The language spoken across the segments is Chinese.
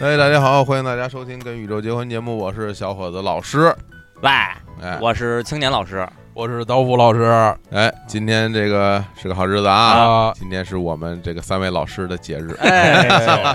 哎，大家好，欢迎大家收听《跟宇宙结婚》节目，我是小伙子老师。喂，哎，我是青年老师，我是刀斧老师哎，今天这个是个好日子啊！啊，今天是我们这个三位老师的节日，哎，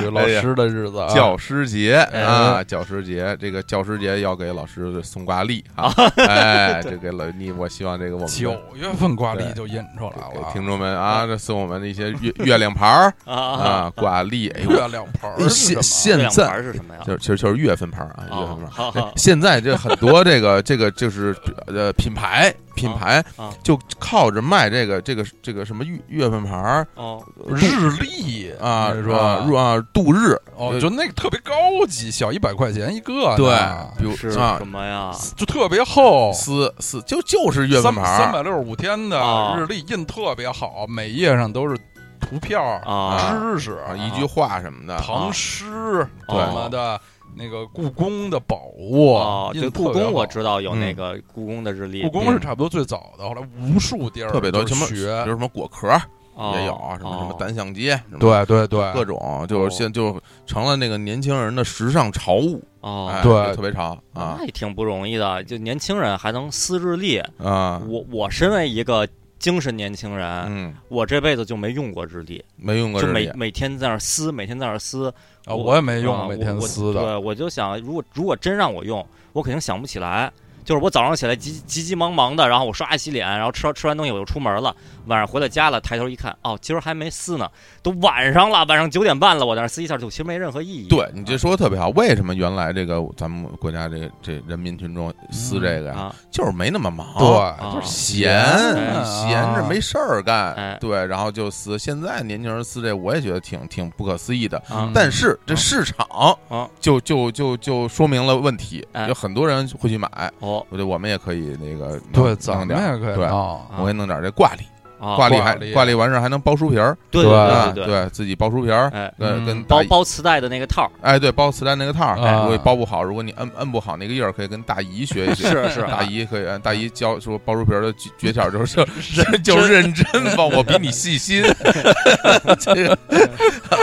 是老师的日子啊，教师节哎啊，教师节，这个教师节要给老师送挂历啊！哎，这给老你，我希望这个我们九的月份挂历就印出来给了啊，听众们啊，这送我们的一些月月亮牌儿啊，啊，挂历，哎 呦，月亮牌儿哎是现什现这两在盘是什么呀？就是其实就是月份牌儿啊，月份牌啊哦儿。好好现在这很多这个这个就是呃品牌品牌啊就靠着卖这个这个这个什么月月份牌儿哦，么日历啊是啊吧入？啊度日哦，就那个特别高级，小一百块钱一个呢，对，比是如啊 什么呀？就特别厚，四四就就是月份三牌三儿百六十五天的啊日历印特别好，每页上都是图片儿啊知识、啊一句话什么的唐诗对什么的。那个故宫的宝物哦，印对，得故特别宫我好知道有嗯那个故宫的日历，故宫是差不多最早的，后来无数地儿特别多就是什么比学，如什么果壳哦也有啊什么什么哦单向街什么对对对，各种就是现就成了那个年轻人的时尚潮物，哦哎，对就特别潮啊那也挺不容易的，就年轻人还能撕日历。啊我我身为一个精神年轻人，嗯，我这辈子就没用过日历，没用过就日每历，啊每天在那儿撕，每天在那儿撕。啊，我我也没啊用，每天我撕我的。对，我就想，如果如果真让我用，我肯定想不起来。就是我早上起来急急急忙忙的，然后我刷牙洗脸，然后吃完吃完东西我就出门了。晚上回到家了，抬头一看，哦，今儿还没撕呢，都晚上了，晚上九点半了，我在那儿撕一下就其实没任何意义。对你这说的特别好，为什么原来这个咱们国家这个这人民群众撕这个呀、啊，就是没那么忙，啊对，就是闲哎闲着没事儿哎干，对，然后就撕。现在年轻人撕这，我也觉得挺挺不可思议的。啊但是这啊市场啊就就就就说明了问题哎，有很多人会去买。哦我觉得我们也可以那个弄对，弄咱点儿们也可以对啊。啊我给弄点儿这挂历，啊，挂历挂还历挂历完事儿还能包书皮儿，对对啊对，对自己包书皮儿，哎，呃，嗯跟大包姨包磁带的那个套儿，哎对包磁带那个套儿，啊如果包不好，如果你摁摁不好那个印儿，可以跟大姨学一学。是是大姨可以，呃大姨教说包书皮儿的诀诀窍就是就认真吧，我比你细心。 这个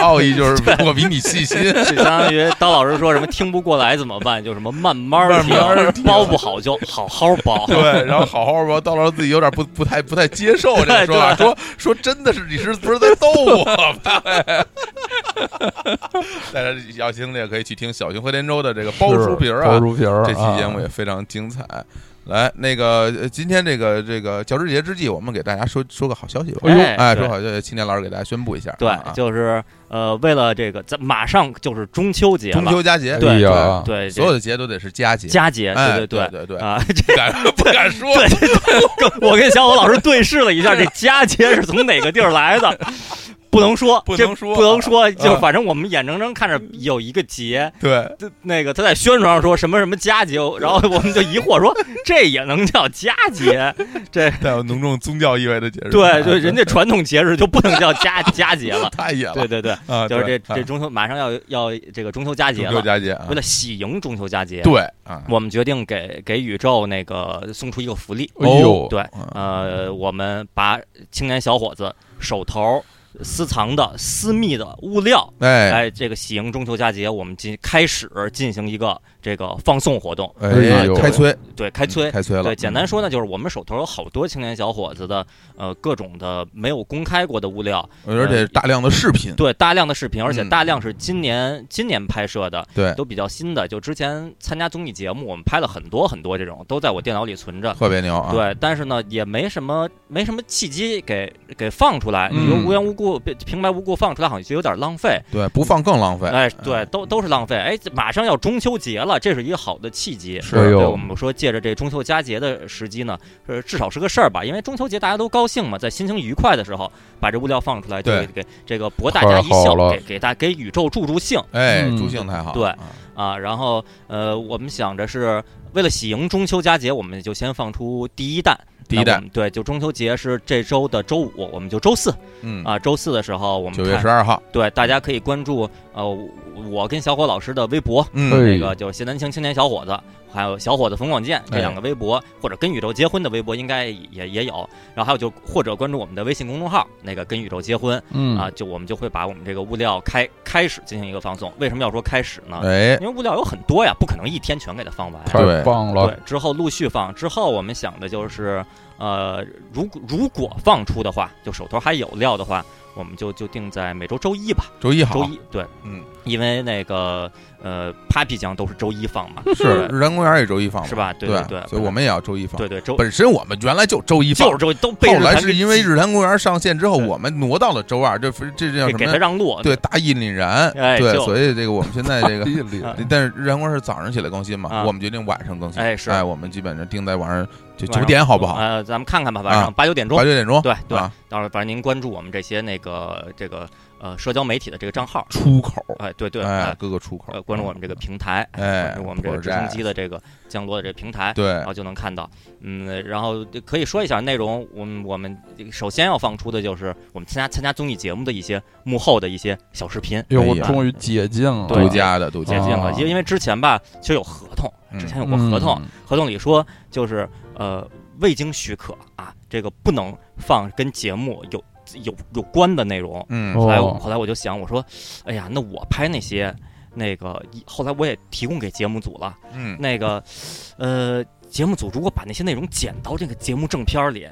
奥义就是我比你细心。就相当于当老师说什么听不过来怎么办，就什么慢慢儿听，慢慢儿听包不好就好好包。 对，然后好好吧，到时候自己有点不不太不太接受这个说法，说说真的是你是不是在逗我吧？ 大家要听的也可以去听小熊和连州的这个包是书皮儿啊，包书皮儿，这期节目啊也非常精彩。来，那个呃今天这个这个教师节之际，我们给大家说说个好消息吧。哎呦哎，对说好消息，青年老师给大家宣布一下啊。对啊，就是呃，为了这个，咱马上就是中秋节中了，秋佳节，啊对哎呀对，所有的的节都得是佳节。佳节，哎，对对对对对，啊， 不敢不敢说。对我跟小伙老师对视 了一下，这佳节是从哪个地儿来的？不能说，不这能说不能说，就啊反正我们眼睁睁看着有一个节，对这那个他在宣传上说什么什么佳节， 然后我们就疑惑说这也能叫佳节？带有浓重宗教意味的节日。对对，对，人家传统节日就不能叫佳佳节了。 太野了。对对对，啊，就 是对这这啊中秋马上要要这个中秋佳节中秋了，佳节啊为，了喜迎中秋佳节，对啊，我们决定给给宇宙那个送出一个福利。哦哎呦，对，啊呃，我们把青年小伙子手头私藏的私密的物料，哎哎，这个喜迎中秋佳节，我们进开始进行一个这个放送活动，哎呦开催对，开催。嗯开催了，对，简单说呢，就是我们手头有好多青年小伙子的，呃，各种的没有公开过的物料，嗯，而且大量的视频，对，大量的视频，而且嗯大量是今年今年拍摄的，对都比较新的。就之前参加综艺节目，我们拍了很多很多这种，都在我电脑里存着。特别牛啊。对，但是呢，也没什么没什么契机给给放出来，你说嗯无缘无故被平白无故放出来，好像就有点浪费。对，不放更浪费。哎，对，都都是浪费。哎，这马上要中秋节了，这是一个好的契机。是哎对，呦我，们说借着这中秋佳节的时机呢，呃，至少是个事儿吧，因为中秋节大家都高兴嘛，在心情愉快的时候，把这物料放出来，就对给给这个博大家一太好笑，了给给大给宇宙助助兴哎，嗯助兴太好了。对啊啊。然后呃，我们想着是为了喜迎中秋佳节，我们就先放出第一弹。第一那我弹，们对，就中秋节是这周的周五，我们就周四嗯，啊，周四的时候我们九月看十二号，对，大家可以关注呃，我我跟小伙老师的微博，嗯哎这个就是谢南青青年小伙子，还有小伙子冯广建这两个微博，或者跟宇宙结婚的微博应该也也有。然后还有就或者关注我们的微信公众号，那个跟宇宙结婚嗯啊，就我们就会把我们这个物料开开始进行一个放送。为什么要说开始呢？哎，因为物料有很多呀，不可能一天全给它放完。太对棒了，，对，之后陆续放。之后我们想的就是，呃，如果如果放出的话，就手头还有料的话，我们就就定在每周周一吧。周一周好，一，对，嗯，因为那个呃，Papi 酱都是周一放嘛，是日坛公园也周一放嘛是？吧？对对对，所以我们也要周一放。对对周本身我们原来就周一放就是，周一都被后日来坛是给因为日坛公园上线之后，对我们挪到了周二，这这这叫给什给他么？让路，对，大义凛然，哎对，就所以这个我们现在这个 地理啊但是日坛公园是早上起来更新嘛，啊我们决定晚上更新，哎是哎，我们基本上定在晚上就晚上九点，好不好？呃，咱们看看吧，晚上啊八九点钟八。九点钟，对对，啊，到时候反正您关注我们这些那个这个呃社交媒体的这个账号，出口，哎，对对，哎哎，各个出口呃，，关注我们这个平台，哎关注我们这个直升机的这个降落的这个平台，对然后就能看到，嗯，然后就可以说一下内容。我们我们首先要放出的就是我们参加参加综艺节目的一些幕后的一些小视频，哟，我哎呀终于解禁了，嗯对独家的独解家禁的，了。因为因为之前吧，其实有合同，哦嗯之前有过合同，合同里说就是呃未经许可啊，这个不能放跟节目有有有关的内容。嗯，哦后来我后来我就想，我说，哎呀，那我拍那些。那个一后来我也提供给节目组了，嗯，那个，呃，节目组如果把那些内容剪到这个节目正片儿里，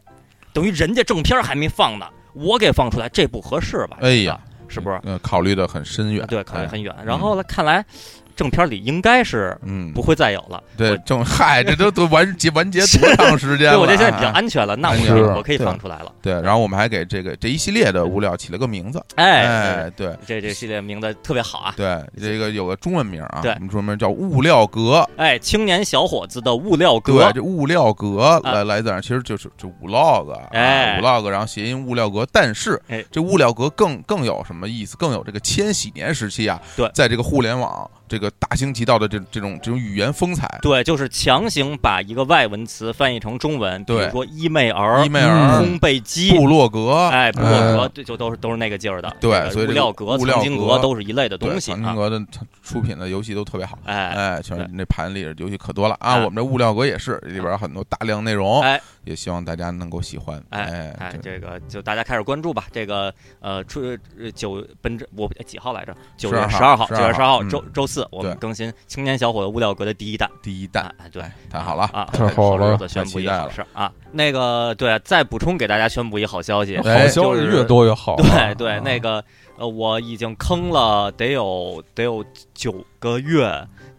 等于人家正片儿还没放呢，我给放出来，这不合适吧？哎呀，是不是？嗯，考虑的很深远，对，考虑哎很远。然后呢，看来正片儿里应该是嗯，不会再有了。对，我正嗨，这都都完结完 结多长时间对了？我这现在比较啊安全了，那我安可全以了我可以对放出来了。对，然后我们还给这个这一系列的物料起了个名字，哎，哎，对这这系列名字特别好啊！对，这个有个中文名啊，对我们中文名叫物料阁，哎，青年小伙子的物料对哥，，这物料阁啊来来自哪儿？其实就是这 vlog，啊哎，vlog，然后谐音物料阁，但是哎这物料阁更更有什么意思？更有这个千禧年时期啊，对在这个互联网这个大行其道的这这种这种语言风采，对，就是强行把一个外文词翻译成中文，比如对说伊妹儿伊、妹儿、烘焙机、啊部落格，哎，部落哎格这就都是都是那个劲儿的，对这个所以物这个料格、物料藏经格阁都是一类的对东西藏经啊，阁的出品的游戏都特别好。哎，哎，全是对那盘里游戏可多了啊！哎我们这物料阁也是，里边有很多大量内容，哎，也希望大家能够喜欢。哎哎哎，，这个就大家开始关注吧。这个呃，初呃九本周我几号来着？九月十12二号号，九月十二号嗯周周四，我们对更新《青年小伙的物料格》的第一弹。第一哎弹，，哎对，哎，太好了！啊，太好了日子宣布一个好事儿啊。那个对，再补充给大家宣布一个好消息，哎好消息越多越好啊，对对，那个个呃，我已经坑了得有得有九个月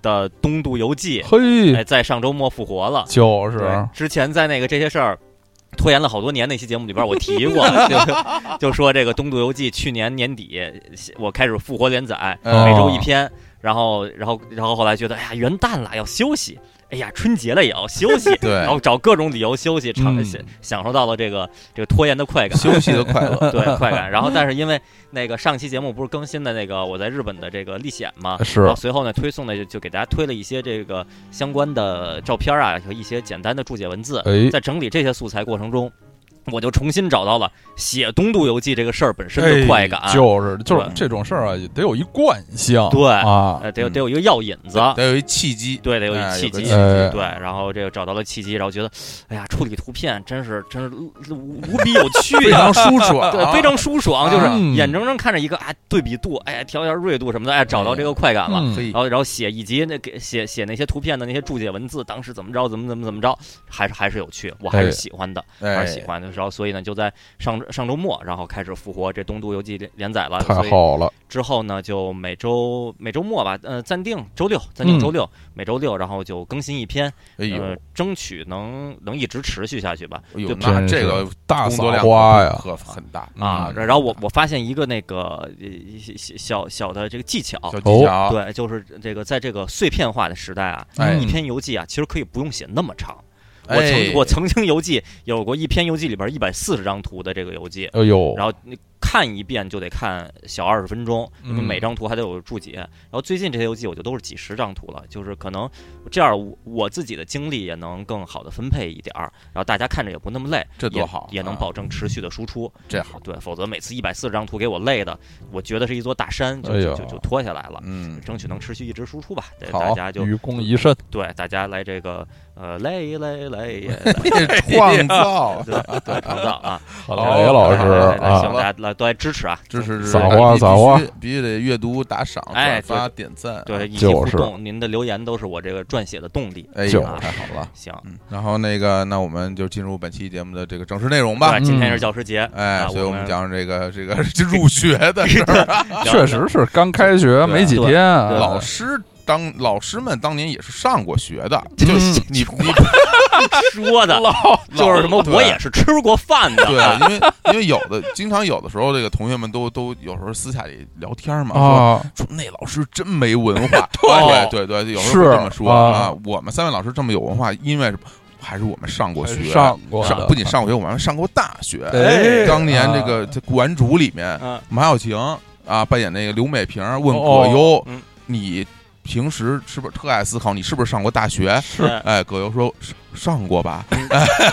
的《东渡游记》。哎，嗯嘿，在上周末复活了。就是啊对，之前在那个这些事儿。拖延了好多年那期节目里边，我提 过，就就说这个《东渡游记》去年年底我开始复活连载，哦每嗯周一篇，然后然后然后后来觉得，哎呀，元旦了要休息，哎呀，春节了也要休息， 对然后找各种理由休息，尝嗯享享受到了这个这个拖延的快感，休息的快乐，对快 感。然后但是因为那个上期节目不是更新的那个我在日本的这个历险嘛，然哎是后啊随后呢，推送呢就就给大家推了一些这个相关的照片啊和一些简单的注解文字。哎，在整理这些素材过程中，我就重新找到了写《东渡游记》这个事儿本身的快感。哎就是就是对这种事儿啊，也得有一惯性，对啊，呃，得有得有一个药引子，啊得有一契机。对，得有一哎契有个机。契哎对，然后这个找到了契机，然后觉得，哎呀，处理图片真是真是无无无比有趣非常呀、舒啊爽，啊对，非常舒爽，就是嗯眼睁睁看着一个啊对比度，哎呀，调一下锐度什么的，哎，找到这个快感了。嗯可以然。后然后写以及那给写写那些图片的那些注解文字，当时怎么着怎么怎么怎么着，还是还是有趣，我还是哎喜欢的，还哎是喜欢的。然后所以呢，就在上上周末，然后开始复活这《东渡游记》连连载了。啊太所以好了，之后呢，就每周每周末吧，呃，暂定周六，暂定嗯周六，每周六，然后就更新一篇，哎呦，呃，争取能能一直持续下去吧。哎呦就，那真是这个大工作撒量花呀，可很大啊，嗯然后我我发现一个那个呃小小小的这个技巧，小技巧，哦对，就是这个在这个碎片化的时代啊，哎一篇游记啊，其实可以不用写那么长。我哎哦曾我曾经游记有过一篇游记里边一百四十张图的这个游记，哎呦，然后那看一遍就得看小二十分钟，因为嗯每张图还得有注解。然后最近这些游戏我就都是几十张图了，就是可能这样我我自己的精力也能更好的分配一点儿，然后大家看着也不那么累，这也多好，也能啊保证持续的输出。这好，对，否则每次一百四十张图给我累的，我觉得是一座大山，就哎就呦就就拖下来了。 嗯，争取能持续一直输出吧，对大好家，就愚公移山，对大家来这个呃累累 累也哎创造对对创造啊，好雷老师对对对希啊望大家来都来支持啊，支 持支持，撒花必须撒花，必须得阅读、打赏、哎转发、点赞，啊对，以及就互是动，您的留言都是我这个撰写的动力。哎呦就，是太好了。行，嗯，然后那个，那我们就进入本期节目的这个正式内容吧对，。今天嗯是教师节，哎，啊所以我我们们 讲这个这个 入学的事儿，确实是刚开学没几天啊，对老师当老师们当年也是上过学的， 嗯就是你你说 的就是什么，我也是吃过饭的，啊对，因 为因为有的经常有的时候，这个同学们都都有时候私下里聊天嘛，说啊，说那老师真没文 化，哦对对对，有时候会是这么说啊啊。我们三位老师这么有文化，因为还是我们上过学，上过的上不仅上过学，我们还上过大学。哎当年这啊个在《古玩主》里面，嗯，马小晴啊扮演那个刘美萍问葛哦优嗯，你平时是不是特爱思考？你是不是上过大学？是哎，葛优说上上过吧。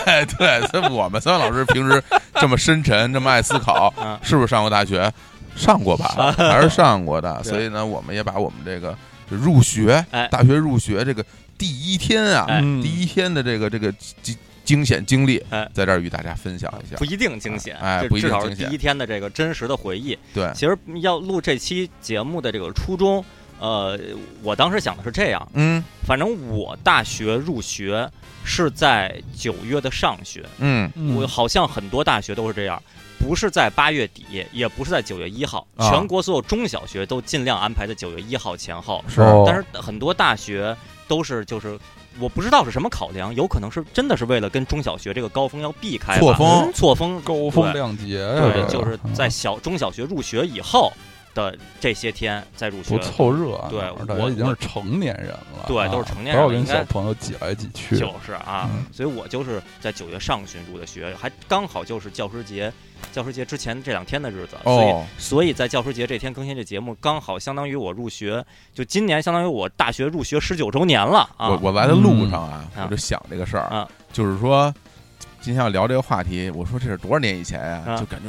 哎，对，所以我们三位老师平时这么深沉，这么爱思考嗯，是不是上过大学？上过吧，还是上过的。对所以呢，我们也把我们这个就入学哎，大学入学这个第一天啊，哎嗯第一天的这个这个惊惊险经历哎，在这儿与大家分享一下不。一定惊险，哎这不一定至少是惊险第一天的这个真实的回忆。对其实要录这期节目的这个初衷，呃，我当时想的是这样，嗯反正我大学入学是在九月的上旬，嗯，嗯我好像很多大学都是这样，不是在八月底，也不是在九月一号，啊全国所有中小学都尽量安排在九月一号前后，是哦但是很多大学都是就是。我不知道是什么考量，有可能是真的是为了跟中小学这个高峰要避开吧嗯错峰错峰高风亮节哎呀，对对，就是在小中小学入学以后的这些天再入学不，凑热闹，对大家我已经是成年人了，对啊都是成年人不要了应跟该小朋友挤来挤去，就是啊，嗯所以我就是在九月上旬入的学，还刚好就是教师节，教师节之前这两天的日子，所以、哦，所以在教师节这天更新这节目，刚好相当于我入学，就今年相当于我大学入学十九周年了啊，我我来的路上啊，嗯我就想这个事儿，啊就是说今天要聊这个话题，我说这是多少年以前呀、啊就感觉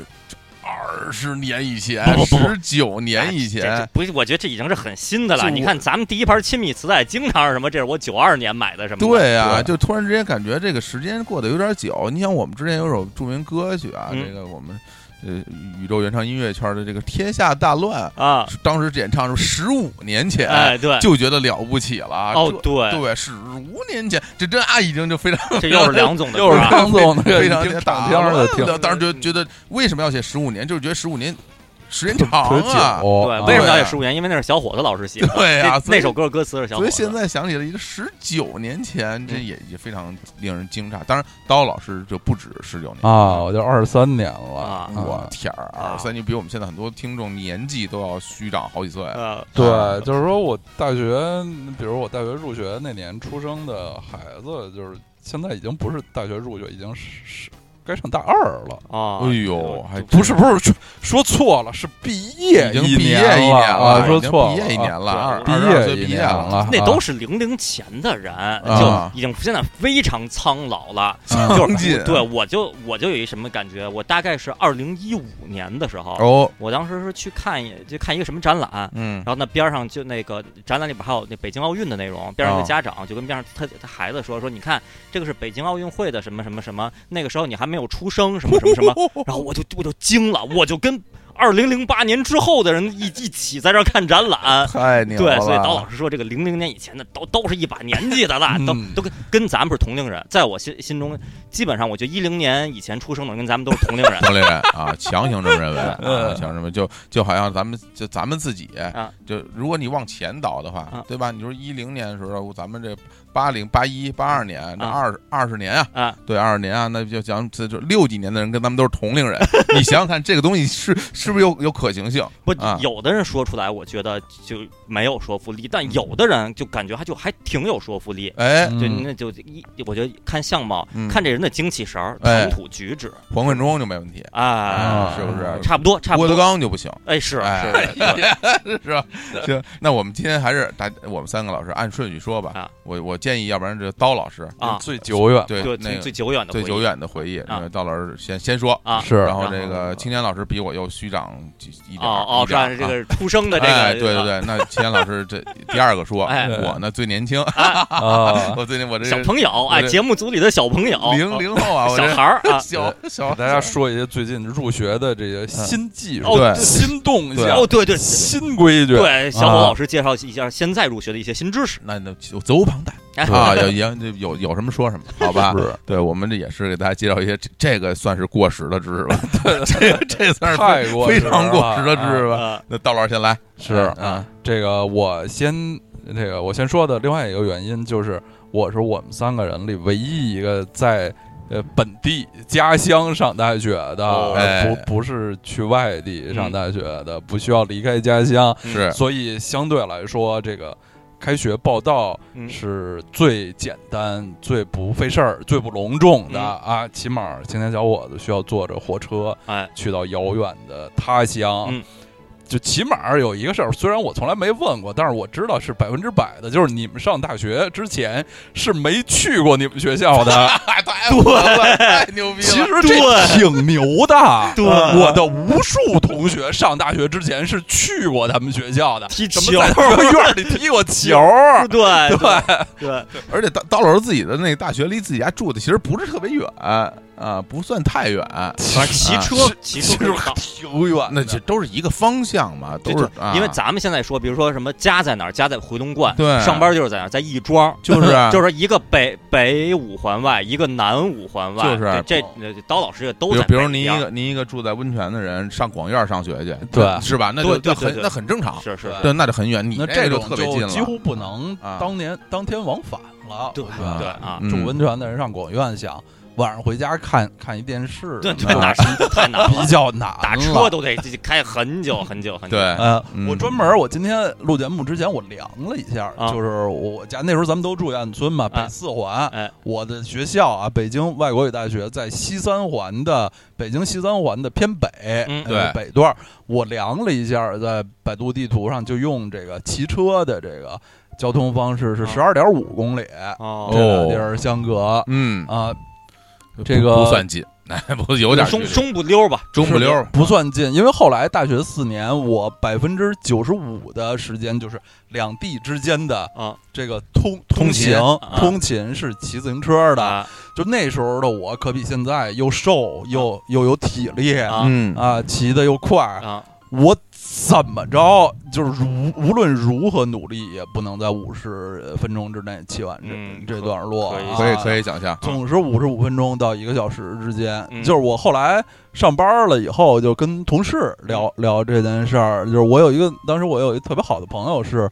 二十年以前不、不不十九年以哎这这前，不是，我觉得这已经是很新的就了。我你看咱们第一盘亲密磁带，经常是什么？这是我九二年买的什么的？对啊，对就突然之间感觉这个时间过得有点久。你想，我们之前有首著名歌曲啊，嗯这个我们呃宇宙原创音乐圈的这个《天下大乱》，啊，当时演唱是十五年前。哎对，就觉得了不起了，哦这对，对，十五年前，这这啊已经就非常这又是梁 总的又歌是啊，张总那个非常经打常听的听，当时觉得觉得为什么要写十五年，就是觉得十五年时间长特啊， 久对啊，为什么要对写啊十五年？因为那是小伙子老师写的， 对啊那所以那首歌歌词是小伙所子。以现在想起来，一个十九年前，嗯这也也非常令人惊诧。当然，刀老师就不止十九年啊，我就二十三年了啊我啊天儿，啊二十三，你比我们现在很多听众年纪都要虚长好几岁。呃，对，就是说我大学，嗯比如我大学入学那年出生的孩子，就是现在已经不是大学入学，已经是是该上大二了。啊，哎呦，还不是不是，说说错了，是毕业已经一毕业了年啊，说已经错了，啊毕业一年了，啊二毕二十二岁一毕业年了，那都是是零零前的人，啊就已经现在非常苍老了。啊 就刚是进对，我就我就有一什么感觉，我大概是二零一五年的时候，哦，我当时是去看一就看一个什么展览，嗯然后那边上就那个展览里边还有那北京奥运的内容，边上一个哦家长就跟边上他他孩子说说，你看这个是北京奥运会的什么什么什么，那个时候你还没有出生什么什么什 么，然后我就我就惊了，我就跟二零零八年之后的人一一起在这儿看展览。太牛对，了，。所以刀老师说，这个零零年以前的都都是一把年纪的了，嗯都都跟跟咱们是同龄人，在我心心中，基本上我觉得一零年以前出生的跟咱们都是同龄人同龄人啊，强行这么认为，啊嗯强行这么就就好像咱们就咱们自己啊，就如果你往前倒的话啊，对吧？你说一零年的时候，咱们这八零、八一、八二年，那二二十年啊，啊， 对，二十年啊，那就讲这就六几年的人跟咱们都是同龄人，你想想看，这个东西是是是不是有有可行性？不啊，有的人说出来，我觉得就没有说服力，但有的人就感觉他就还挺有说服力。哎，对，嗯那就一，我觉得看相貌，嗯看这人的精气神儿、哎谈吐举止黄贯中就没问题，啊啊，是不是差不多，差不郭德多。纲就不行。哎，是哎是，对是吧？行，那我们今天还是大我们三个老师按顺序说吧。啊我我建议，要不然这刀老师，啊，最久远对对，那最个最久远的最回忆久远的回忆，啊那刀老师先先说，啊，是然后然这个青年老师比我又虚长几一点儿，哦哦，一是点儿按这个出生的这哎，个，啊对对对，那青年老师这第二个说， 哎我呢最年轻，，啊 我最近我这小朋友，哎，这节目组里的小朋友，零零后啊，我小这，孩儿啊小小给大家说一些最近入学的这些新技术、哦对新动对向哦，、对对新规矩。对，小伙啊老师介绍一下现在入学的一些新知识那那就责无旁贷哎啊，有有有有什么说什么，好吧？是对，我们这也是给大家介绍一些这这个算是过时的知识 了，这这算是非太过非时常了过时的知识吧？ 啊那道老师先来，是啊，哎这个，我先这个我先说的另外一个原因就是，我是我们三个人里唯一一个在呃本地家乡上大学的，呃哦哎嗯不不是去外地上大学的，不需要离开家乡，嗯是所以相对来说，这个开学报道嗯是最简单、最不费事儿、最不隆重的、嗯啊。起码青年小伙子需要坐着火车哎，去到遥远的他乡。嗯就起码有一个事儿，虽然我从来没问过，但是我知道是百分之百的，就是你们上大学之前是没去过你们学校的。 太太火了， 太牛逼其实了！这对挺牛的，对我的无数同学上大学之前是去过他们学校的，踢什 球么在他们院里踢过球， 对对，对，而且道道老师自己的那个大学离自己家住的其实不是特别远啊，不算太远，反正骑啊车骑其车实可以到挺远那的。这都是一个方向嘛，对都是对，因为啊咱们现在说，比如说什么家在哪儿，家在回龙观，对上班就是在哪儿，在亦庄，就是啊 就是一个北北五环外，一个南五环外，就是啊对这这刀老师也都比如在比如北您边一个您一个住在温泉的人上广院上学去，对是吧？那对就那对对很对那很正常，啊是是，对，那就很远，你那这这就种特别近就了，几乎不能啊当年当天往返了。对我觉啊得对啊，嗯住温泉的人上广院想晚上回家看看一电视，对对，嗯打车 太难比了，较难了。打车都得这这开很久很久很久，对，呃，嗯我专门儿我今天录节目之前我量了一下，啊就是我家那时候咱们都住燕子村嘛，啊北四环，哎我的学校啊，北京外国语大学在西三环的北京西三环的偏北，嗯对呃北段儿。我量了一下，在百度地图上就用这个骑车的这个交通方式是啊十二点五公里，哦这俩地儿相隔啊、嗯，这不个不算近， 哎，不有点中距离中不溜吧，中不溜儿，不算近，因为后来大学四年，我百分之九十五的时间就是两地之间的啊这个通通勤勤啊通勤是骑自行车的。啊就那时候的我，可比现在又瘦又又有体力啊嗯啊骑得又快。啊我怎么着，就是如无论如何努力，也不能在五十分钟之内骑完这、嗯这段路。可以可以啊可以想象，总是五十五分钟到一个小时之间。嗯就是我后来上班了以后，就跟同事聊嗯聊这件事儿。就是我有一个，当时我有一特别好的朋友是，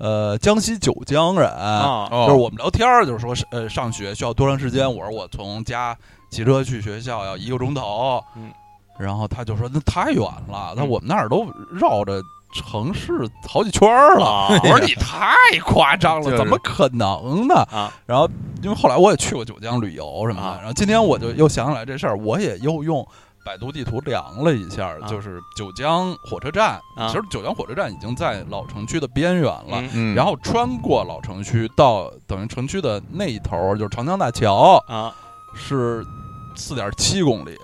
呃，江西九江人。啊哦就是我们聊天儿，就是说是，呃，上学需要多长时间？我说我从家骑车去学校要一个钟头。嗯，然后他就说那太远了，那嗯我们那儿都绕着城市好几圈儿了。啊我说你太夸张就是了，怎么可能呢？啊然后因为后来我也去过九江旅游什么啊的，然后今天我就又想起来这事儿，我也又用百度地图量了一下，啊就是九江火车站，啊其实九江火车站已经在老城区的边缘了。嗯嗯，然后穿过老城区，到等于城区的那一头儿，就是长江大桥，嗯啊是四点七公里。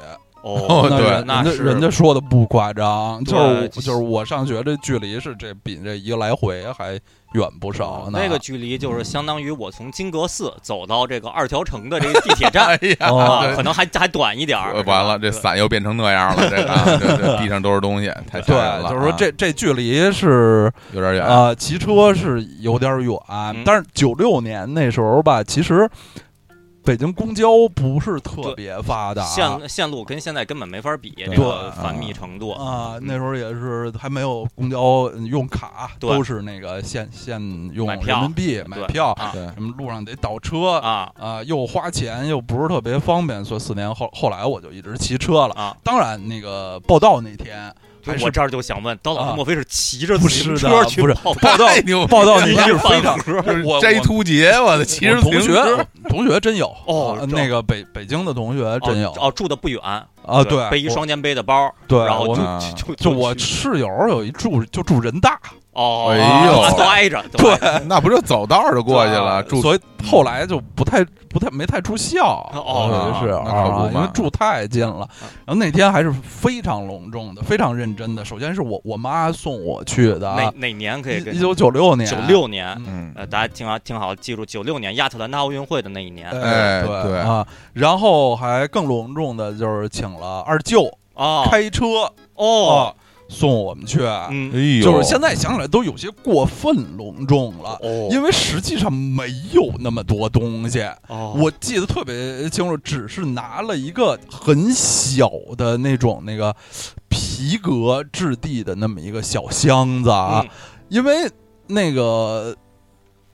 哦对人那人是家人家说的不夸张，就对是我这就是我上学这距离是这比这一个来回还远不少呢。哦那 个距离就是相当于我从金阁寺走到这个二条城的这个地铁站 哎呀，哦啊，对可能还还短一点儿。呃是吧完了，这对伞又变成那样了，这个啊对对地上都是东 西，太吓人对，了。就是说啊这这距离是有点远，呃，骑车是有点远，但是九六年那时候吧，其实北京公交不是特别发达，呃线线路跟现在根本没法比，这啊对个繁密程度。啊、那时候也是还没有公交用卡，对都是那个现现用买票人民币买对票，啊对，什么路上得倒车啊啊，又花钱又不是特别方便，所以四年后后来我就一直骑车了。啊当然，那个报道那天就还我是这儿就想问，刀老啊师莫非是骑着不自行是车的去不是泡报道太牛逼报道了你哦就是非 常盒就是我斋我突杰，我的骑着我同自行学 车我同学真有哦啊这那个北北京的同学真有哦哦，住的不远啊，对，背一我双肩背的包，对，然后我就啊就就就就我去室友有一住就住人大，哦，哎呦 啊都挨着，都挨着那不就走道儿就过去了？住呃所以后来就不太不太没太住校，哦我觉得是那可不啊，嘛因为住太近了。嗯然后那天还是非常隆重的，非常认真的。首先是我我妈送我去的哪啊，哪年可以跟一九九六年，九六年，嗯，嗯，呃，大家听好听好，记住九六年亚特兰大奥运会的那一呃年哎对对啊，然后还更隆重的就是请了二舅哦开车哦，啊送我们去，哎嗯呦，就是现在想起来都有些过分隆重了。哦因为实际上没有那么多东西，哦哎我记得特别清楚，只是拿了一个很小的那种那个皮革质地的那么一个小箱子啊，嗯因为那个。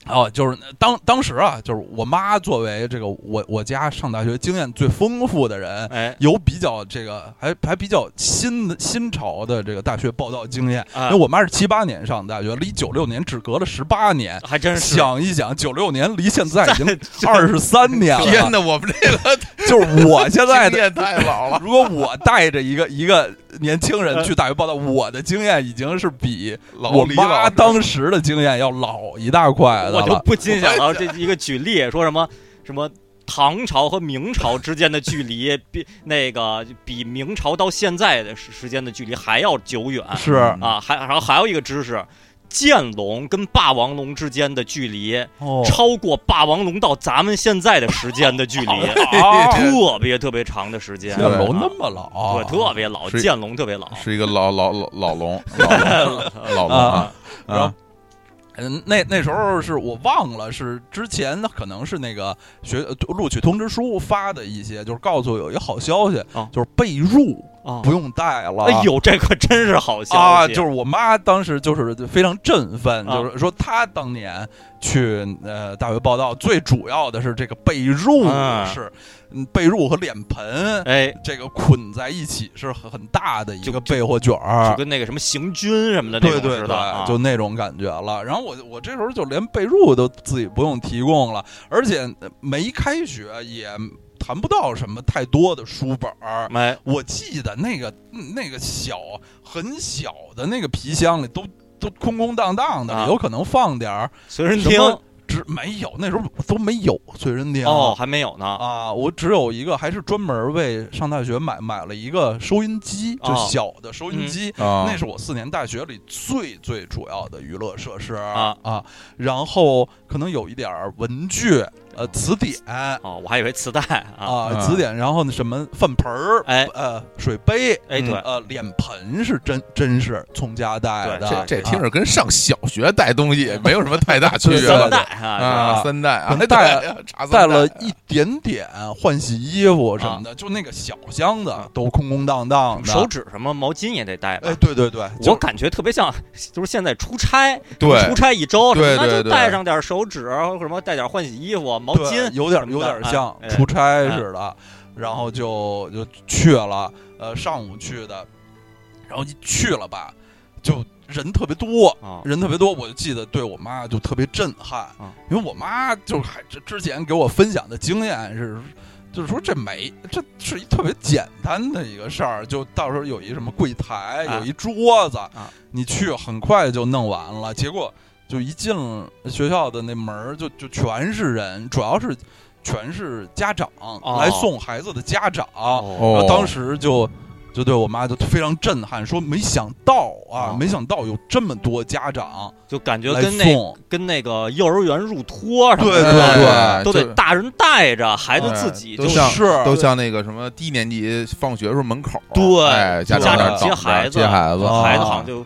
哦，就是当当时啊，就是我妈作为这个我我家上大学经验最丰富的人，哎有比较这个还还比较新的新潮的这个大学报道经验。啊因为我妈是七八年上大学，离九六年只隔了十八年。还真是想一想，九六年离现在已经这二十三年了，天哪，我们 这个就是我现在经的。验太老了。如果我带着一个一个年轻人去大学报道，我的经验已经是比 老我李妈老师当时的经验要老一大块的我就了。不禁想到这一个举例，说什么什么唐朝和明朝之间的距离 比那个比明朝到现在的时时间的距离还要久远是啊，还然后还有一个知识。剑龙跟霸王龙之间的距离哦超过霸王龙到咱们现在的时间的距 离，特别特别长的时间。这楼啊那么老，啊对，特别老，是剑龙特别老。是一个老老老老龙，老 龙老龙啊，然后啊，嗯，那那时候是我忘了，是之前可能是那个学呃录取通知书发的一些，就是告诉我有一个好消息，哦就是被褥啊不用带了。哎呦，这可真是好消息啊，就是我妈当时就是非常振奋，啊就是说她当年去呃大学报道，最主要的是这个被褥嗯是，嗯被褥和脸盆哎，这个捆在一起是很很大的一就个被窝卷就儿，跟那个什么行军什么的那啊对种对似的啊对，就那种感觉了。然后我我这时候就连被褥都自己不用提供了，而且没开学也谈不到什么太多的书本儿，没我记得那个嗯那个小很小的那个皮箱里都都空空荡荡的，啊有可能放点儿随身听什么只没有那时候都没有随身听哦，还没有呢。啊，我只有一个，还是专门为上大学买买了一个收音机，哦嗯就小的收音机。啊那是我四年大学里最最主要的娱乐设施啊然后可能有一点儿文具，呃，词典啊哦，我还以为磁带啊。啊词典，然后那什么饭盆儿，哎呃，水杯，哎，嗯对，呃，脸盆是真真是从家带的，这这听啊着跟上小学带东 西没有什么太大区对别对三了代啊啊，三代啊可，能 带对查三带代了一点点换洗衣服什么的，就那个小箱子都空空荡荡的。啊嗯手指什么毛巾也得带吧嗯哎，。对对对，我就感觉特别像，就是现在出差，对出差一周，什对么对那就对带上点手纸，或者什么带点换洗衣服、毛对巾，有点什有么的点像哎出差似的，然后就就去了，呃，上午去的，然后一去了吧，就人特别多，啊，人特别多，我就记得对我妈就特别震撼啊，因为我妈就还之之前给我分享的经验是，就是说这没这是一特别简单的一个事儿，就到时候有一什么柜台，啊有一桌子，啊你去很快就弄完了，结果就一进学校的那门儿就就全是人，主要是全是家长、哦来送孩子的家长，哦，然哦后，当时就就对我妈就非常震撼，说没想到啊，哦没想到有这么多家长就感觉来跟那送，跟那个幼儿园入托什么对对的，对哎都就得大人带着，孩子哎自己都就像是都像那个什么低年级放学时候门口，对哎家家那长儿等接着孩子哦接孩子，啊孩子好像就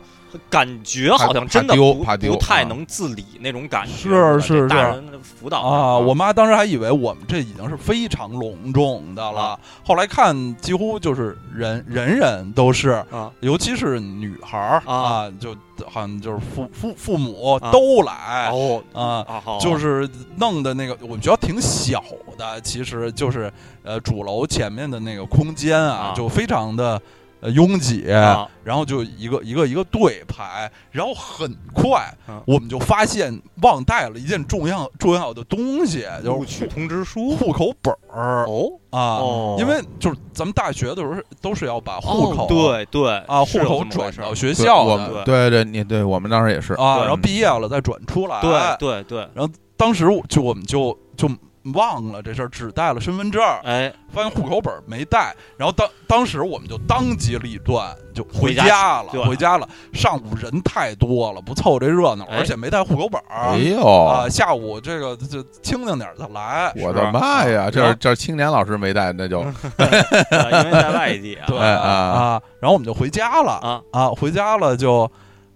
感觉好像真的怕丢不怕丢不太啊能自理那种感觉，是吧是大是人辅导啊，我妈当时还以为我们这已经是非常隆重的了啊，后来看几乎就是人人人都是，啊尤其是女孩儿啊啊，就好像就是父父父母啊都来哦啊。啊好就是弄的那个，我们学校挺小的，其实就是呃主楼前面的那个空间啊，啊就非常的呃拥挤，啊然后就一个一个一个队排，然后很快啊我们就发现忘带了一件重要重要的东西，就录取是通知户书户口本儿哦啊，哦因为就是咱们大学的时候是都是要把户口、哦对对啊是户有口这么回转事到儿学校我的们对对，你对我们当时也是，啊，对然后毕业了再转出来，对对对，当时我就我们就就忘了这事儿，只带了身份证儿，哎，发现户口本儿没带，然后当当时我们就当机立断就回回家家了，去回对家了。上午人太多了，不凑这热闹，哎而且没带户口本儿、哎呦，啊。下午这个就清静点儿再来。我的妈啊呀，这这青年老师没带，那嗯就呃因为在外地啊， 对哎啊啊然后我们就回家了啊回家了就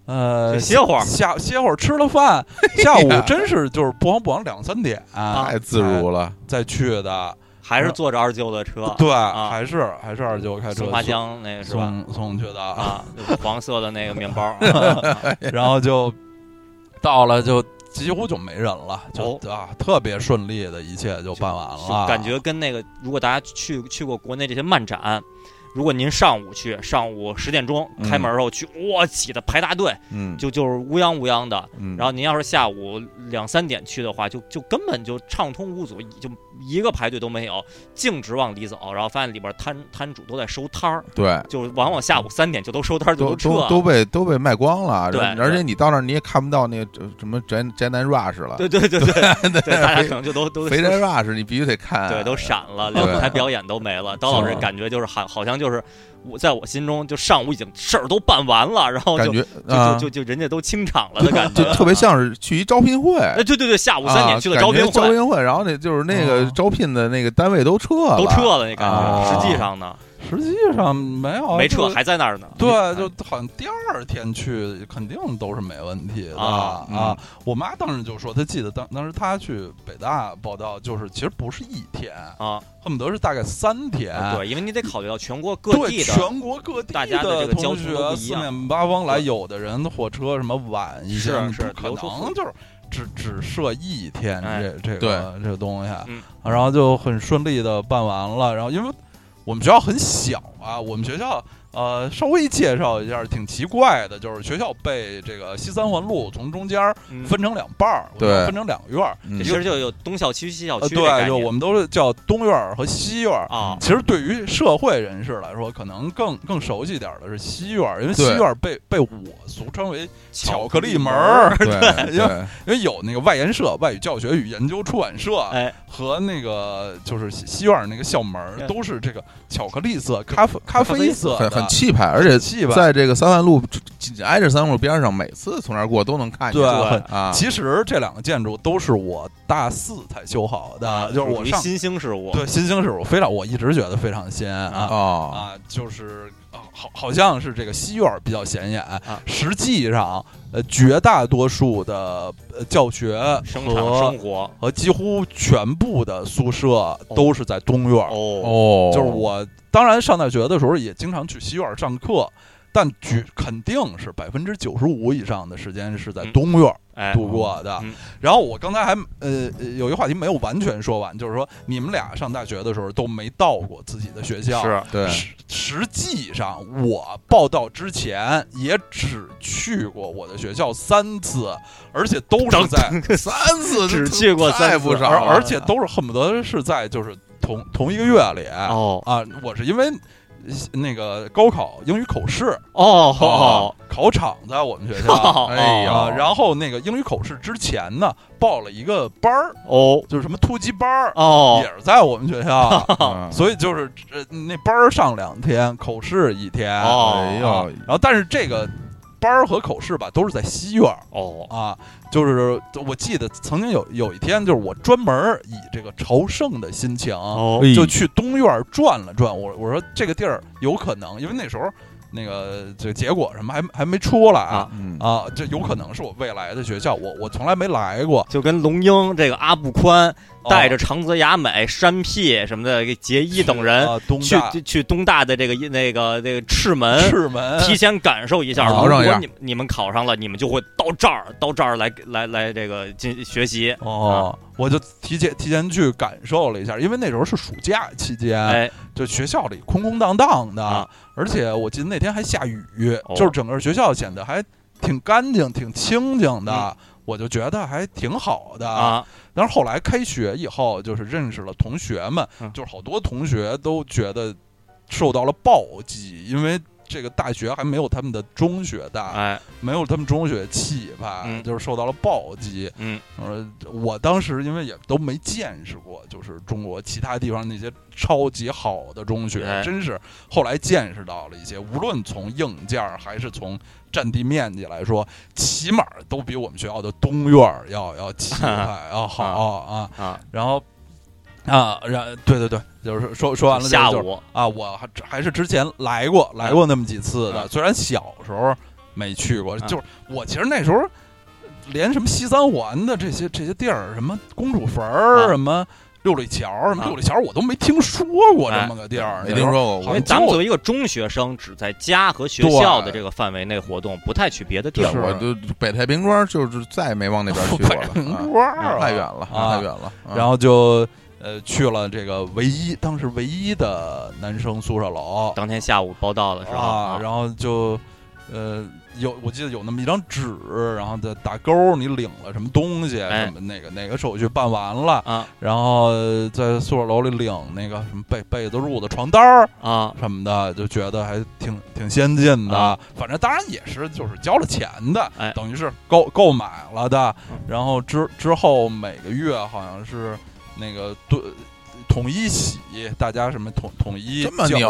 呃就歇会儿下歇会儿吃了饭，下 午哎呀真是就是不慌不忙两三点、啊太自哎如了。再去的，还是坐着二舅的车，对，啊还是还是二舅开车松花送江那个是吧？送送去的啊啊，就是黄色的那个面包，啊 然后就到了，就几乎就没人了，就、啊特别顺利的一切就办完啊哦了，感觉跟那个，如果大家去去过国内这些漫展，如果您上午去，上午十点钟开门的时候去，哇，挤的排大队，嗯就就是乌泱乌泱的。嗯，然后您要是下午两三点去的话，就就根本就畅通无阻，就一个排队都没有，径直往里走，然后发现里边摊摊主都在收摊儿，对，就往往下午三点就都收摊儿，就都撤都都被都被卖光了，对而且对你到那儿你也看不到那个呃什么宅宅男 rush 了，对对对对 对，大家可能就都都肥宅 rush 你必须得哎看，啊对，都闪了，连对舞台表演都没了。刀老师是感觉就是好，好像就是我在我心中，就上午已经事儿都办完了，然后就感觉就啊就啊就就人家都清场了的感觉，就特别。像是去一招聘会。 哎，对对对，下午三点去的啊招感觉聘招会哦聘会，然后那就是那个啊招聘的那个单位都撤了，都撤了，那感觉。啊实际上呢，实际上没有没撤，就还在那儿呢。嗯对，就好像第二天去肯定都是没问题的啊嗯我妈当时就说，她记得当当时她去北大报道，就是其实不是一天，啊，恨不得是大概三天。对，因为你得考虑到全国各哎对地的，全国各地大家的这个同交通都学不一四样面八方来，有的人火车什么晚一些，是是不可留出能就是只只设一天哎这这个对这个东西啊，嗯然后就很顺利的办完了。然后因为我们学校很小啊，我们学校呃稍微介绍一下，挺奇怪的，就是学校被这个西三环路从中间儿嗯分成两半儿，我们对分成两院儿，嗯这其实就有东校区、西校呃，区这概对，就我嗯念们都是叫东院儿和西院儿啊。其实对于社会人士来说，可能更更熟悉点儿的是西院儿，因为西对院儿被被我俗称为巧克力门儿，儿，啊 对因为对因为有那个外研社、外语教学与研究出版社哎，和那个就是西西院儿那个校门儿对都是这个巧克力色、咖啡咖咖啡啡色很的，很气派，而且气吧？在这个三万路紧挨着三万路边上，每次从那儿过都能看见对对很啊，其实这两个建筑都是我大四才修好啊的，就是属我于上新兴事物，对新兴事物非常，我一直觉得非常新啊。哦，啊，就是啊好，好像是这个西院儿比较显眼。啊实际上，呃，绝大多数的呃教学生产和生活和几乎全部的宿舍都是在东院儿。哦，哦，就是我，当然上大学的时候也经常去西院儿上课。但哦绝肯定是百分之九十五以上的时间是在嗯东院儿哎，度过的。嗯然后我刚才还呃呃有一个话题没有完全说完，就是说你们俩上大学的时候都没到过自己的学校，是对实实际上，我报到之前也只去过我的学校三次，而且都是在， 三次只去过三太次啊不少而了，而且都是恨不得是在就是同同一个月里、 哦啊。我是因为那个高考英语口试哦啊哦考场在我们学校。哦，哎呀啊，然后那个英语口试之前呢，报了一个班儿，哦就是什么突击班儿，哦也，是在我们学校，嗯啊所以就是呃那班儿上两天，口试一天。哦哎啊呦，然后但是这个班儿和口试吧，都是在西院儿哦，啊，就是我记得曾经有有一天，就是我专门儿以这个朝圣的心情，哦哎就去东院儿转了转。我我说这个地儿有可能，因为那时候那个这个结果什么还还没出来啊。嗯啊，这有可能是我未来的学校，我我从来没来过，啊就跟龙樱这个阿布宽哦带着长泽雅美、山屁什么的、给杰伊等人啊，东去大去去东大的这个那个那个赤门，赤门提前感受一下。考如上一果下你你们考上了，你们就会到这儿到这儿来来来这个进学习。哦，我就提前提前去感受了一下，因为那时候是暑假期间，哎，就学校里空空荡荡的，啊而且我记得那天还下雨，哦就是整个学校显得还挺干净、挺清静的。我就觉得还挺好的，嗯啊，但是后来开学以后，就是认识了同学们，嗯就是好多同学都觉得受到了暴击，因为这个大学还没有他们的中学大，哎，没有他们中学气派，嗯就是受到了暴击。嗯，呃，我当时因为也都没见识过，就是中国其他地方那些超级好的中学，哎真是后来见识到了一些，无论从硬件儿还是从占地面积来说，起码都比我们学校的东院儿要要气 派要好啊。啊，然后啊，然对对对，就是说说完了这个下就是午啊，我还还是之前来过来过那么几次的，嗯虽然小时候没去过，嗯就是我其实那时候连什么西三环的这些这些地儿，什么公主坟儿，嗯啊什么六里桥，什么啊六里桥，我都没听说过这么个地儿。哎没听说过，因我为哎咱们作为一个中学生，只在家和学校的这个范围内活动，不太去别的地是儿。我就北太平庄就是再也没往那边去过北了平啊。庄儿啊太远了，啊太远了。啊然后就呃去了这个唯一当时唯一的男生宿舍楼当天下午报到的时候，啊，然后就呃。有，我记得有那么一张纸，然后再打勾儿，你领了什么东西，哎什么哪个哪个手续办完了，啊然后呃在宿舍楼里领那个什么被被子、褥子、床单儿啊什么的，就觉得还挺挺先进的。啊反正当然也是就是交了钱的，哎等于是购购买了的嗯。然后之之后每个月好像是那个对统一洗，大家什么统统一这么脚牛，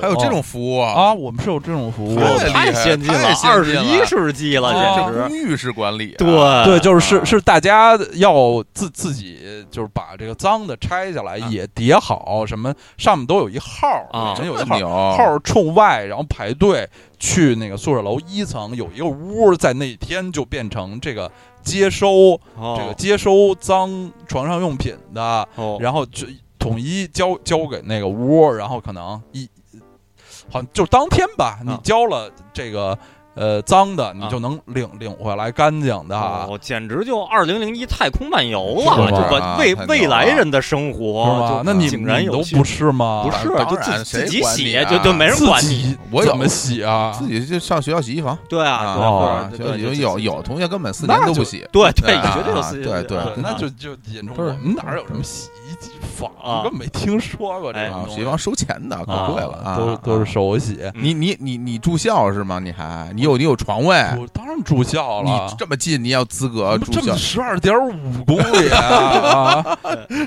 还有这种服务啊！啊？我们是有这种服务太的。厉害哦太先进太先二十进了一世纪了，啊简这直。公寓式管理啊，对对，就是是啊是大家要自自己就是把这个脏的拆下来，啊也叠好，什么上面都有一号儿啊真真有一的号儿。牛，号儿冲外，然后排队去那个宿舍楼一层有一个屋，在那天就变成这个接收、这个哦接收脏床上用品的，哦，然后就统一交交给那个屋，然后可能一好像就当天吧，你啊交了这个呃脏的，你啊就能领领回来干净的。哦，简直就二零零一太空漫游啊是啊！吗就把啊未太牛了未来人的生活，是吧哦就？那你井然你有都序不是吗？不当是当就然自谁自己管你洗，啊就就没人自管你。己我有怎么洗啊？自己就上学校洗衣房对啊，对啊或哦者，就有对就有自己有同学根本四年那都就不洗，对对，啊绝对有啊自己对对啊那就就引出不是我们哪儿有什么洗衣机房啊根本没听说过这种啊东，西洗衣房收钱的，啊可贵了啊，都都啊是手洗。你你你你住校是吗？你还你有你有床位，我当然住校你了，这么近，你也有资格住这校么，十二点五公里啊！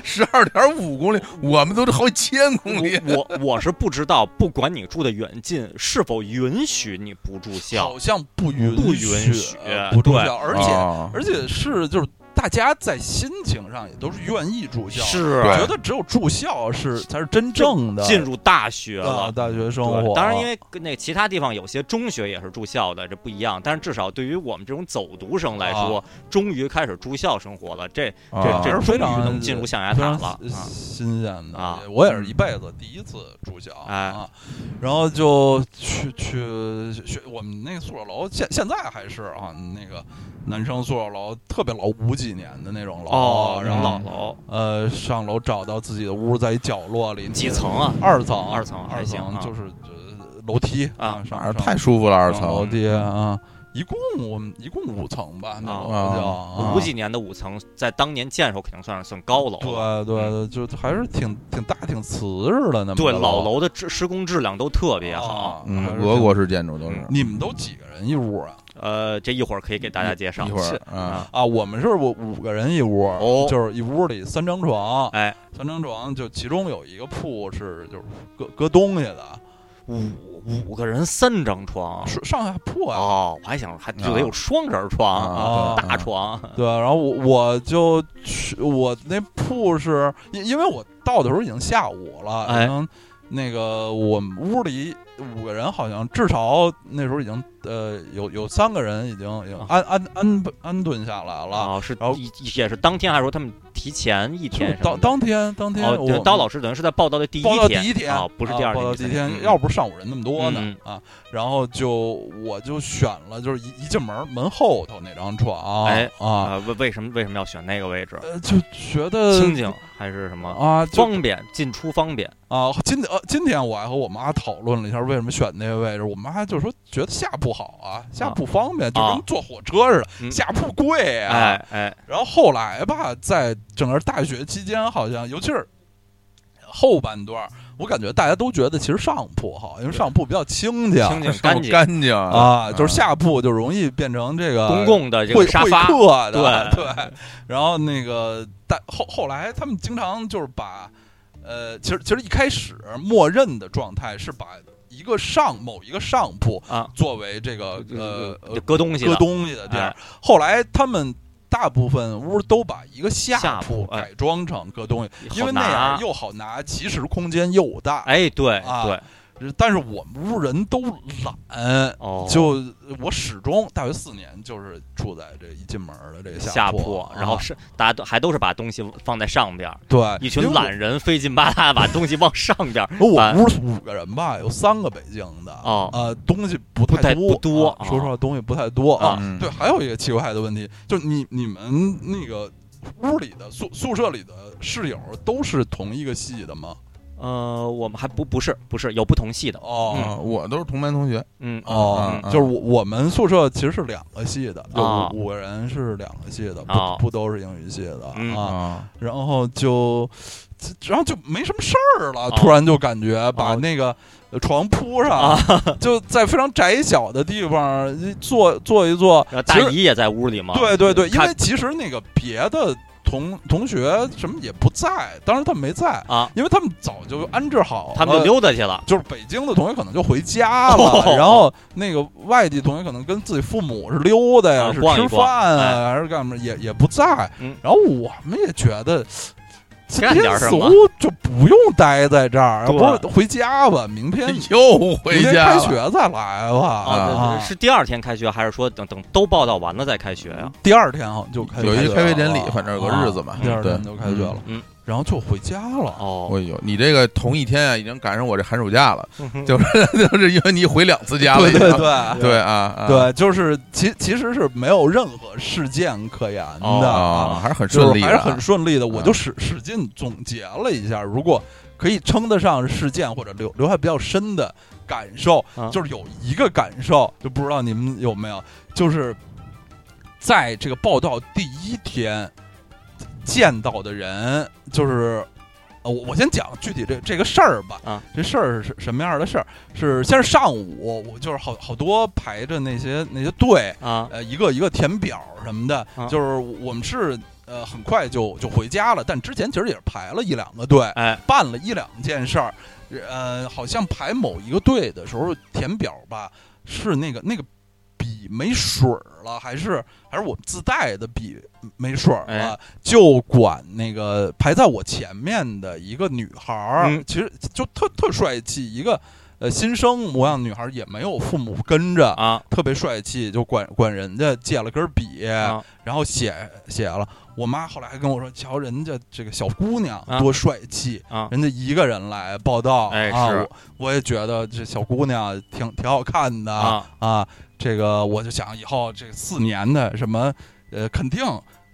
十二点五公里，我们都是好几千公里。我我我是不知道，不管你住的远近，是否允许你不住校好像不允不允许啊许呃不住对校，而且啊而且是就是大家在心情上也都是愿意住校，是我对觉得只有住校是才是真正的进入大学啊了。大学生对活。当然，因为跟那其他地方有些中学也是住校的，这不一样。但是至少对于我们这种走读生来说，终于开始住校生活了，这这啊这啊还是终于非常能进入象牙非塔常呃了。新啊新鲜的啊我也是一辈子第一次住校哎啊，然后就去去学我们那个宿舍楼，现现在还是啊，那个男生宿舍楼特别老，五几年的那种楼，哦，然后老楼呃上楼找到自己的屋，在一角落里，几层啊？二层，二层还二行层啊就是呃楼梯啊上哪上太舒服了，二上楼层梯啊。一共我们一共五层吧，那啊楼叫啊五几年的五层，在当年建的时候肯定算是算高楼了。对对，就还是挺挺大、挺瓷实的嗯那么对，个老楼的质施工质量都特别好。啊嗯还是，挺俄国式建筑都是嗯。你们都几个人一屋啊？呃，这一会儿可以给大家介绍一。会是儿啊，啊，我们是我五个人一屋，哦就是一屋里三张床，哎，三张床就其中有一个铺是就是搁搁东西的，五五个人三张床，是上下铺啊。哦，我还想还就得有双人床，哦啊啊对大床，对，然后我我就去我那铺是因因为我到的时候已经下午了，哎然后那个我们屋里五个人好像至少那时候已经呃有有三个人已经已经啊安安安安顿下来了，啊，是然后也也是当天还说他们提前一就是天什么当的。当天当天哦，我对刀老师等于是在报道的第一报道第一天天啊，不是第啊二天，报道第第一三天，嗯要不是上午人那么多呢、嗯啊，然后就我就选了，就是一一进门门后头那张床，哎啊，啊，为为什么为什么要选那个位置？呃，就觉得清静还是什么？啊，就方便进出方便，啊，今呃今天我还和我妈讨论了一下为什么选那个位置，我妈就说觉得下铺好啊，下铺方便，就啊跟坐火车似的，嗯下铺贵啊。哎哎，然后后来吧，在整个大学期间，好像尤其是后半段儿，我感觉大家都觉得其实上铺好，因为上铺比较清静清静干干净，干净啊，就是下铺就容易变成这个公共的这会个沙会发，客的，对 对然后那个，但后后来他们经常就是把，呃，其实其实一开始默认的状态是把一个上某一个上铺啊作为这个呃呃搁东西的搁东西的地儿哎。后来他们大部分屋都把一个下下铺铺哎改装成搁东西，因好为那拿啊样又好拿，其实空间又大。哎，对啊对，但是我们屋人都懒，哦，就呃我始终大学四年就是住在这一进门的这个下铺铺啊，，哎然后是大家都还都是把东西放在上边儿，对一群懒。人费劲巴拉把东西往上边儿因为我搬我屋五个人吧，有三个北京的哦呃，东西不不太太多，不多哦啊啊说实话，东西不太多啊啊嗯。对，还有一个奇怪的问题，就是你你们那个屋里的宿宿舍里的室友都是同一个系的吗？呃，我们还不不是不是有不同系的，哦啊，我都是同班同学，嗯哦嗯，嗯就是我我们宿舍其实是两个系的，有啊五五个人是两个系的，啊不不都是英语系的嗯啊。啊，然后就，这然后就没什么事儿了。哦突然就感觉把哦那个呃床铺上，啊 就在非常窄小的地方一坐坐一坐然后。其大实姨也在屋里嘛，嗯对对对，因看为其实那个别的同同学什么也不在，当然他们没在，啊，因为他们早就安置好了，他们就溜达去了，就是北京的同学可能就回家了，哦然后那个外地同学可能跟自己父母是溜达呀，啊是逛一吃逛饭啊，哎还是干嘛，也也不在。嗯然后我们也觉得。今干点天什似么乎就不用待在这儿，要对不是回家吧？明天明又哎回天家开了。学再来吧。啊，啊对对，是第二天开学，还是说等等都报道完了再开学呀？第二天好像就开有一学个开学典礼了，反正有个啊日子嘛第二天对就开学了，嗯，然后就回家了。哦，我有你这个同一天啊，已经赶上我这寒暑假了， 嗯哼就是就是因为你回两次家了，对已经对对，对啊啊，对，就是其其实是没有任何事件可言的啊，啊，还是很就顺是利的还啊，是很顺利的。我啊就使使劲总结了一下，如果可以称得上事件或者留留下比较深的感受嗯啊，就是有一个感受，就不知道你们有没有，就是在这个报道第一天见到的人，就是。呃，我我先讲具体这这个事儿吧。嗯啊，这事儿是什么样的事儿？是先是上午，我就是好好多排着那些那些队，啊，呃，一个一个填表什么的，啊就是我们是呃很快就就回家了，但之前其实也是排了一两个队，哎，办了一两件事儿，呃，好像排某一个队的时候填表吧，是那个那个笔没水儿了，还是还是我们自带的笔没水儿了，哎就管那个排在我前面的一个女孩儿，嗯其实就特特帅气，一个呃新生模样女孩儿，也没有父母跟着。啊，特别帅气，就管管人家借了根笔，啊然后写写了。我妈后来还跟我说：“瞧人家这个小姑娘啊多帅气，啊人家一个人来报道，哎啊，是我我也觉得这小姑娘挺挺好看的啊啊这个我就想以后这四年的什么呃，肯定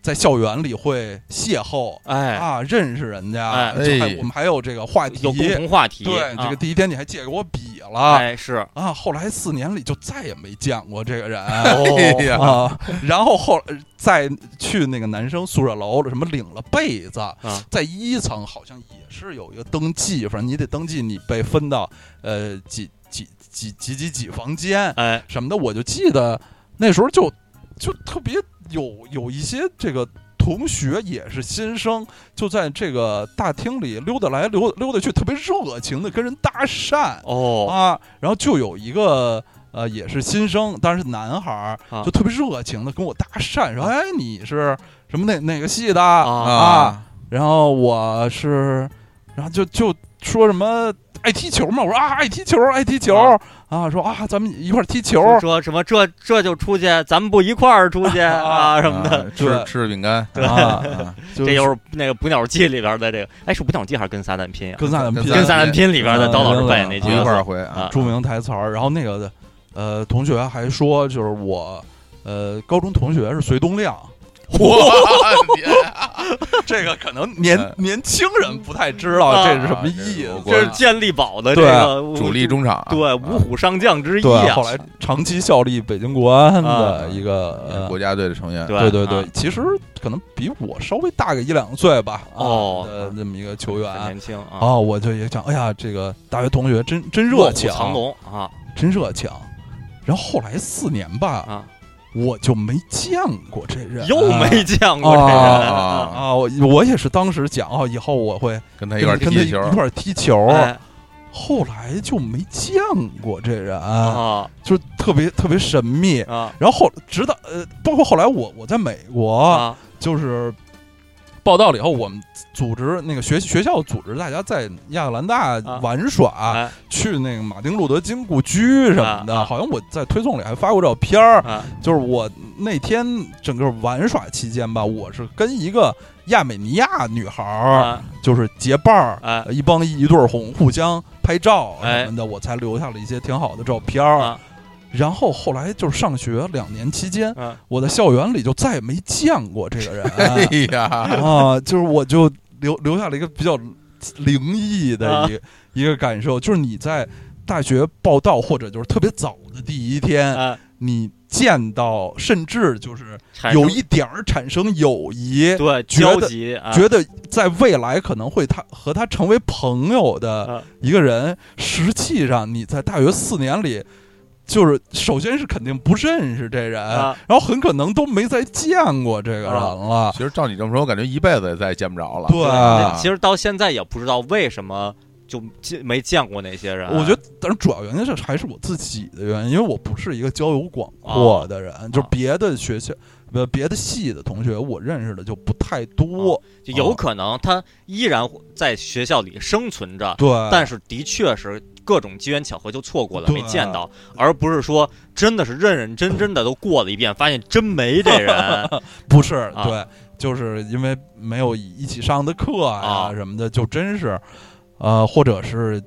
在校园里会邂逅、哎，啊，认识人家。哎就还哎我们还有这个话题，有共同话题，对、啊这个第一天你还借给我笔了，哎是，啊，后来四年里就再也没见过这个人哎呀啊。然后后来再去那个男生宿舍楼了，什么领了被子，啊在一层好像也是有一个登记，反正你得登记你被分到呃几几几几几几房间哎什么的。我就记得那时候就就特别有有一些这个。同学也是新生，就在这个大厅里溜达来溜溜达去，特别热情的跟人搭讪。哦啊，然后就有一个呃也是新生，当然是男孩儿啊，就特别热情的跟我搭讪，说：“哎，你是什么哪哪个系的？”啊啊，然后我是，然后就就说什么爱踢球嘛，我说啊爱踢球爱踢球啊啊，说啊咱们一块儿踢球，说说什么这这就出去，咱们不一块儿出去啊什么的。啊吃对吃饼 干， 啊，啊就这就是那个《捕鸟记》里边的这个，哎，是《捕鸟记》还是《跟撒旦拼》呀？跟咱们跟拼撒跟旦撒旦拼里边的嗯刀老师扮演那对不一角块色儿回啊 啊，著名台词儿。然后那个呃，同学还说，就是我呃，高中同学是隋东亮，我天啊这个可能年嗯年轻人不太知道啊这是什么意啊思。这这是是健力宝的这对个主力中场啊，对啊五虎上将之一对，啊后。来长期效力北京国安的一个也是呃国家队的成员，对对对对啊，其实可能比我稍微大个一两岁吧。啊哦呃，这么一个球很员年轻啊，啊，我就也想，哎呀，这个大学同学真真卧热虎情，藏龙啊真热情。然后后来四年吧，啊，我就没见过这人，又没见过这啊人啊啊啊！我我也是当时讲哦，以后我会跟他跟一块儿跟踢球他，一块儿踢球，哎后来就没见过这人，啊就特别特别神秘。啊然后后直到呃，包括后来我我在美国，啊就是报道了以后，我们组织那个学学校组织大家在亚特兰大啊玩耍，哎去那个马丁路德金故居什么的。啊啊好像我在推送里还发过照片儿，啊就是我那天整个玩耍期间吧，我是跟一个亚美尼亚女孩儿、啊就是结伴儿，哎呃一帮一对儿红互相拍照啊什么的，我才留下了一些挺好的照片儿。啊然后后来就是上学两年期间，啊我在校园里就再也没见过这个人哎呀，啊，就是我就留留下了一个比较灵异的啊一、一个感受，就是你在大学报到或者就是特别早的第一天，啊！你见到甚至就是产生有一点儿产生友谊，对觉交得集啊，觉得在未来可能会他和他成为朋友的啊一个人，实际上你在大学四年里，就是首先是肯定不认识这人，啊然后很可能都没再见过这个人了。其实照你这么说，我感觉一辈子也再也见不着了。啊对那啊其实到现在也不知道为什么就见没见过那些人。我觉得，但是主要原因是还是我自己的原因，因为我不是一个交友广阔的人，就是别的学校、呃别的系的同学，我认识的就不太多。就哦有可能他依然在学校里生存着，对，啊但是的确是各种机缘巧合就错过了，对啊没见到，而不是说真的是认认真真的都过了一遍，发现真没这 人不是，啊对，就是因为没有一起上的课啊啊什么的，就真是，呃，或者是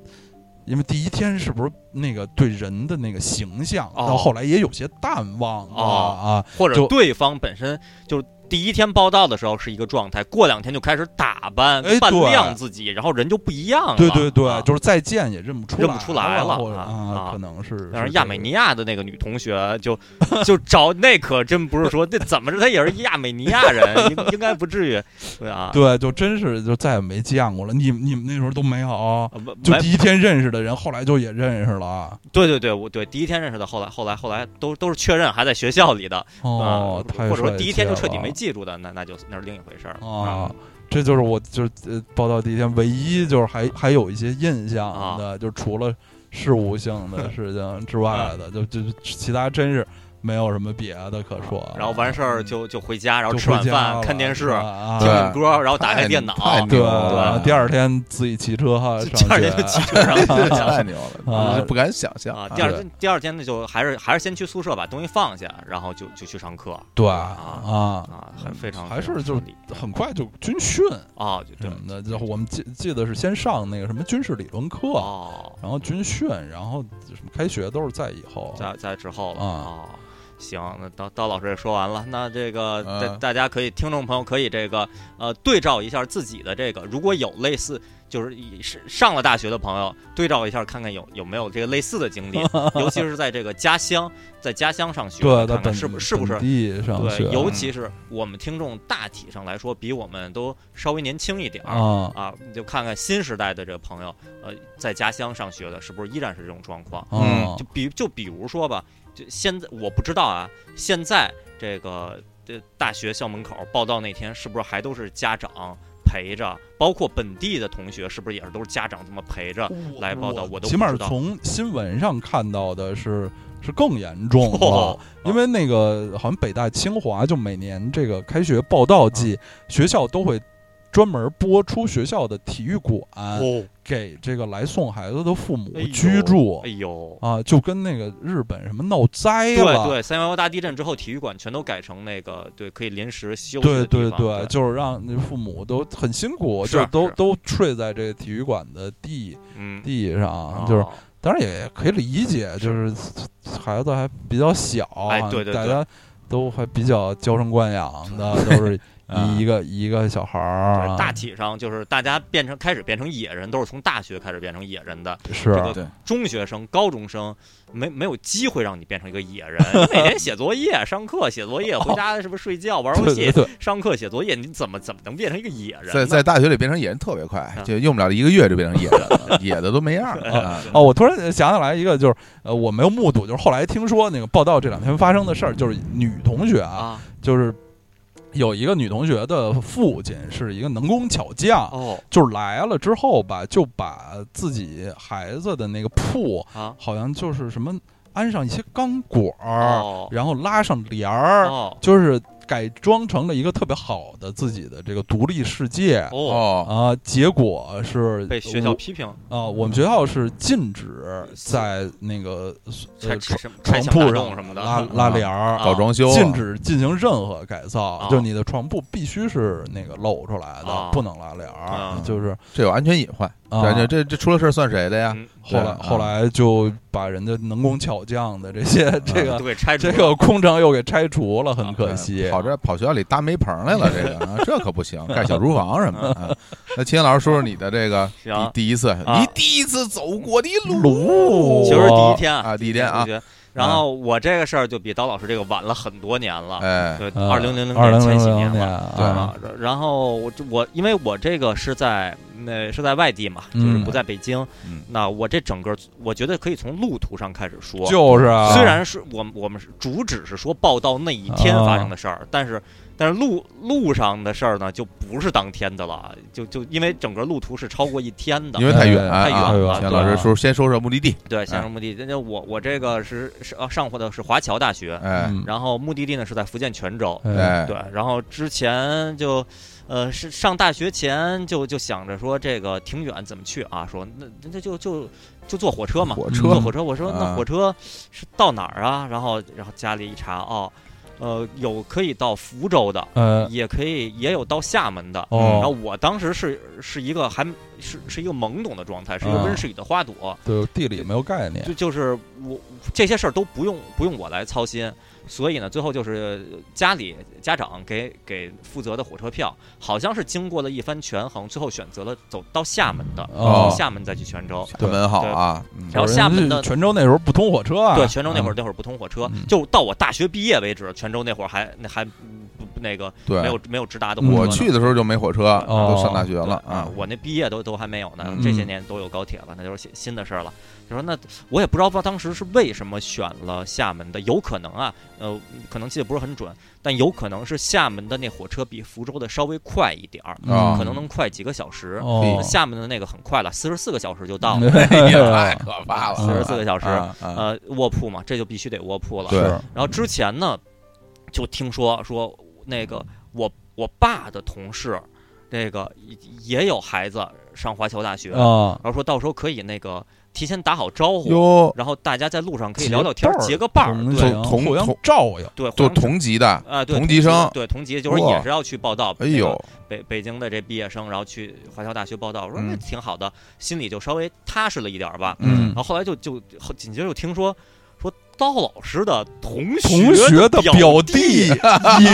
因为第一天是不是那个对人的那个形象，哦到后来也有些淡忘了啊，或者就对方本身就是第一天报道的时候是一个状态，过两天就开始打扮、哎扮对亮自己，然后人就不一样了。对对对，啊就是再见也认不出认不出来了，了或者啊可能是，但是是亚这美个尼亚的那个女同学就就找那可真不是说那怎么着，她也是亚美尼亚人，应应该不至于对啊，对，就真是就再也没见过了。你你们那时候都没有，啊不就没第一天认识的人，后来就也认识了。对对对，我对第一天认识的，后来后来后来都都是确认还在学校里的，哦，啊太或者说帅第一天气就彻底了没记住的，那那就那是另一回事儿了啊，，这就是我就是呃报道第一天唯一就是还还有一些印象啊的，就除了事务性的事情之外嗯的，就就就其他真是没有什么别的可说了。然后完事儿就就回家，然后嗯就吃晚回家饭了看电视是，吧啊听对听歌，然后打开太电太脑，牛对了，。第二天自己骑车哈，第上二天 就学骑车上 太牛啊了，不敢想象啊，第二天第二天呢，就还是还是先去宿舍把东西放下，然后就就去上课对啊啊，啊，还非常还是非常就是顺嗯利很快就军训啊，就对什么的，就我们记记得是先上那个什么军事理论课，哦，然后军训，然后什么开学都是在以后在在之后了啊哦行，那刀刀老师也说完了，那这个嗯大大家可以，听众朋友可以这个呃对照一下自己的这个，如果有类似就是以是上了大学的朋友，对照一下看看有有没有这个类似的经 历，尤其是在这个家乡，在家乡上学，对，在看看本是不是不是本地嗯上啊学对，尤其是我们听众大体上来说比我们都稍微年轻一点儿啊啊，你就看看新时代的这个朋友，呃，在家乡上学的，是不是依然是这种状况？啊嗯就比就比如说吧，就现在我不知道啊，现在这个这大学校门口报到那天，是不是还都是家长陪着？包括本地的同学，是不是也是都是家长这么陪着？来报道我都不起码知道 从新闻上看到的是是更严重了哦，因为那嗯个好像北大清华就每年这个开学报道季，学校都会。专门拨出学校的体育馆哦，给这个来送孩子的父母哎呦居住哎。呦，啊，就跟那个日本什么闹灾对了，对，三幺幺大地震之后，体育馆全都改成那个对可以临时休息对的地对方。对，就是让那父母都很辛苦，是就都是都睡在这个体育馆的地嗯，地哦上，就是当然也可以理解，就是孩子还比较小，哎对对对大家都还比较娇生惯养的，都是一个一个小孩嗯儿对啊，大体上就是大家变成开始变成野人，都是从大学开始变成野人的。是这对个中学生、高中生没没有机会让你变成一个野人， 你每天写作业、上课、写作业，回家是不是睡觉、玩游哦对对戏、对，上课、写作业，你怎么怎么能变成一个野人呢？在在大学里变成野人特别快啊，就用不了一个月就变成野人 了，野的都没样了。啊哦，我突然想起来一个，就是呃，我没有目睹，就是后来听说那个报道这两天发生的事儿，就是女同学啊，啊就是有一个女同学的父亲是一个能工巧匠，哦就是来了之后吧，就把自己孩子的那个铺，啊好像就是什么安上一些钢管儿，哦然后拉上帘儿，哦就是改装成了一个特别好的自己的这个独立世界。哦，哦，啊、结果是被学校嗯批评，啊、我们学校是禁止在那个呃拆床什么拆床墙铺大上洞什么的， 嗯哦拉拉帘儿，搞装修啊，禁止进行任何改造，啊就是你的床铺必须是那个露出来的，啊不能拉帘儿，啊就是这有安全隐患。啊。感觉这这出了事儿算谁的呀？嗯后来对啊后来就把人家能工巧匠的这些、这都 个给拆除这了。个工程又给拆除了，很可对惜。哎啊跑这跑学校里搭煤棚来了，这 个啊这可不行，盖小厨房什么的。啊那秦岩老师说说你的这个嗯行第第一次，啊你第一次走过的路路，其实第一天啊，第一天啊同，学然后嗯我这个事儿就比刀老师这个晚了很多年了，哎，啊对，嗯二零零零二零千零禧零了。啊对啊，然后我这我因为我这个是在那是在外地嘛，就是嗯不在北京。嗯那我这整个我觉得可以从路途上开始说。就是啊，虽然是我们我们是主旨是说报道那一天发生的事儿，啊但是但是路路上的事儿呢，就不是当天的了，就就因为整个路途是超过一天的，因为太远嗯啊太哎远了秦岩老师说先说说目的地，对，先说目的地。那我我这个是是呃上火的是华侨大学，哎嗯然后目的地呢是在福建泉州。哎哎对，然后之前就，呃，是上大学前就就想着说这个挺远怎么去啊？说那那那就就就坐火车嘛，火坐车火车。我说啊那火车是到哪儿啊？然后然后家里一查哦，呃，有可以到福州的，呃也可以也有到厦门的。嗯然后哦，我当时是是一个还是是一个懵懂的状态，是一个啊温室里的花朵。对地理没有概念就就是我这些事儿都不用不用我来操心，所以呢，最后就是家里家长给给负责的火车票，好像是经过了一番权衡，最后选择了走到厦门的，哦厦门再去泉州。厦门好啊，嗯然后厦门的泉州那时候不通火车啊，对，泉州那会儿那会儿不通火车，嗯就到我大学毕业为止，泉州那会儿还那还不不那个对没有没有直达的嗯火车呢。我去的时候就没火车，哦都上大学对了啊啊，，我那毕业都都还没有呢嗯，这些年都有高铁了，那就是新新的事儿了。就说那我也不知道当时是为什么选了厦门的，有可能啊，呃，可能记得不是很准，但有可能是厦门的那火车比福州的稍微快一点儿，啊嗯可能能快几个小时。嗯哦那，厦门的那个很快了，四十四个小时就 到了，哎呀，太 可怕了， 44个小时啊啊呃，卧铺嘛，这就必须得卧铺了。对是然后之前呢，就听说说那个我我爸的同事，那个也有孩子上华侨大学，啊，然后说到时候可以那个提前打好招哦呼，哟，然后大家在路上可以结聊聊天伴，儿结个伴儿，同对行乡同互相同照 应，对，就互相同级的，啊，对同级生对同级就是哇也是要去报道，哎呦，，北北京的这毕业生，然后去华侨大学报道，我说嗯那挺好的，心里就稍微踏实了一点儿吧。嗯然后后来就就后紧接着就听说说刀老师的同同学的表哎表弟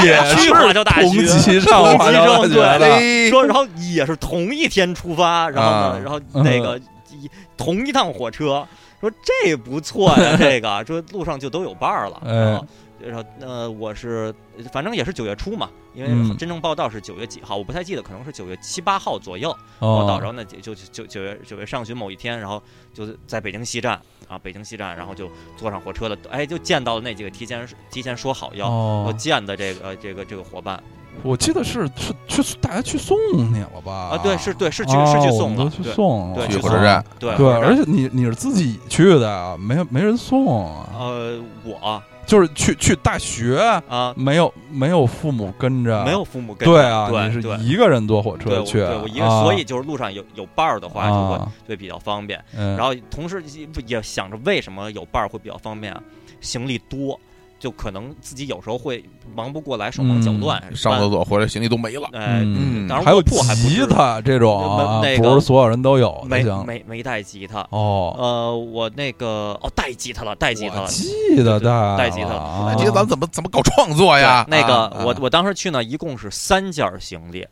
也 去是华侨大学，同级上同华级侨大生学对的，哎说，然后也是同一天出发，然后呢，啊然后那嗯个一同一趟火车，说这不错 呀，这个说路上就都有伴儿了，哎然后。然后，呃，我是反正也是九月初嘛，因为嗯真正报道是九月几号，我不太记得，可能是九月七八号左右报道。哦然后呢，就就就九月九月上旬某一天，然后就是在北京西站啊，北京西站，然后就坐上火车了，哎，就见到了那几个提前提前说好要要哦见的这个这个这个伙伴，我记得是是去大家去送你了吧？啊，对，是对是去啊是去我送们都的，去对送了对去去火送车站，对对，火车站而且你你是自己去的啊，没有没人送啊，呃，我就是去去大学，啊没有没有父母跟着，没有父母跟着，对啊，你对是对。一个人坐火对，车我去，对我一个，啊所以就是路上有有伴儿的话，就会啊，会比较方便。然然后同时也也想着为什么有伴儿会比较方便啊？行李多，就可能自己有时候会忙不过来，手忙脚嗯乱。上搬厕所回来行李都没了，哎，嗯当然还有卧铺还不吉至于他这种啊，那那不个是所有人都有的，没行没没带吉他。哦，呃，我那个哦，带吉他了，带吉他我了。记得嗯对带带吉他嗯了那啊今哎天咱们怎么怎么搞创作哦对呀？那啊个我啊我当时去呢，一共是三件儿行李，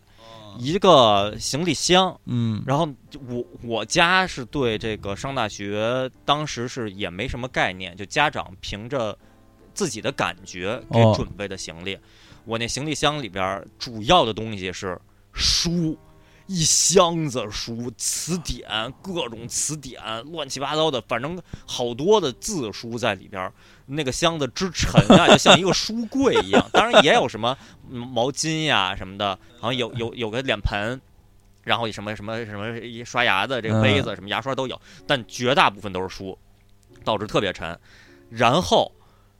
一个行李箱。嗯然后就我我家是对这个上大学当时是也没什么概念，就家长凭着自己的感觉给哦准备的行李。我那行李箱里边儿主要的东西是书，一箱子书，词典，各种词典，乱七八糟的，反正好多的字书在里边儿。那个箱子之沉 啊，就像一个书柜一样。当然也有什么嗯毛巾呀、什么的，好像有有有个脸盆。然后什么什么什么一刷牙的这个杯嗯子，什么牙刷都有，但绝大部分都是书，导致特别沉。然后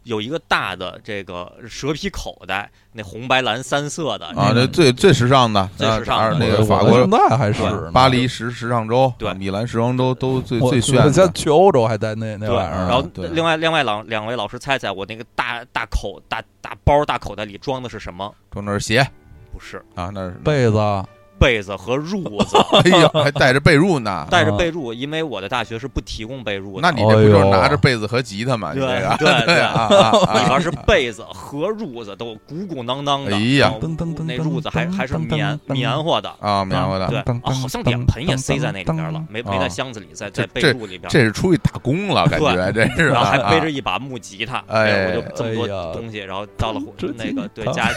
有一个大的这个蛇皮口袋，那红白蓝三色的，啊，这最最时尚的，嗯最时尚的啊那我个我法到国现在还是对呢巴黎时时尚周，对啊米兰时装周都最我最我炫现在的。去欧洲还带那那对，玩意儿然呢，后对另外另外两两位老师猜猜我那个大大口大大包大口袋里装的是什么？装那是鞋不是啊，那是被子被子和褥子，哎 呀，还带着被褥呢。带着被褥，因为我的大学是不提供被褥的。那你这不就哎是呦拿着被子和吉他吗？你对这个对 对啊啊里啊！边是被子和褥子都鼓鼓囊囊的，哎呀然后噔噔噔那褥子还噔还是噔棉噔棉花的， 啊，明白对了，噔啊，噔好像噔脸盆也噔塞在噔那里边了噔，没没啊在箱子里，在这在被褥里边，这是出去打工了，感觉这是然啊。后还啊背着一把木吉他，哎对我就这么哎呀多东西，然后到了这那个对吉家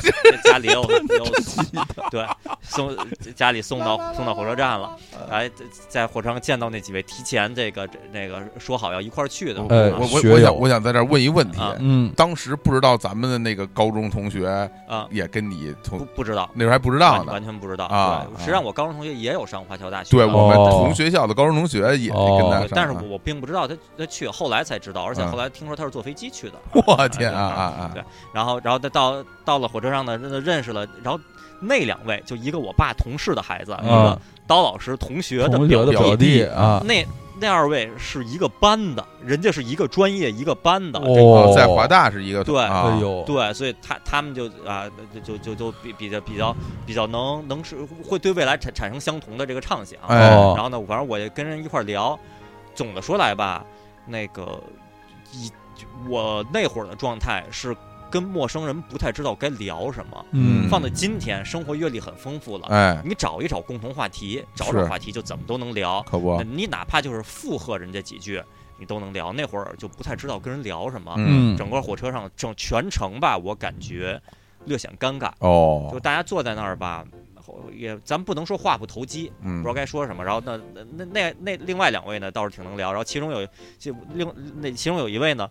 家里又又对送家里送到送到火车站了，哎，在在火车上见到那几位提前这个那个说好要一块儿去的，啊我哎嗯我学我我友想我想在这儿问一问题，啊嗯当时不知道咱们的那个高中同学啊也跟你不同不知道。那时候还不知完道呢完。全不知道啊对啊实际上我高中同学也有上华侨大学的，对我们哦同学校的高中同学也哦跟他啊上，啊对嗯但是我我并不知道他他去，后来才知道，而且后来听说他是坐飞机去的。 我天啊啊啊！对，然后然后他到到了火车上呢，认认识了，然后那两位就一个我爸同事的孩子，一个嗯啊，刀老师同学的同学表的表表弟弟啊，那那二位是一个班的，人家是一个专业一个班的，这哦在华大是一个对啊哎呦，对，所以他他们就啊，就就就比比较比较比较能能是会对未来产产生相同的这个畅想。哎哦然后呢，反正我也跟人一块儿聊。总的说来吧，那个以我那会儿的状态是跟陌生人不太知道该聊什么。嗯，放到今天，生活阅历很丰富了，哎，你找一找共同话题，找是找话题就怎么都能聊。可不那，你哪怕就是附和人家几句，你都能聊。那会儿就不太知道跟人聊什么。嗯，整个火车上整全程吧，我感觉略显尴尬，就哦，大家坐在那儿吧，后也咱不能说话不投机，不嗯知道该说什么。然后那那那那那另外两位呢倒是挺能聊，然后其中有就另那其中有一位呢，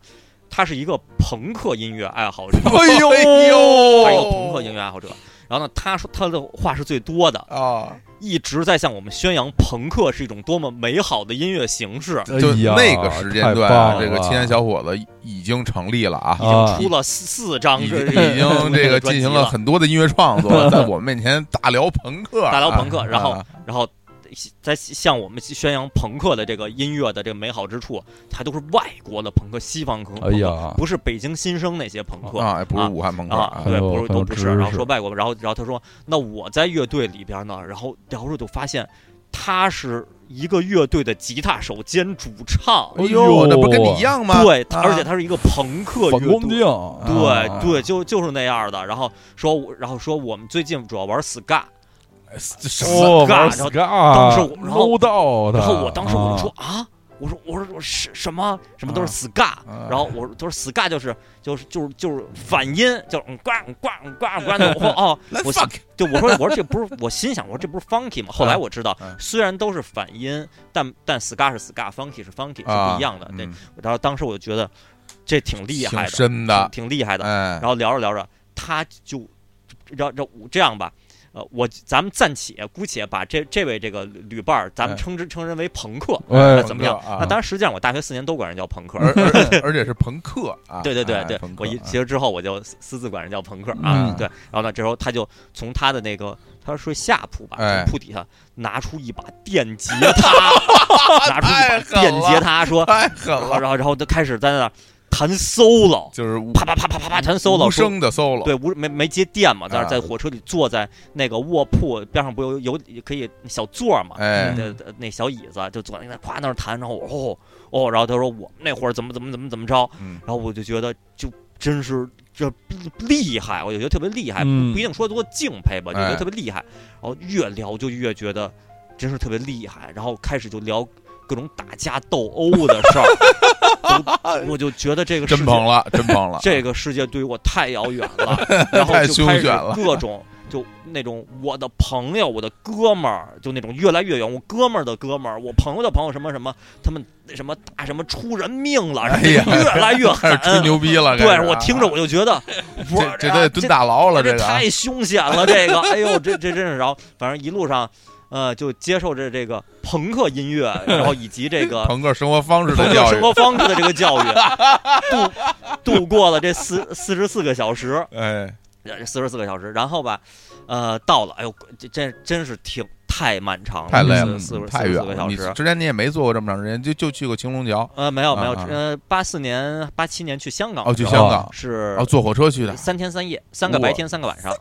他是一个朋克音乐爱好者，哎 呦 他是一个朋克音乐爱好者。然后呢，他说他的话是最多的，啊，一直在向我们宣扬朋克是一种多么美好的音乐形式。哎就呀那个时间段太啊，棒这个了青年小伙子已经成立了啊已。经出了四四张，已这经已经这个进行了很多的音乐创 作，在我们面前大聊朋克啊，大聊朋克然后啊然后在向我们宣扬朋克的这个音乐的这个美好之处，它都是外国的朋克，西方朋克，哎呀，不是北京新生那些朋克。啊，哎不是武汉朋克啊，哎对，呦不是很有都不知是，识然后说外国，然后然后他说，那我在乐队里边呢，然后聊着就发现，他是一个乐队的吉他手兼主唱，哎呦，那不是跟你一样吗？对，啊而且他是一个朋克乐反光队，镜，哎对啊对，就就是那样的。然后说我，然后说我们最近主要玩 ska，这什么？哦，嘎玩然后 ska，当时我然后搂到的，然后我当时我就啊说啊，我说我说我是什么什么都是 ska，啊，然后我说他说 ska 就是就是就是就是反音，就是嗯呱嗯呱嗯呱嗯呱的。我说哦 Let's 我心 fuck 就我说我说这不是我心想我说这不是 funky 吗？后来我知道啊，虽然都是反音，但但 ska 是 ska，funky 是 funky 是啊不一样的。对嗯，然后当时我就觉得这挺厉害挺的，深的，挺挺厉害的。哎然，后聊着聊着，他就让让这样吧，呃，我咱们暂且姑且把这这位这个旅伴儿，咱们哎称之称人为朋克，哎那怎么样？啊那当然，实际上我大学四年都管人叫朋克。而而而且是朋克啊！对对对哎对朋，克我一啊其实之后我就私私自管人叫朋克啊嗯，对。然后呢，这时候他就从他的那个他睡下铺吧，哎从铺底下拿出一把电吉 他，啊拿出太一把狠电吉了他，说，太狠然后了，然后然后就开始在那儿弹 solo，就是无啪啪啪啪啪啪弹 solo，无说声的 solo，对，无没没接电嘛，在啊那在火车里坐在那个卧铺边上，不有有可以小座儿嘛，哎那那小椅子就坐在那夸那儿弹，然后我哦哦，然后他说我们那会儿怎么怎么怎么怎么着，嗯然后我就觉得就真是这厉害，我就觉得特别厉害，嗯哎不一定说多敬佩吧，就觉哎得特别厉害，然后越聊就越觉得真是特别厉害，然后开始就聊各种打架斗殴的 事儿，都我就觉得这个世真界捧了，真捧了，这个世界对于我太遥远 了，然后太就凶开始险了各种就那种我的朋友、我的哥们儿，就那种越来越远，我哥们儿的哥们儿，我朋友的朋友什么什么，他们那什么大什么出人命了， 哎呀越来越开狠始。吹牛逼了，开对始我听着啊我就觉得，这我这得蹲大牢了，这个啊太凶险了，这个， 哎呦，这这真是，然后反正一路上，呃，就接受着这个朋克音乐，然后以及这个朋克生活方式朋的友教生育，活方式的这 个教育，度度过了这四四十四个小时，呃哎，四十四个小时，然后吧，呃，到了，哎呦，这真真是挺太漫长了，太累了，四嗯十太四十远四个了。小你时。之前你也没坐过这么长时间，就就去过青龙桥，呃，没有没有啊啊，呃，八四年、八七年去香港哦，的去时候，香港，啊是哦，坐火车去的，三天三夜，三个白天，三个晚上。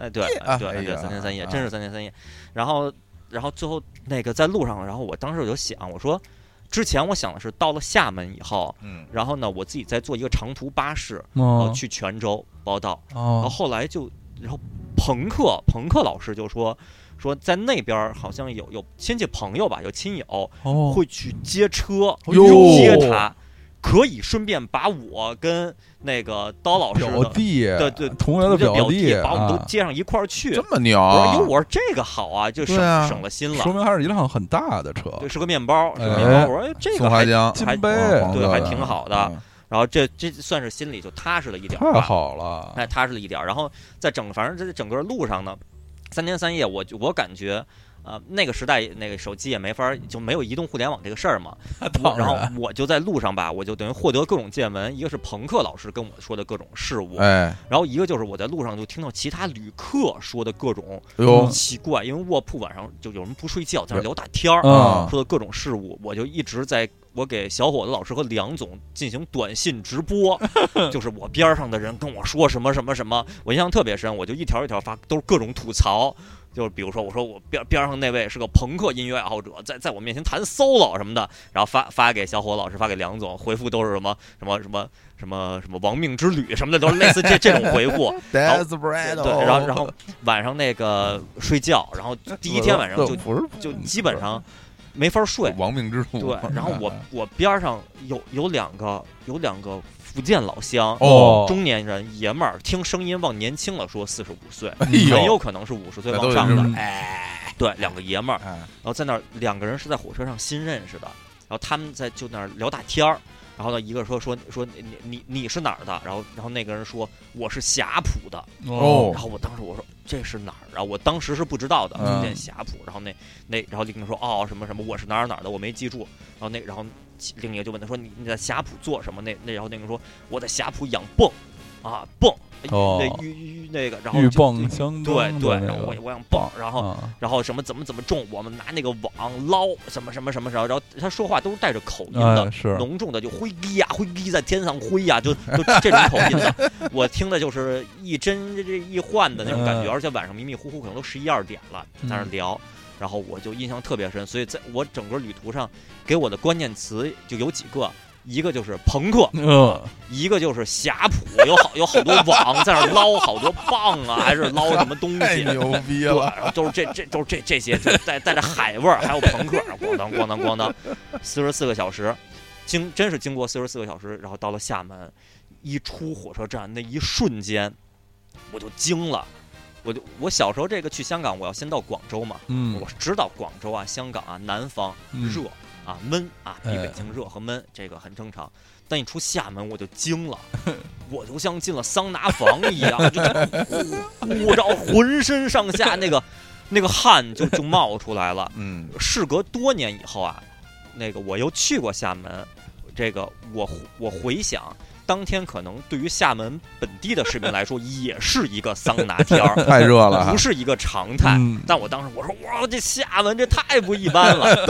哎，对啊对对哎对，呀三天三夜，啊真是三天三夜。然后，然后最后那个在路上，然后我当时我就想，我说，之前我想的是到了厦门以后，嗯，然后呢，我自己再坐一个长途巴士，然后哦去泉州报道。然后哦，后来就，然后朋克朋克老师就说。说在那边儿好像有有亲戚朋友吧，有亲友哦哎会去接车，哟接他，可以顺便把我跟那个刀老师表的弟，对对同学的就表弟，把我们都啊接上一块儿去。这么牛我啊说：“哎哟，我说这个好啊，就省、对啊省了心说了。明还是一辆很大的车，对，是个面包，是个哎面包。我说哎这松个花还，江，金还杯，黄色对，的还挺好的。嗯然后这这算是心里就踏实了一点儿太吧，好了，哎，踏实了一点儿。然后在整，反正这整个路上呢，三天三夜我，就我感觉。”呃，那个时代，那个手机也没法儿，就没有移动互联网这个事儿嘛。我当然后我就在路上吧，我就等于获得各种见闻，一个是朋克老师跟我说的各种事物，哎，然后一个就是我在路上就听到其他旅客说的各种哎嗯哟，奇怪，因为卧铺晚上就有人不睡觉，在那聊大天儿，嗯说的各种事物，我就一直在我给小伙子老师和梁总进行短信直播，就是我边上的人跟我说什么什么什么，我印象特别深，我就一条一条发，都是各种吐槽。就是比如说，我说我边边上那位是个朋克音乐爱好者，在在我面前弹 solo 什么的，然后发发给小伙老师，发给梁总，回复都是什么什么什么什么什么亡命之旅什么的，都是类似这这种回复。后 Desperado 对，然后然后晚上那个睡觉，然后第一天晚上就不是就基本上没法睡。亡命之徒，对，然啊后我我边儿上有有两个有两个福建老乡，哦中年人爷们儿，听声音往年轻了说四十五岁，哎很有呦，可能是五十岁那都往是上这的。种嗯哎，对，两个爷们儿，哎然后在那儿两个人是在火车上新认识的，然后他们在就那儿聊大天儿。然后呢，一个说说说你你你你是哪儿的？然后然后那个人说我是霞浦的，哦然后我当时我说这是哪儿啊？我当时是不知道的，嗯福建霞浦。然后那那然后另一个说哦什么什么，我是哪儿哪儿的，我没记住。然后那然后其另一个就问他说你你在霞浦做什么？那那然后那个说我在霞浦养蚌，啊蚌，哎哦那玉玉那个然后鹬就 蚌相对争，对，那然后个我我养蚌，然后。啊然后什么怎么怎么种，我们拿那个网捞什么什么什么，然后然后他说话都是带着口音的，哎是浓重的就灰滴呀、灰滴在天上灰呀、就就这种口音的，我听的就是一真这一幻的那种感觉，嗯而且晚上迷迷糊糊，可能都十一二点了，在那儿聊，然后我就印象特别深，所以在我整个旅途上给我的关键词就有几个。一个就是朋克，嗯，一个就是侠谱，有好有好多网在那儿捞好多蚌啊，还是捞什么东 太哎西？牛逼对，了，然后都是这这都是这这些，就带带着海味儿，还有朋克，咣当咣当咣当，四十四个小时，经真是经过四十四个小时，然后到了厦门，一出火车站那一瞬间，我就惊了。我就我小时候这个去香港，我要先到广州嘛，嗯我知道广州啊、香港啊、南方嗯热，啊，闷啊，比哎北京热和闷，这个很正常。但一出厦门我就惊 了，我就像进了桑拿房一样，就捂着浑身上下那个那个汗就就冒出来了。嗯事隔多年以后啊，那个我又去过厦门，这个我我回想。当天可能对于厦门本地的市民来说，也是一个桑拿天儿， 太热了不，是一个常态。嗯但我当时我说哇，这厦门这太不一 般了，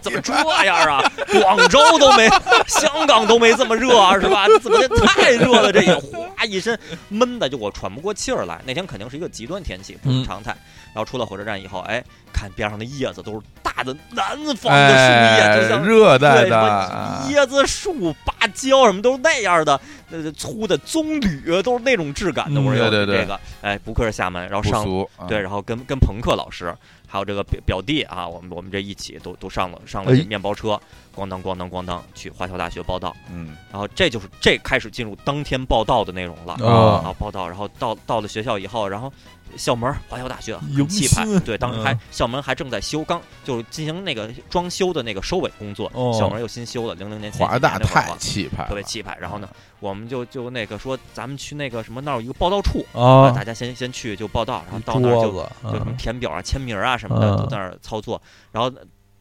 怎么这样啊？广州都没，香港都没这么热啊，是吧？这怎么这太热了？这也哗一身闷的，就我喘不过气儿来。那天肯定是一个极端天气，不是嗯常态。然后出了火车站以后，哎，看边上的叶子都是大的南方的树叶，哎就，像热带的对，什么啊椰子树、芭蕉什么都是那样的，呃，粗的棕榈都是那种质感的。嗯我说对对哟对这个，哎，不愧是厦门，然后不上俗，啊对，然后跟跟朋克老师还有这个表表弟啊，我们我们这一起都都上了上了这哎面包车，咣当咣当咣当去华侨大学报道，嗯然后这就是这开始进入当天报道的内容了。哦啊，报道，然后到到了学校以后，然后校门儿华侨大学迎很气派新，对，当时嗯还校门还正在修，刚就是进行那个装修的那个收尾工作，哦校门又新修了，零零年前华几大年那会儿太了气派了，啊特别气派。然后呢，我们就就那个说，咱们去那个什么那儿有一个报道处，啊，大家先先去就报道，然后一到那儿就桌子就什么嗯填表啊、签名啊什么的，嗯都在那儿操作。然后，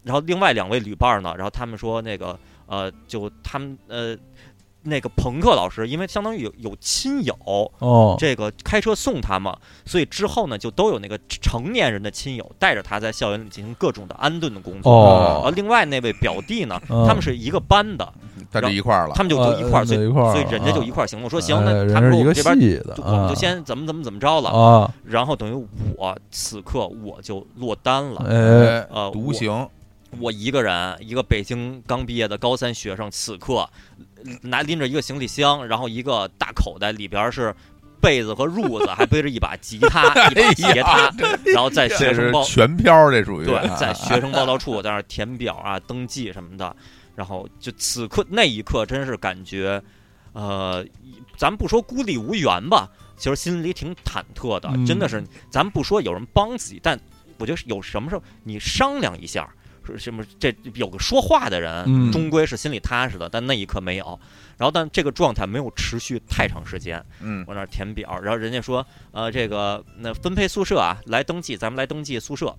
然后另外两位旅伴儿呢，然后他们说那个呃，就他们呃，那个朋克老师，因为相当于有有亲友，哦，这个开车送他嘛，所以之后呢，就都有那个成年人的亲友带着他在校园里进行各种的安顿的工作。然后哦，另外那位表弟呢，嗯他们是一个班的，在这一块儿了他，们就都一块儿，嗯所以在一块儿所以人家就啊一块儿行动。我说哎行，那人他们是说一我们个这边系的，就我们就啊先怎么怎么怎么着了，啊，然后等于我此刻我就落单了，哎，哎呃，独行，我我一个人，一个北京刚毕业的高三学生，此刻呃拿拎着一个行李箱，然后一个大口袋，里边是被子和褥子，还背着一把吉 他、哎一把吉他，然后在学这生是报全漂，这属于对啊，在学生报到处我在那儿填表啊、登记什么的，然后就此刻那一刻，真是感觉，呃，咱不说孤立无援吧，其实心里挺忐忑的，嗯真的是，咱不说有人帮自己，但我觉得有什么时候你商量一下。是什么？这有个说话的人，嗯终归是心里踏实的，但那一刻没有。然后，但这个状态没有持续太长时间。嗯我那儿填表，然后人家说，呃，这个那分配宿舍啊，来登记，咱们来登记宿舍。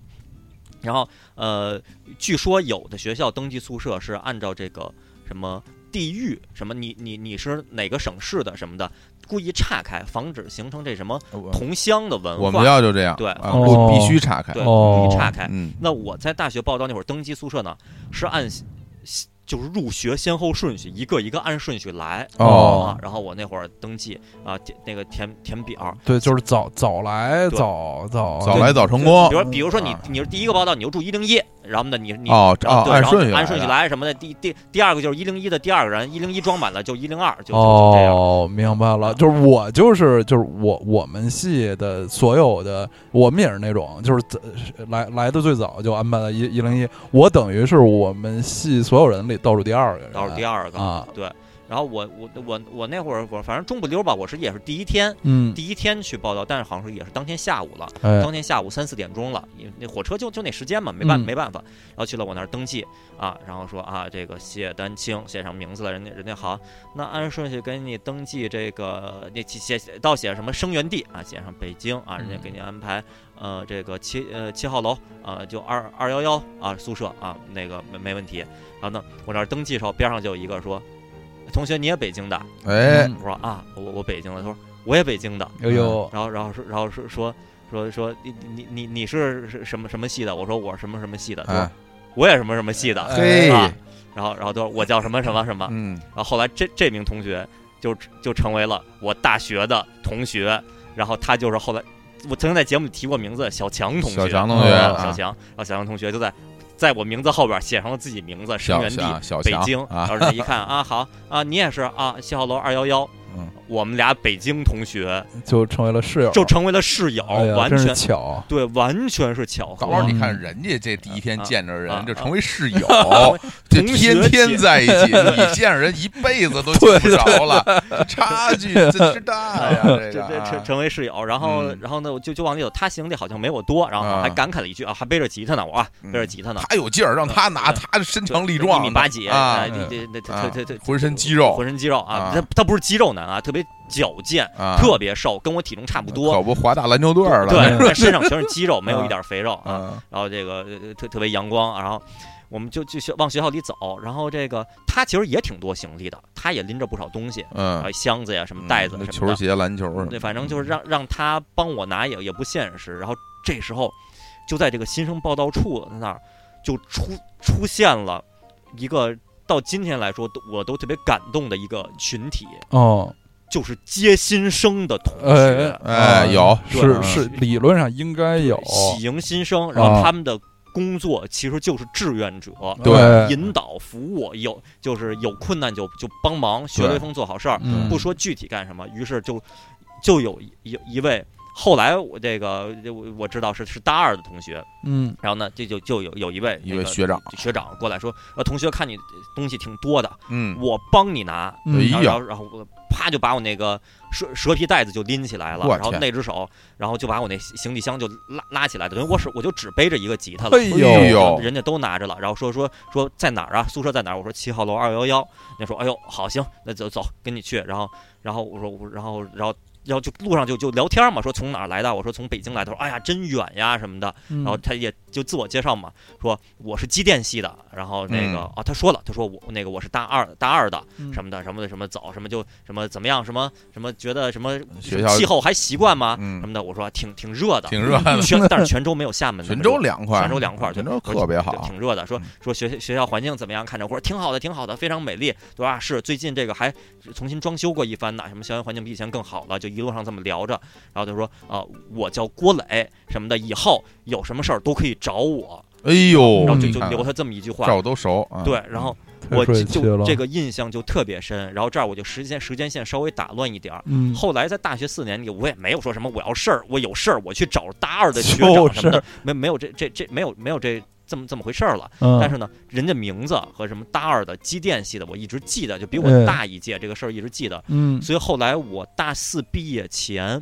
然后呃，据说有的学校登记宿舍是按照这个什么地域，什么你你你是哪个省市的什么的，故意岔开，防止形成这什么我同乡的文化。我们要就这样，对啊哦路必须岔开对，，哦故意岔开。嗯，那我在大学报到那会儿登记宿舍呢，是按就是入学先后顺序，一个一个按顺序来。哦啊，然后我那会儿登记啊，填那个填填表，对，就是早早来对早早哦早来早成功比，如比如说你啊你是第一个报道，你就住一零一，然后呢你你哦然后哦，对按然后顺序按顺序来来什么的。第第第二个就是一零一的第二个人，一零一装满了就一零二，就就就这样。哦，明白了，就是我就是就是我我们系的所有的，我们也是那种就是早来来的最早就安排了一一零一，我等于是我们系所有人里倒数第二个人，倒数第二个，啊，然后我我我我那会儿我反正中不溜吧，我是也是第一天嗯，第一天去报道，但是好像是也是当天下午了，哎当天下午三四点钟了，也那火车就就那时间嘛，没办嗯没办法，然后去了我那儿登记啊，然后说啊这个谢丹青写上名字了，人家人家好，那按顺序给你登记这个那写写到写什么生源地啊，写上北京啊，人家给你安排呃这个七呃七号楼啊，就二二幺幺啊宿舍啊那个没没问题，然后呢我那儿登记的时候边上就有一个说同学你也北京的，哎，嗯我说啊我我北京的，他说我也北京的，哎呦，然后然后说然后说说说说你你你你是是什么什么系的？我说我是什么什么系的，他说哎我也什么什么系的，哎嘿，啊然后然后都说我叫什么什么什么，嗯，然后后来这这名同学就就成为了我大学的同学，然后他就是后来我曾经在节目里提过名字小强同学，小强同学，对啊啊小强，然后小强同学就在在我名字后边写上了自己名字生小源地小小北强 京，然啊，后人家一看啊好啊你也是啊七号楼二幺幺，嗯，我们俩北京同学就成为了室友，就成为了室友，哎呀完真是全巧，对，完全是巧搞合。不好你嗯看人家这第一天见着啊啊人就啊成为室 友，这同学天天姐在一 起，你见着人一辈子都见不着了，这 差距真是大呀！这个这啊成成为室友，然后、嗯然后呢，我就就往里走。他行李好像没我多，然后啊还感慨了一句啊，还背着吉他呢，我啊嗯背着吉他呢，他有劲儿，让他拿，嗯他身强力一壮，米八几啊哎，这这这啊这这这浑身肌肉浑身肌肉啊啊，他他不是肌肉男啊，特别矫健，啊，特别瘦，跟我体重差不多可，不华大篮球队儿了， 对，啊但身上全是肌肉，没有一点肥肉啊。啊，然后这个呃特特别阳光，然后我们就就学往学校里走，然后这个他其实也挺多行李的，他也拎着不少东西，嗯啊，，箱子呀什么袋子嗯什么球的，鞋、篮球什么的，对，反正就是让让他帮我拿也也不现实。然后这时候，就在这个新生报道处那儿，就出出现了一个到今天来说都我都特别感动的一个群体，哦，就是接新生的同哎学，哎啊有是对是理论上应该有，喜迎新生，然后啊他们的工作其实就是志愿者。哎对引导服务有就是有困难就就帮忙，学雷锋做好事儿，嗯不说具体干什么，于是就就有一有一位后来我这个我我知道是是大二的同学，嗯然后呢这就就有有一位一那位个学长学长过来说，呃同学看你东西挺多的，嗯，我帮你拿，哎嗯呀然后然后我啪就把我那个蛇蛇皮袋子就拎起来了，我然后天那只手，然后就把我那行李箱就拉拉起来，等于我是我就只背着一个吉他了。哎哎呦，呦人家都拿着了，然后说说说在哪儿啊？宿舍在哪儿？我说七号楼二幺幺。那说哎呦好行，那就走，跟你去。然后然后我说我然后然后然后就路上就就聊天嘛，说从哪儿来的？我说从北京来的。他说哎呀真远呀什么的。然然嗯后他也就自我介绍嘛，说我是机电系的。然后那个嗯啊他说了，他说我那个我是大二大二的什么的什么的什么走什么就什么怎么样什么什么觉得什么学校气候还习惯吗？嗯什么的。我说挺挺热 的，挺热的，全但是 泉州没有厦门的泉热州凉快，泉州凉快儿，泉对州我特别就好，挺热的。说嗯说学学校环境怎么样？看着我说挺好的，挺好的，非常美丽。对吧？是最近这个还重新装修过一番呢，什么校园环境比以前更好了，就一路上这么聊着。然后他说啊、我叫郭磊什么的，以后有什么事儿都可以找我。哎呦，然后就你就看留他这么一句这话。我都熟，啊对，然后嗯太我帅就气了就这个印象就特别深。然后这儿我就时间时间线稍微打乱一点儿。嗯后来在大学四年里，我也没有说什么我要事儿，我有事儿我去找大二的学就长是什么的，没没有这这这没有没有这这么这么回事儿了。嗯但是呢，人家名字和什么大二的机电系的，我一直记得，就比嗯我大一届，这个事儿一直记得。嗯所以后来我大四毕业前，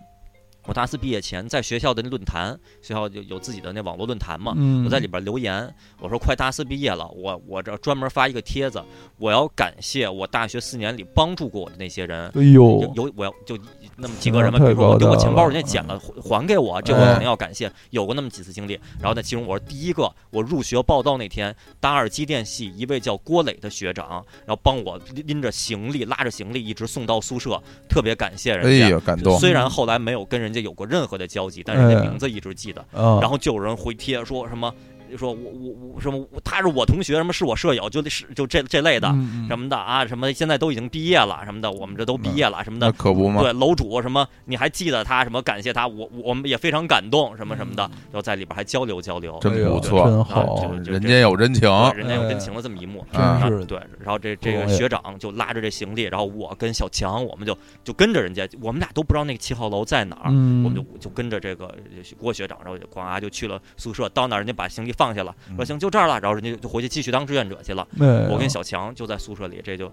我大四毕业前在学校的那论坛，学校就有自己的那网络论坛嘛，嗯我在里边留言，我说快大四毕业了，我我这专门发一个帖子，我要感谢我大学四年里帮助过我的那些人。哎呦有有，我要就那么几个人吧，啊太比如说高我丢大个钱包，了嗯哎人家捡了还还给我，这我肯定要感谢。有过那么几次经历，然后呢，其中我是第一个，我入学报到那天，大二机电系一位叫郭磊的学长，然后帮我拎拎着行李，拉着行李一直送到宿舍，特别感谢哎人家。呀，感动，虽然后来没有跟人家有过任何的交集，但人家哎名字一直记得。啊，然后就有人回帖说什么，说我我我什么我他是我同学，什么是我舍友，就是就这这类的。嗯嗯什么的啊，什么现在都已经毕业了，什么的，我们这都毕业了，什么的嗯那，可不嘛，对，楼主什么，你还记得他什么？感谢他，我我我们也非常感动，嗯什么什么的，然后在里边还交流交流，真哎呦不错真啊好就，嗯人间有真情，对人家有真情的这么一幕。啊真是对，然后这这哎个呀学长就拉着这行李，然后我跟小强，我们就就跟着人家，我们俩都不知道那啊个七号楼在哪儿，嗯，我们就就跟着这个郭学长，然后就咣啊就去了宿舍，到那儿人家把行李放下了，说嗯啊行就这儿了，然后人家就回去继续当志愿者去了。哎呀我跟小强就在宿舍里，这就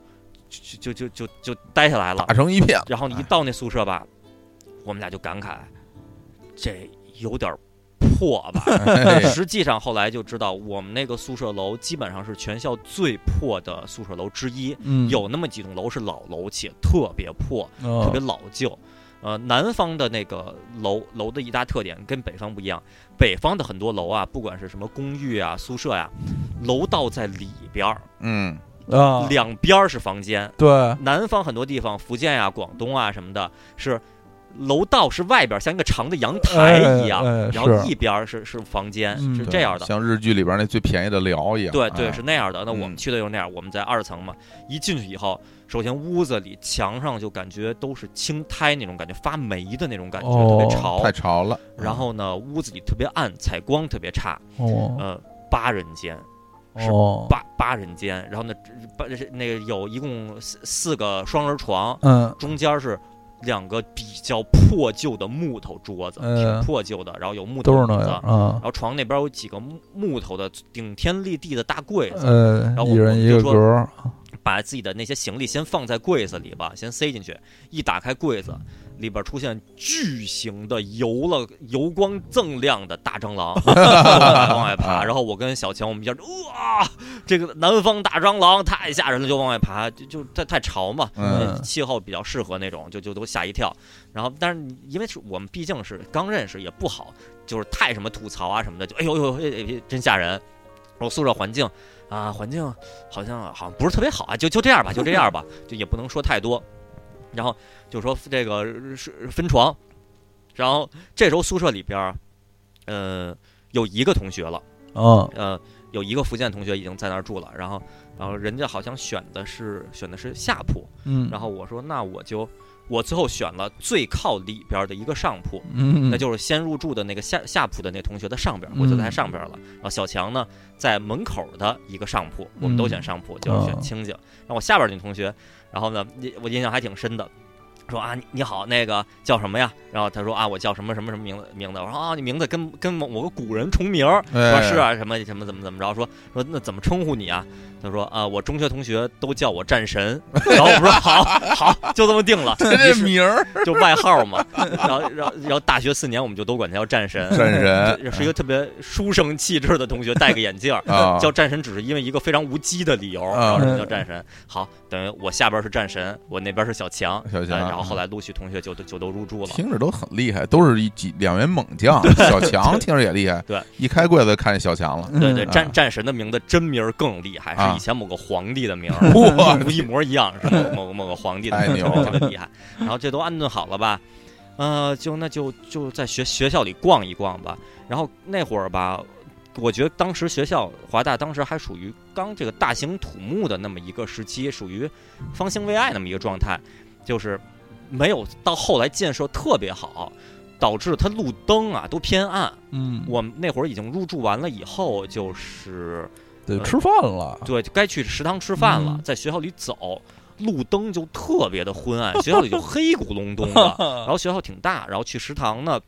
就就就就就待下来了打，成一 片，然后你一哎到那宿舍吧，我们俩就感慨，这有点儿破吧。 哎实际上后来就知道，我们那个宿舍楼基本上是全校最破的宿舍楼之一，嗯有那么几栋楼是老楼，且特别破，特嗯别老旧。呃，南方的那个楼楼的一大特点跟北方不一样，北方的很多楼啊，不管是什么公寓啊、宿舍呀、楼道在里边儿，嗯，啊，两边儿是房间，对，南方很多地方，福建呀、广东啊什么的，是楼道是外边儿像一个长的阳台一样，哎哎然后是一边儿是是房间，嗯是对这样的。像日剧里边那最便宜的寮一样，对哎啊对，是那样的。那我们嗯去的就是那样，我们在二层嘛，一进去以后，首先屋子里墙上就感觉都是青苔那种感觉，发霉的那种感觉，特哦别潮太。潮了，然后呢，屋子里特别暗，采光特别差。哦，呃，八人间，是哦，八八人间，然后呢，八那个有一共四四个双人床，嗯中间是两个比较破旧的木头桌子，嗯挺破旧的，然后有木头都是椅那子样，啊然，后床那边有几个木木头的顶天立地的大柜子，呃后，我一人一就个说格儿，把自己的那些行李先放在柜子里吧，先塞进去。一打开柜子，里边出现巨型的油了油光锃亮的大蟑螂往外爬，然后我跟小强我们一下就哇，这个南方大蟑螂太吓人了，就往外爬，就就太太潮嘛，嗯呃气候比较适合那种，就就都吓一跳。然后，但是因为是我们毕竟是刚认识，也不好，就是太什么吐槽啊什么的，就哎呦呦，哎哎哎真吓人。我宿舍环境啊，环境好像好像不是特别好啊，就就这样吧，就这样吧，就也不能说太多。然后就说这个是分床，然后这时候宿舍里边儿，呃，有一个同学了，嗯呃，有一个福建同学已经在那儿住了，然后然后人家好像选的是选的是下铺，嗯，然后我说那我就我最后选了最靠里边儿的一个上铺，嗯，那就是先入住的那个下下铺的那同学的上边儿，嗯我就在他上边儿了。然后小强呢，在门口的一个上铺，我嗯们都选上铺，就是哦选清静。然后我下边儿那同学，然后呢，印我印象还挺深的，说啊你你好，那个叫什么呀？然后他说啊我叫什么什么什么名字名字。我说啊你名字跟跟某某个古人重名儿，说哎是啊什么什么怎么怎么着？说说那怎么称呼你啊？他说啊我中学同学都叫我战神。 然后我说好好就这么定了。于 这是名儿，就外号嘛。 然后，然后，然后大学四年我们就都管他叫战神，战神这是一个特别书生气质的同学，戴个眼镜儿。啊，叫战神只是因为一个非常无稽的理由，然后人叫战神。好，等于我下边是战神，我那边是小强，小强啊哎然后后来陆续同学就都就都入住了。听着都很厉害，都是一几两员猛将。小强听着也厉害，对，一开柜子看见小强了，对对，嗯啊战战神的名字真名儿更厉害，啊是以前某个皇 帝的名儿，哇，一模一样，是 某某个某个皇帝的太名牛字，了特别厉害。然后这都安顿好了吧？呃，就那就就在学学校里逛一逛吧。然后那会儿吧，我觉得当时学校华大当时还属于刚这个大型土木的那么一个时期，属于方兴未艾那么一个状态，就是没有到后来建设特别好，导致它路灯啊都偏暗。嗯，我们那会儿已经入住完了以后，就是得呃吃饭了，对，就该去食堂吃饭了嗯，在学校里走，路灯就特别的昏暗，学校里就黑咕隆咚的。然后学校挺大，然后去食堂呢，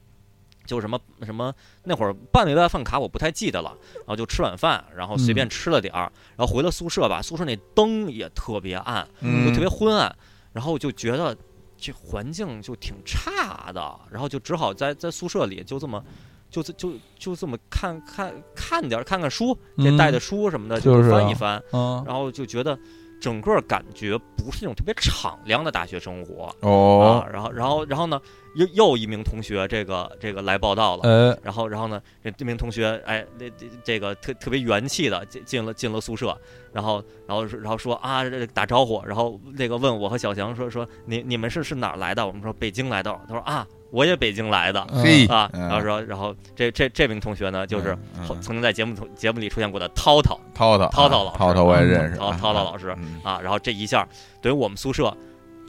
就什么什么那会儿办了一外饭卡，我不太记得了。然后就吃晚饭，然后随便吃了点儿，然后回了宿舍吧，宿舍那灯也特别暗，就嗯特别昏暗，然后我就觉得这环境就挺差的，然后就只好在在宿舍里就这么。就这就就这么看看看点儿看看书，这带的书什么的、嗯就是啊翻一翻，嗯，然后就觉得整个感觉不是那种特别敞亮的大学生活、哦啊。然后，然后，然后呢，又又一名同学这个这个来报道了。哎，然后，然后呢？这这名同学，哎，那这这个特特别元气的进进了进了宿舍，然后，然后，然后说啊，这打招呼，然后那个问我和小强说说你你们是是哪儿来的？我们说北京来的。他说啊，我也北京来的嘿啊。嗯然后说，然后这这这名同学呢，就是嗯后嗯曾经在节目中节目里出现过的涛涛，涛涛涛涛老师涛涛我也认识，涛涛涛老师嗯啊，然后这一下等于我们宿舍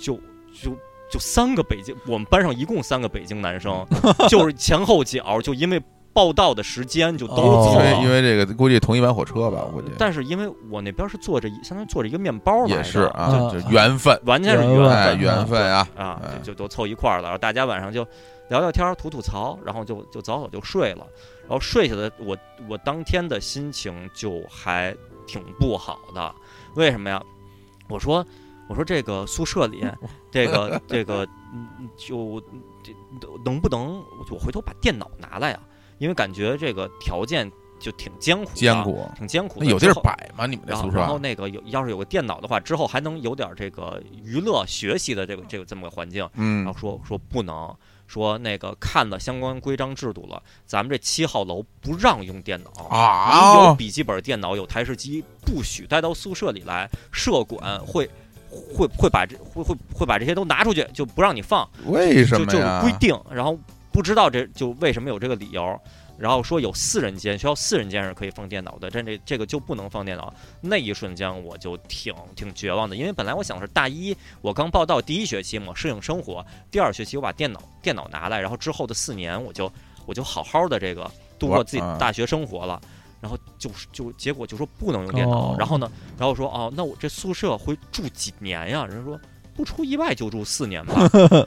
就就就三个北京，我们班上一共三个北京男生，就是前后脚就因为报道的时间就都哦因错为了。因为这个估计同一班火车吧，我估计但是因为我那边是坐着一，相当于坐着一个面包来也的嗯是啊，啊就缘分，完全是缘缘分哎，分缘分啊，啊哎，就就都凑一块儿了。然后大家晚上就聊聊天儿、吐吐槽，然后就就早早就睡了。然后睡下来，我我当天的心情就还挺不好的。为什么呀？我说我说这个宿舍 里这个这个嗯就这能不能我回头把电脑拿来啊？因为感觉这个条件就挺艰苦，艰，苦。挺艰苦那的。有地之儿后摆吗？你们那啊然后宿然后舍？啊那个有要是有个电脑的话，之后还能有点这个娱乐学习的这个这个这么个环境。嗯然后说说不能，说那个看了相关规章制度了，咱们这七号楼不让用电脑。啊，你有哦笔记本电脑、有台式机，不许带到宿舍里来，社管会会会把这会会会把这些都拿出去，就不让你放。为什就么就呀有？规定，然后不知道这就为什么有这个理由，然后说有四人间，学校四人间是可以放电脑的，但这这个就不能放电脑。那一瞬间我就挺挺绝望的，因为本来我想是大一我刚报到第一学期嘛，适应生活，第二学期我把电脑电脑拿来，然后之后的四年我就我就好好的这个度过我自己啊大学生活了。然后就是就结果就说不能用电脑，哦然后呢，然后说哦，那我这宿舍会住几年呀？人家说不出意外就住四年吧。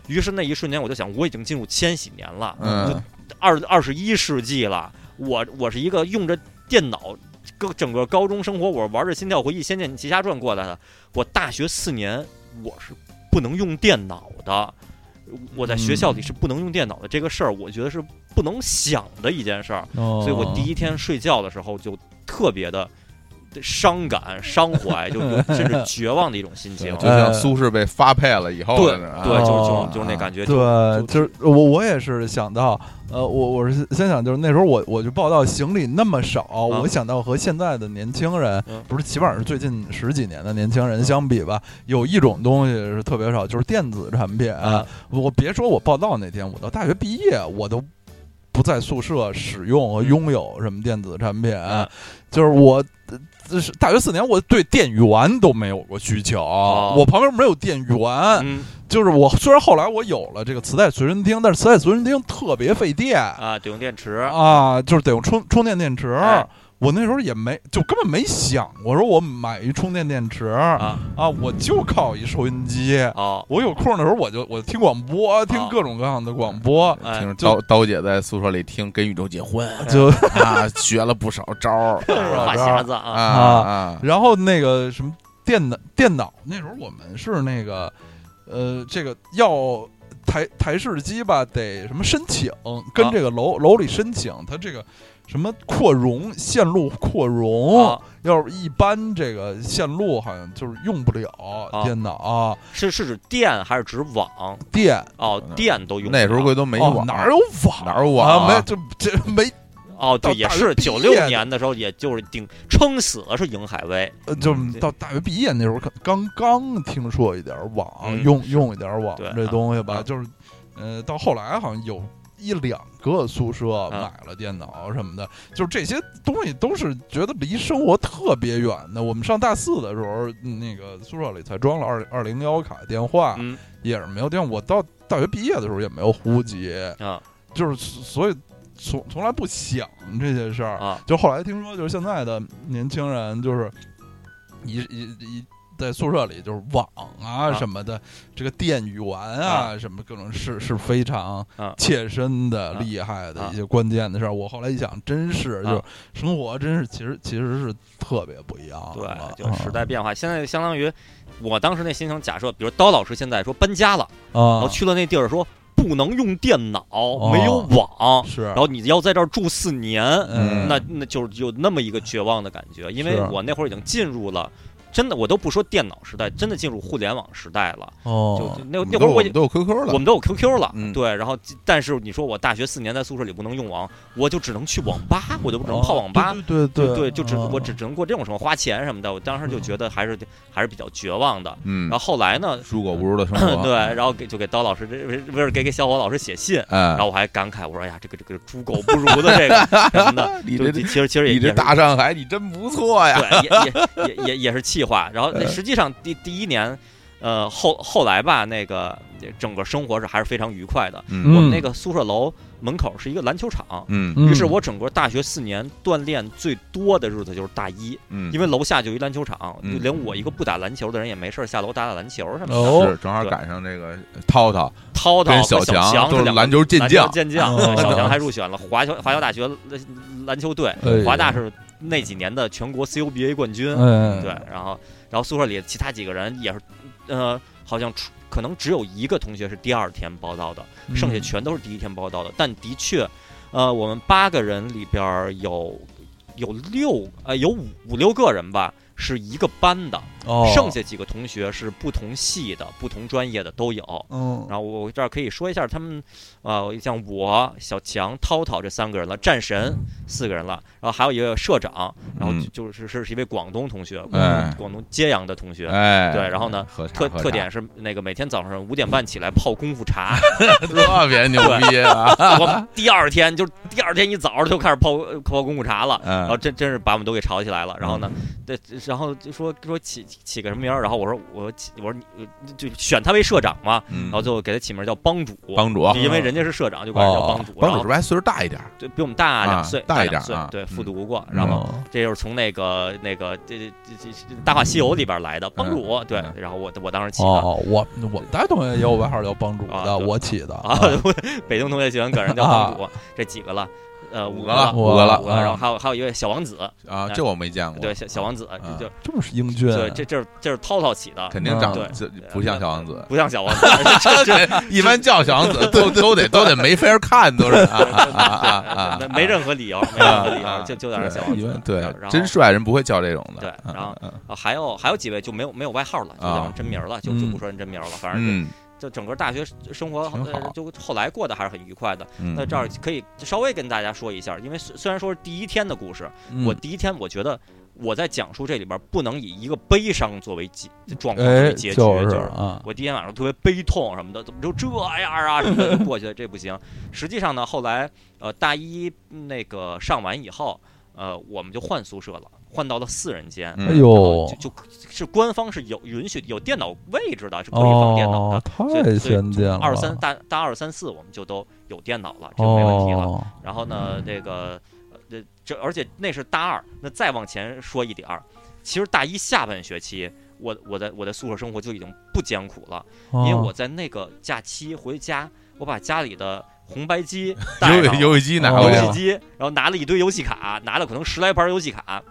于是那一瞬间我就想，我已经进入千禧年了，嗯，二二十一世纪了，我我是一个用着电脑，个整个高中生活，我玩着《心跳回忆》《仙剑奇侠传》过来的。我大学四年我是不能用电脑的，我在学校里是不能用电脑的。这个事儿，我觉得是不能想的一件事儿。所所以我第一天睡觉的时候就特别的伤感、伤怀，就就甚至绝望的一种心情。就像苏轼被发配了以后嗯对的那啊，对，就是就哦是就是那感觉，就对，就是我我也是想到，呃，我我是先想就是那时候我我就报道行李那么少，我想到和现在的年轻人，啊嗯不是起码是最近十几年的年轻人相比吧，有一种东西是特别少，就是电子产品。啊我别说我报道那天，我到大学毕业我都。不在宿舍使用和拥有什么电子产品，嗯就是我，呃这是大学四年，我对电源都没有过需求，我旁边没有电源，哦嗯就是我虽然后来我有了这个磁带随身听，但是磁带随身听特别费电啊，得用电池啊，就是得用充充电电池。哎我那时候也没就根本没想过说我买一充电电池啊啊我就靠一收音机。哦我有空的时候我就我听广播，听各种各样的广播，哎听着就刀刀姐在宿舍里听《跟宇宙结婚就》啊，学了不少招儿话匣子啊啊啊，然后那个什么电脑电脑，那时候我们是那个呃，这个要台台式机吧，得什么申请，啊跟这个楼、楼里申请，它这个什么扩容线路扩容，啊要是一般这个线路好像就是用不了、啊电脑、是是指电还是指网？电。哦，电都用不了那时候贵都没哦网，哪有网？哪有网啊啊？没这这没哦，对，到也大是学毕九业六的年的时候，也就是顶撑死了是瀛海威，呃，就是嗯到大学毕业那时候，可刚刚听说一点儿网，嗯用用一点儿网对这啊东西吧，啊就是，呃，到后来好像有一两个宿舍啊买了电脑什么的，就是这些东西都是觉得离生活特别远的。我们上大四的时候，嗯那个宿舍里才装了二二零幺卡电话，嗯也是没有电话。我到大学毕业的时候也没有户籍，啊就是所以从从来不想这些事儿。啊就后来听说，就是现在的年轻人，就是一一一在宿舍里，就是网啊啊什么的，这个电源啊什么各种是是非常啊切身的、啊厉害的啊一些关键的事儿。我后来一想，真是啊就是生活，真是其实其实是特别不一样了。对，就时代啊变化，现在相当于我当时那心情，假设比如刀老师现在说搬家了，然啊哦后，去了那地儿说不能用电脑，没有网，是，然后你要在这儿住四年，嗯那那就是有那么一个绝望的感觉，因为是我那会儿已经进入了。真的，我都不说电脑时代，真的进入互联网时代了。就哦就，那我们那都会儿我我已们经都有 QQ 我了，们都有 QQ 了，嗯对。然后，但是你说我大学四年在宿舍里不能用网，我就只能去网吧，我就不能泡网吧，哦对对对对，就只嗯啊我只只能过这种生活，花钱什么的。我当时就觉得还是还是比较绝望的。嗯然后，后来呢，如果无知的生 活，对，然后给就给刀老师这不是给给小伙老师写信。哎然，后我还感慨，我说哎呀，这个这个猪狗不如的这个什 么的，你就这其实其实你也也这是大上海，你真不错呀，对，也也也也也是气话。然后那实际上第第一年，呃，后后来吧，那个整个生活是还是非常愉快的。嗯我们嗯那个宿舍楼门口是一个篮球场，嗯嗯于是我整个大学四年锻炼最多的日子就是大一，嗯，因为楼下就一篮球场，嗯就连我一个不打篮球的人也没事儿下楼打打篮球什么的。哦是正好赶上这个涛涛涛涛跟和小强都是是两个篮球健篮球将，健将，哦对小强还入选了华侨华侨大学篮篮球队，哎呀华大是那几年的全国 CUBA 冠军。嗯对，然后然后宿舍里其他几个人也是，呃，好像出可能只有一个同学是第二天报到的，剩下嗯全都是第一天报到的。但的确，呃，我们八个人里边儿有有六呃有五五六个人吧。是一个班的，哦剩下几个同学是不同系的、不同专业的都有。嗯然后我这儿可以说一下他们，呃，像我、小强、涛涛这三个人了，战神四个人了，然后还有一个社长，然后嗯就就是是是一位广东同学，哎广东揭阳的同学。哎，嗯对然后呢喝茶，特喝茶特点是那个每天早上五点半起来泡功 夫茶，特别牛逼 啊，我们第二天就是第二天一早上就开始泡泡功夫茶了，然后哦嗯真真是把我们都给吵起来了。然后呢，这这然后就说说起起个什么名儿，然后我说我起我说你呃就选他为社长嘛，嗯然后最后给他起名叫帮主，帮主就啊，因为人家是社长，就管人叫哦，帮主，帮主是然后不是还岁数大一点儿？对比我们大两啊岁，大一两点岁啊，对，嗯复读过，然后哦这就是从那个那个这这这这《大话西游》里边来的嗯帮主，对，然后我我当时起的。哦，我我们大学同学也有外号叫帮主啊的，对我起的啊，我 北京同学喜欢管人叫帮主，这几个了，呃，啊五五个了了，嗯五五个了五个，然后啊还有还有一位小王子，啊，这我没见过。对，小小王子，啊这这么是英俊啊就，对，这这是这是涛涛起的，肯定长嗯对这不像小王 子，不像小 王子，这这一般叫小王子都都得都得没法儿看，都是啊啊啊啊没啊！没任何理由，没任何理啊由，就就在那小王对一子般，对然后，真帅人不会叫这种的。对嗯然后啊还有还有几位就没有没有外号了，就叫啊真名了，就就不说人真名了，反正嗯就整个大学生活挺好呃就后来过得还是很愉快的。嗯，那这儿可以稍微跟大家说一下，因为虽虽然说是第一天的故事，嗯我第一天我觉得我在讲述这里边不能以一个悲伤作为结状况作哎，为结局，就是啊，我第一天晚上特别悲痛什么的，怎么就这样啊什么的就过去了，这不行。实际上呢，后来呃大一那个上完以后，呃我们就换宿舍了，换到了四人间。嗯哎然后呦，就就是官方是有允许有电脑位置的，是可以放电脑的哦，。太先进了，二三大大二三四我们就都有电脑了，这个没问题了。哦然后呢，这个呃这这，而且那是大二，那再往前说一点儿，其实大一下半学期，我我在我的宿舍生活就已经不艰苦了，哦因为我在那个假期回家，我把家里的红白机带游上戏游戏机拿哦回游去戏了，机，然后拿了一堆游戏卡，拿了可能十来盘游戏卡，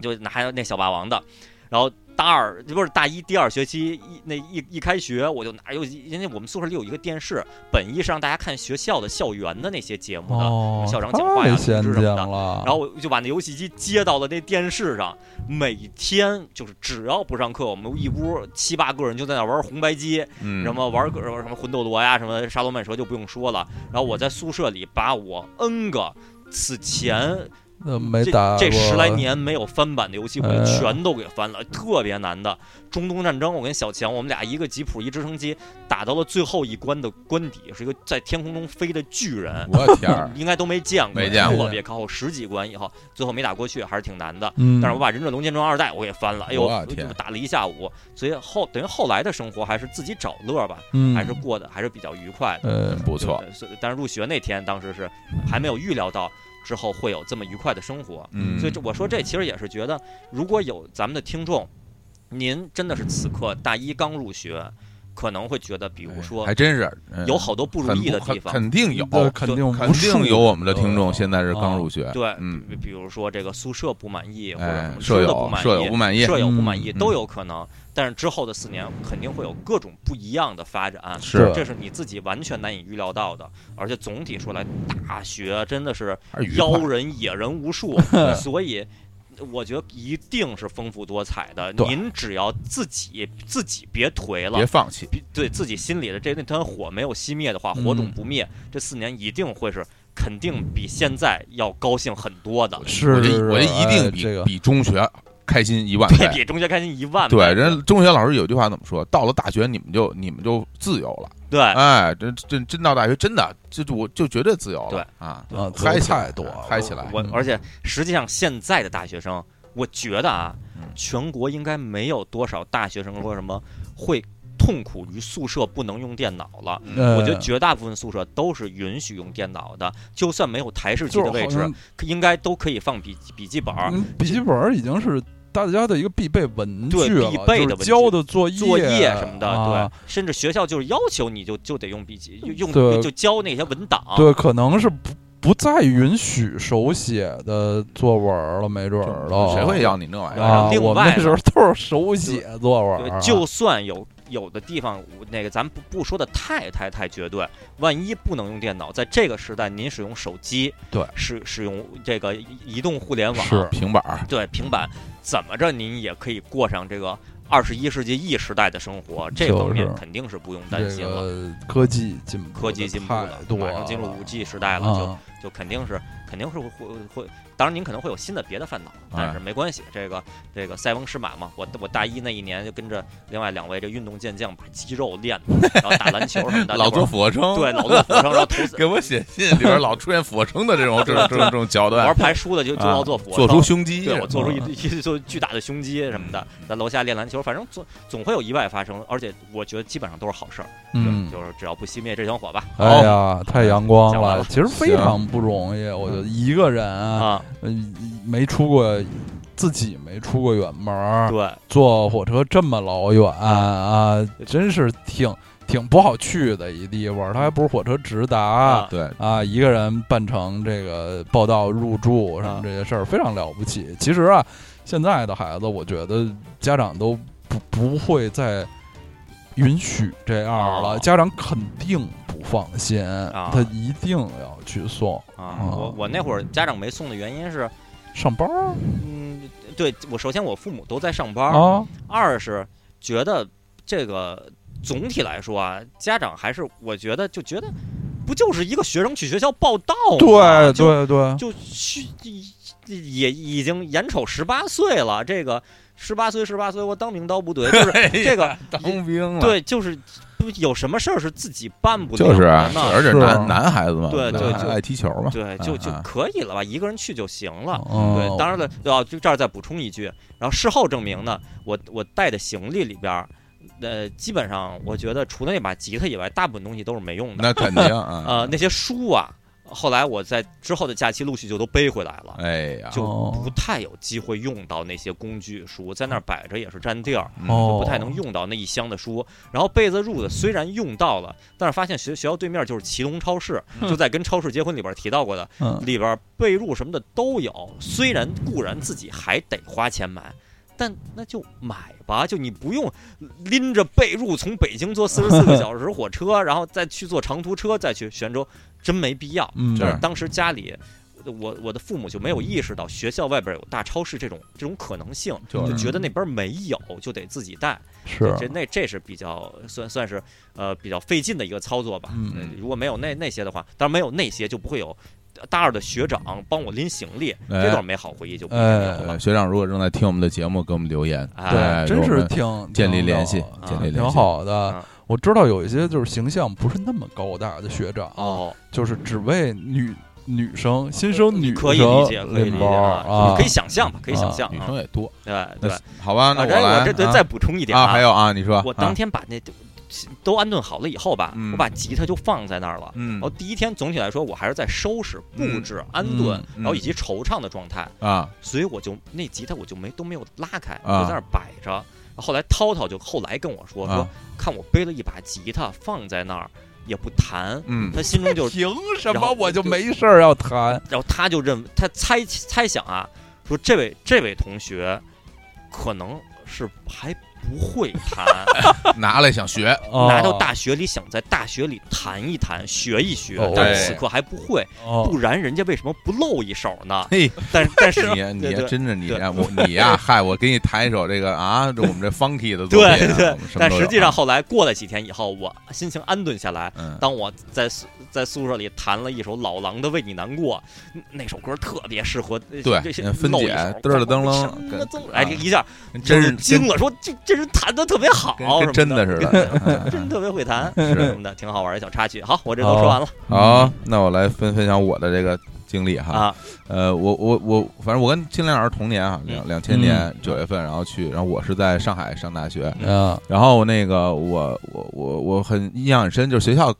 就拿那小霸王的，然后。大二不是大一第二学期一那一一开学我就拿游戏，因为我们宿舍里有一个电视，本意是让大家看学校的校园的那些节目的，哦，校长讲话呀太先进了。然后我就把那游戏机接到了那电视上，每天就是只要不上课，我们一屋七八个人就在那玩红白机，嗯，什么玩个什么魂斗罗呀，什么沙罗曼蛇就不用说了。然后我在宿舍里把我 N 个此前那没这打这过十来年没有翻版的游戏，我哎全都给翻了，特别难的。中东战争，我跟小强我们俩一个吉普一直升机打到了最后一关的关底，是一个在天空中飞的巨人。我天儿，应该都没见过，没见过特别靠后十几关以后，最后没打过去，还是挺难的。嗯，但是我把《忍者龙剑传二代》我给翻了，哎呦，我天就打了一下午，所以后等于后来的生活还是自己找乐吧，嗯还是过得还是比较愉快的。呃真不错， 对，所以但是入学那天，当时是还没有预料到之后会有这么愉快的生活，嗯，所以这我说这其实也是觉得，如果有咱们的听众，您真的是此刻大一刚入学，可能会觉得，比如说哎还真是嗯有好多不如很意的很地方，肯定有，对肯定肯定有我们的听众现在在啊是刚入学，对，嗯比比如说这个宿舍不满意，或者什哎么，舍吃的友不满舍友意不，满意，舍友不嗯满意嗯都有可能。但是之后的四年肯定会有各种不一样的发展，是这是你自己完全难以预料到的。而且总体说来，大学真的是还是愉妖快人野人 无数，所以。我觉得一定是丰富多彩的。对您只要自己自己别颓了别，放弃，别对自己心里的这那团火没有熄灭的话，火种不灭，这四年一定会是肯定比现在要高兴很多的，是我觉得我觉得一定哎比、这个比中学开心一万对倍。比中学开心一万倍。对，人家中学老师有句话怎么说？到了大学，你们就你们就自由了。对哎，真真真到大学，真的就就我就绝对自由了。啊，啊，嗨嗨起来太多了，嗨起来我嗯而且实际上现在的大学生，我觉得啊嗯，全国应该没有多少大学生说什么会痛苦于宿舍不能用电脑了。呃我觉得绝大部分宿舍都是允许用电脑的，就算没有台式机就是的位好置像，应该都可以放笔笔记本儿。嗯笔记本儿已经是大家的一个必备文具对了，必备的就文具是交的作业作业什么的，啊嗯对，甚至学校就是要求你就就得用笔记，用对就教那些文档，对，可能是不不再允许手写的作文儿了，没准儿了。谁会要你那玩意然后儿？啊？另我们外那时候都是手写作文对儿，啊就算有有的地方，我那个咱不不说的太太太绝对，万一不能用电脑，在这个时代，您使用手机，对，使使用这个移移动互联网，是平板儿，对平板，怎么着您也可以过上这个二十一世纪 E 时代的生活，这方面就是肯定是不用担这心了。个科技进步，科技进步太了，多了，马上进入五 G 时代了，就啊就肯定是肯定是会会会，当然您可能会有新的别的烦恼，啊但是没关系，这个这个塞翁失马嘛。我我大一那一年就跟着另外两位这运动健将把肌肉练 的，然后打篮球什么的，老做做俯卧撑，对老做俯卧撑，然 后投给我写信里边老出现俯卧撑的这种这种这种这种桥玩段，啊排输的就就要做俯卧撑，做出胸肌，嗯啊对我做出一一 做巨大的胸肌什么的，在楼下练篮球，反正总总会有意外发生，而且我觉得基本上都是好事儿，嗯，就是只要不熄灭这团火吧。哎呀，太阳光讲完了，了嗯其实非常不容易，我觉得一个人啊，啊，呃没出过。自己没出过远门儿，啊对，坐火车这么老远嗯啊，真是挺挺不好去的一地嗯方。它还不是火车直达啊对，啊，一个人扮成这个报道入嗯住什么这些事儿，非常了不起。其实啊，现在的孩子，我觉得家长都不不会再允许这样了，哦家长肯定不放心，啊他一定要去送哦啊，嗯我我那会儿家长没送的原因是，上班儿嗯，对我首先我父母都在上班，啊，二是觉得这个总体来说啊，家长还是我觉得就觉得不就是一个学生去学校报到吗？对就对对，就虚也已经眼瞅十八岁了，这个十八岁十八岁，我当兵刀不对，就是这个当兵了，对，就是不有什么事儿是自己办不了就是啊的，呢？而且是啊男男孩子嘛，对男对孩子就爱踢球嘛，对，就就啊可以了吧，一个人去就行了。嗯啊对，当然了，要就这儿再补充一句，然后事后证明呢，我我带的行李里边儿，呃，基本上我觉得除了那把吉他以外，大部分东西都是没用的。那肯定啊，呃，那些书 啊，后来我在之后的假期陆续就都背回来了。哎呀，就哦不太有机会用到那些工具书，在那儿摆着也是占地儿，嗯哦，不太能用到那一箱的书。然后被子、褥子虽然用到了，但是发现学学校对面就是祁隆超市，就在跟《超市结婚》里边提到过的，嗯里边被褥什么的都有。虽然固然自己还得花钱买。但那就买吧，就你不用拎着被褥从北京坐四十 四个小时火车，然后再去坐长途车再去泉州，真没必要。嗯，这就是儿当时家里，我我的父母就没有意识到学校外边有大超市这种这种可能性，就就是觉得那边没有，就得自己带。是啊这那这是比较算算是呃比较费劲的一个操作吧。嗯呃如果没有那那些的话，当然没有那些就不会有大二的学长帮我拎行李，哎这段美好回忆就不一定有呃了。学长如果正在听我们的节目，给我们留言，哎对，给真我是们挺建立挺联系好，的建啊立联挺系，好的啊。我知道有一些就是形象不是那么高大的学长，哦，就是只为女女生、新生哎女生可以理解，可以理拎解包啊，啊，可以想象吧，可以想啊象女啊生，也多，对那对。好吧，那啊然后来这这啊再补充一点啊，还有啊，你说我啊当天把那都安顿好了以后吧，嗯我把吉他就放在那儿了。嗯然后第一天总体来说，我还是在收拾、嗯布置、安顿嗯，嗯然后以及惆怅的状态，啊所以我就那吉他我就没都没有拉开，啊就在那儿摆着。后来涛涛就后来跟我说啊说，看我背了一把吉他放在那儿也不弹，嗯 他心 中就，凭什然后么我就就没事儿要谈？然后他就认为他猜猜想啊，说这位这位同学可能是还不会 弹。拿来想学，啊拿哦到大学里，想在大学里弹一弹、学一学哦，但是哎此刻还不会，哦，不然人家为什么不露一手呢？嘿，但是 但是啊你呀对你呀对真的你对呀我你 呀，嗨，我给你弹一首这个啊，这我们这 funky 的作品对啊，对我们，什么但都有实际上啊后来过了几天以后，我心情安顿下来。嗯，当我在宿在宿舍里弹了一首老狼的《为你难过》，那首歌特别适合呃对这些分露解一手嘚儿了噔楞什么跟增哎，这一下 真我是就惊了，说这这人弹的特别好，跟什跟么真的的似跟的。 嗯真嗯特别会 弹什是么的，挺好玩的小插曲。好，我这都说完了好，那我来分分享我的这个经历哈。啊，呃，我我我，反正我跟金亮儿同年啊，嗯两两千年九月份，然后去，然后我是在上海上大学，嗯然后那个我我我我很印象很深，就是学校。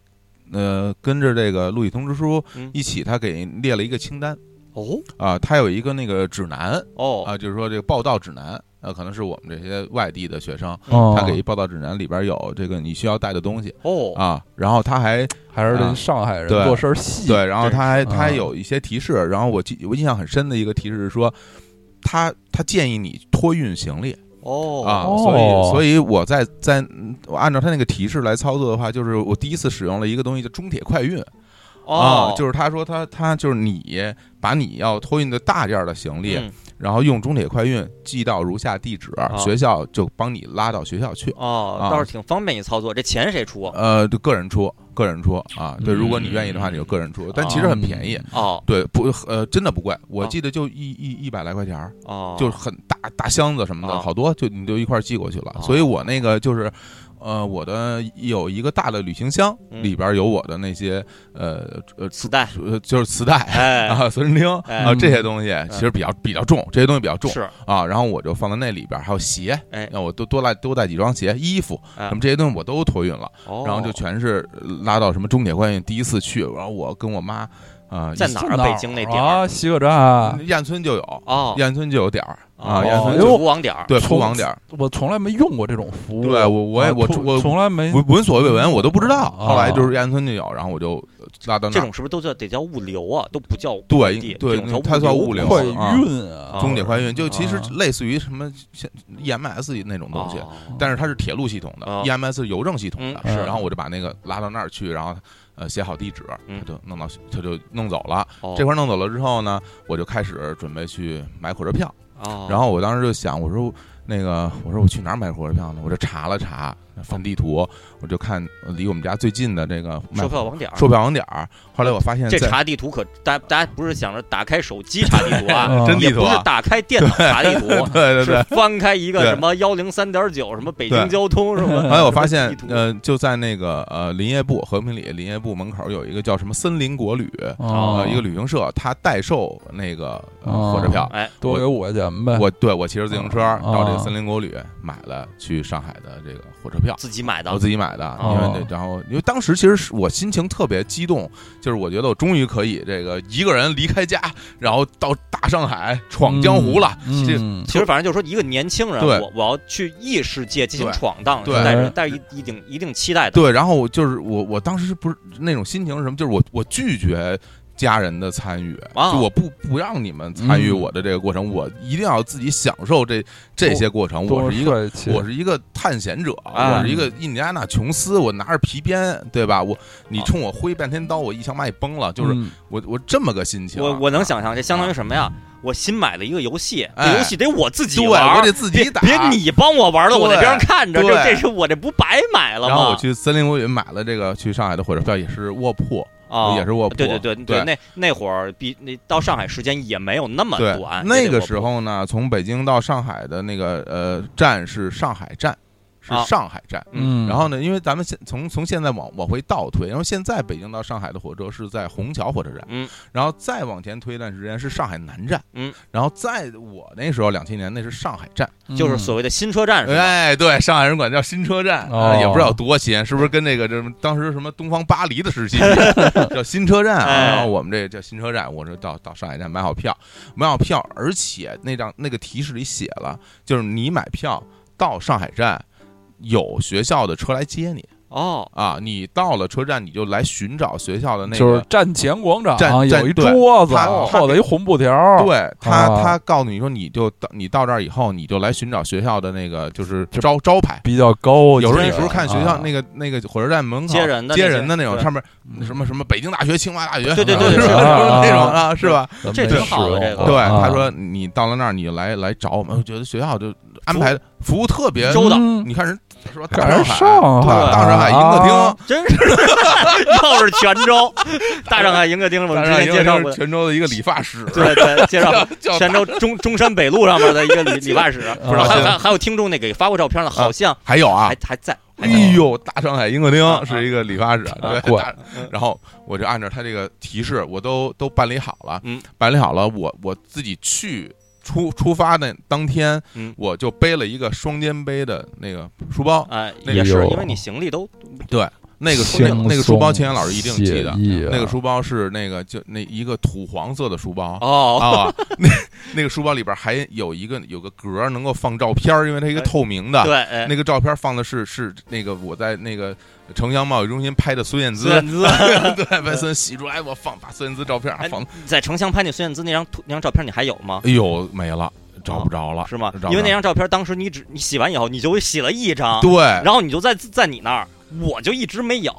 呃，跟着这个录取通知书嗯一起，他给列了一个清单哦啊，他有一个那个指南哦啊，就是说这个报道指南啊，可能是我们这些外地的学生，嗯哦，他给一报道指南里边有这个你需要带的东西哦啊，然后他还还是嗯啊这上海人对做事儿细，对，然后真他还他还啊有一些提示，然后我记我印象很深的一个提示是说，他他建议你托运行李哦啊，哦所以所以我在在嗯我按照他那个提示来操作的话，就是我第一次使用了一个东西叫中铁快运啊哦，，就是他说他他就是你把你要托运的大件儿的行李，嗯然后用中铁快运寄到如下地址，啊学校就帮你拉到学校去。哦，啊倒是挺方便你操作。这钱谁出？啊呃，就个人出，个人出啊，对，嗯如果你愿意的话，你就个人出，但其实很便宜，哦对，不，呃，真的不贵，我啊记得就一一一百来块钱儿，哦，就是很大大箱子什么啊的，好多就你就一块儿寄过去啊了，所以我那个就是。呃，我的有一个大的旅行箱，嗯里边有我的那些呃呃磁带，呃，就是磁带哎，啊、随身听哎啊这些东西，其实比较比较重，这些东西比较重是啊。然后我就放在那里边，还有鞋，啊哎，那我都多带多带几双鞋、衣服，哎什么这些东西我都托运了，哦然后就全是拉到什么中铁快运。第一次去，然后我跟我妈啊，在哪儿啊？北京那点儿啊，西客站，燕村就有，哦燕村就有点儿啊，哦燕村因为就就我不往点儿，对从铺网点儿，我从来没用过这种服务。对我我也啊我从我从来没闻闻所未闻，我都不知道。啊后来就是燕村就有，然后我就拉到那这儿。种是不是都叫得叫物流啊？都不叫快对递，对这种，它叫算物物流流快啊运啊，中铁快运，就啊其实类似于什么像 EMS 那种东西，哦但是它是铁路系统的哦，EMS 是邮政系统的。嗯是然后我就把那个拉到那儿去，然后呃写好地址，嗯他就弄到他就弄走了。哦这块弄走了之后呢，我就开始准备去买火车票。哦，然后我当时就想，我说那个我说我去哪儿买火车票呢？我就查了查，翻地图，我就看呃离我们家最近的这个卖售票网点儿。售票网点儿。后来我发现这在查地图可，大家大家不是想着打开手机查地图啊，啊真 也地图不是啊，打开电脑查地图，对对对是。翻开一个对什么幺零三点九什么北京对交通什么，还有我发现地图，呃，就在那个呃林业部和平里林业部门口有一个叫什么森林国旅，啊哦呃，，一个旅行社，它代售那个呃哦火车票。哎，多给五块钱呗。我对我骑着自行车哦到这个森林国旅买了去上海的这个火车票，自己买的我，自己买的，因哦为那然后因为当时其实是我心情特别激动，就是我觉得我终于可以这个一个人离开家，然后到大上海闯江湖了。嗯这嗯其实反正就是说一个年轻人，对我我要去异世界进行对闯荡，是对带着带着一一定一定期待的，对，然后我就是我，我当时不是那种心情是什么，就是我我拒绝家人的参与，啊就我不不让你们参与嗯我的这个过程，我一定要自己享受这这些过程。多我是一个帅气我是一个探险者，啊我是一个印第安纳琼斯，我拿着皮鞭，对吧？我你啊冲我挥半天刀，我一枪把你崩了，就是嗯我我这么个心情。啊我我能想象，这相当于什么呀？我新买了一个游戏，这哎游戏得我自己对，玩我儿，得自己别打。别你帮我玩了，我在边上看着，这对这是我这不白买了吗？然后我去森林公园买了这个去上海的火车票，也是卧铺，啊，也是卧铺。对对对对那那会儿比那到上海时间也没有那么对，短，也那得个我时候呢，从北京到上海的那个呃站是上海站，是啊上海站。嗯，然后呢，因为咱们现从从现在往往回倒推，然后现在北京到上海的火车是在虹桥火车站，嗯，然后再往前推一段时间是上海南站，嗯，然后在我那时候两千年那是上海站，嗯就是所谓的新车站是吧？哎，对，上海人管叫新车站，哦啊也不知道有多新，是不是跟那个这当时什么东方巴黎的 时期叫新车站啊？哎然后我们这叫新车站，我这到到上海站买好票，买好票，而且那张那个提示里写了，就是你买票到上海站。有学校的车来接你哦， 啊！你到了车站，你就来寻找学校的那个。就是站前广站场有站一对桌子，他他后头一红布条儿，对他，啊他告诉你说，你就到你到这儿以后，你就来寻找学校的那个就是招招牌。比较高级有了。时候有时候看学校哦啊那个那个火车站门口接人的那接些人的那种，对上面嗯什么什么北京大学、清华大学，对对对对 是吧？就是对对那种啊，是吧？咱这没挺好的使这用个对，啊他说你到了那儿，你就来来找我们，我觉得学校就安排的服务特别周到嗯你看人是吧？赶大上上海，上海对大上海迎客啊厅，真是又是泉 州，大上海迎客厅，我大们之上海前迎介绍客厅过是，泉州的一个理发师，对对，介绍过。 叫泉州中中山北路上面的一个理理发室，不知道还有现在还有还有听众那给发过照片了，好像还有啊还，还在。还哎在呦，大上海迎客啊厅是一个理发室，对，过大然后我就按照他这个提示，我都都办理好了，嗯，办理好了，我我自己去出出发的当天，嗯我就背了一个双肩背的那个书包，哎，那也个是有因为你行李都那个书轻松那个书包，秦岩老师一定记得写，意啊那个书包是那个就那一个土黄色的书包。哦啊，那那个书包里边还有一个有个格儿能够放照片儿，因为它一个哎透明的，对，哎啊那个照片放的是是那个我在那个城乡贸易中心拍的孙燕姿孙，燕姿对，把孙洗出来，我放把孙燕姿照片哎放，在城墙拍那孙燕姿那张图那张照片你还有吗？哎呦没了，找不着了，啊是吗找不？着因为那张照片当时你只你洗完以后你就洗了一张，对，然后你就在在你那儿我就一直没 有，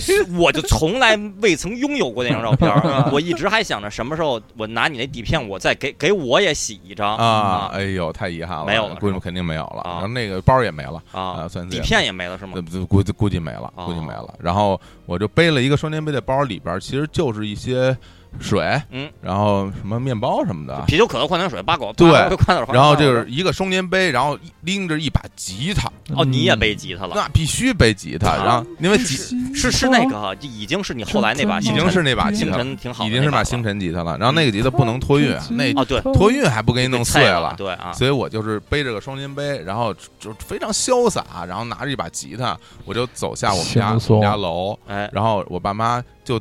是我就从来未曾拥有过那张照 片儿。我一直还想着什么时候我拿你那底片，我再给给我也洗一张啊，哎呦，太遗憾了，没有了估是计吧肯定没有了。啊然后那个包也没了啊！算底片也没了是吗？呃估计估计没了，哦估计没了。然后我就背了一个双肩背的包，里边其实就是一些水，嗯，然后什么面包什么的，啤酒、可乐、矿泉水、八狗，对八狗 矿泉水。然后就是一个双肩背，然后拎着一把吉他，哦，你也背吉他了，那必须背吉他。啊然后嗯因为吉是是那个啊，就已经是你后来那把已啊星经辰嗯是那把吉星他了，辰挺好的已那经把了，是把星辰吉他了。然后那个吉他不能托运，嗯那哦对托运还不给你弄碎菜了。对啊，所以我就是背着个双肩背，然后就非常潇洒，然后拿着一把吉他，我就走下我们家轻我松们家楼，哎，然后我爸妈就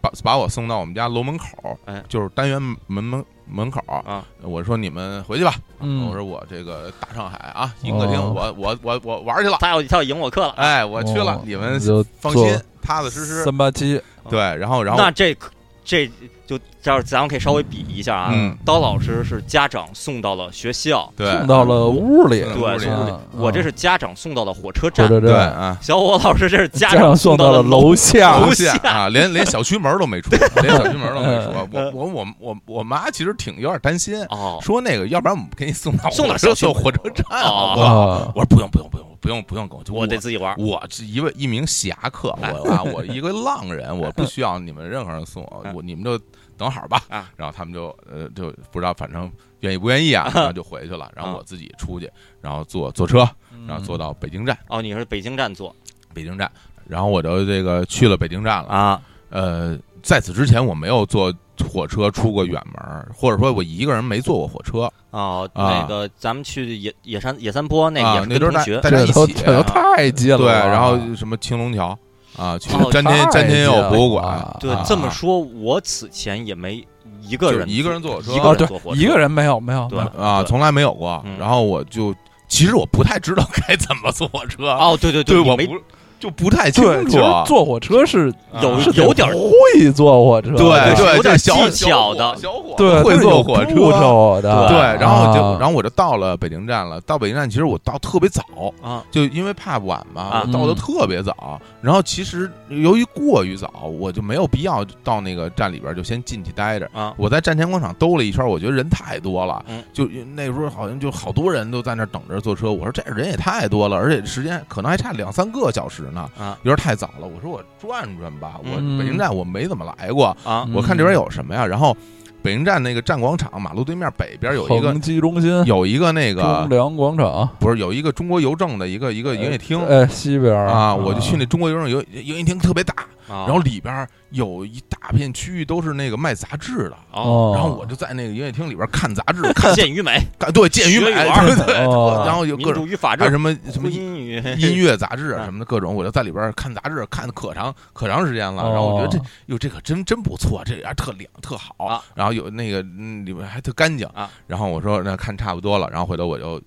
把把我送到我们家楼门口，哎就是单元门门门口啊。我说你们回去吧，嗯我说我这个大上海啊，迎客厅，哦我我我我玩去了，他要他要赢我课了，哎，我去了，哦你们就放做心，踏踏实实。三八七，对，然后然后那这可这就这样，咱们可以稍微比一下啊。嗯刀老师是家长送到了学校，对嗯送到了屋里，对对，屋里嗯是屋里啊我这是家长送到了火车或站，者对这啊，小伙老师这是家家长送送到到了了楼楼下，下啊，连连小区门都没出，连小区门都没 出。啊我嗯我我我我妈其实挺有点担心，哦说那个，要不然我们给你送到送到火车小区门哦火车站好不好？啊，我说不用不用不用不用不用跟我，我得自己玩儿。我是一位一名侠客，我啊，我一个浪人，我不需要你们任何人送我，嗯我你们就等好吧啊。然后他们就呃就不知道，反正愿意不愿意啊，嗯然后就回去了。然后我自己出去，然后坐坐车，然后坐到北京站，哦，你是北京站坐北京站，嗯然后我就这个去了北京站了。啊？呃，在此之前我没有坐火车出过远门儿，或者说我一个人没坐过火车哦，啊那个咱们去野野山野三坡那个也啊是，那跟都是同大学大家一这都起这都啊太近了吧，对，然后什么青龙桥啊，去哦詹天太詹近天佑了博物馆啊，对啊，这么说，我此前也没一个就是人一个人坐火车一哦个人啊对坐火车，一个人没有没有，对没有啊，对从来没有过嗯。然后我就其实我不太知道该怎么坐火车，哦，对对对你我没不就不太清对，楚啊其实。坐火车是有是有点儿会坐火车的，对有对，点这小技巧的小伙对，会是坐有火车。步骤的，对，然后就啊然后我就到了北京站了。到北京站其实我到特别早，啊，就因为怕晚嘛，啊我到的嗯特别早。然后其实由于过于早，我就没有必要到那个站里边就先进去待着。啊我在站前广场兜了一圈，我觉得人太多了，嗯就那时候好像就好多人都在那儿等着坐车。我说这人也太多了，而且时间可能还差两三个小时呢，啊有点太早了。我说我转转吧，我嗯北京站我没怎么来过，啊嗯我看这边有什么呀？然后北京站那个站广场马路对面北边有一个恒基中心、有一个那中个粮广场、不是有一个中国邮政的一个一个营业厅。哎，西边儿啊，我就去那中国邮政邮营业厅特别大，啊，然后里边有一大片区域都是那个卖杂志的，哦，哦，然后我就在那个营业厅里边看杂 志，看见于美，看对鉴于美，学语文对对 对，哦然后有各民种主与法看治，什么什么婚姻与音乐杂志嗯什么的各种，我就在里边看杂志，看可长可长时间了。哦然后我觉得这哟这可真真不错，这还特亮特好啊。然后有那个嗯里面还特干净啊。然后我说那看差不多了，然后回头我就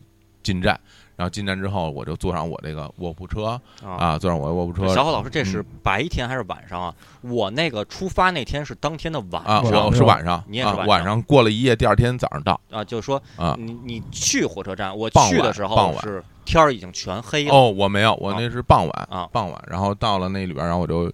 进站，然后进站之后我就坐上我这个卧铺车 啊。啊，坐嗯上我的卧铺车小伙老师，这是白天还是晚上啊？我那个出发那天是当天的晚啊，上我是晚上你也是啊晚上晚上过了一夜，第二天早上到啊，就是说啊。你你去火车站，我傍去的晚时傍候晚是天儿已经全黑了，哦，我没有，我那是傍晚哎啊傍晚，然后到了那里边，然后我就。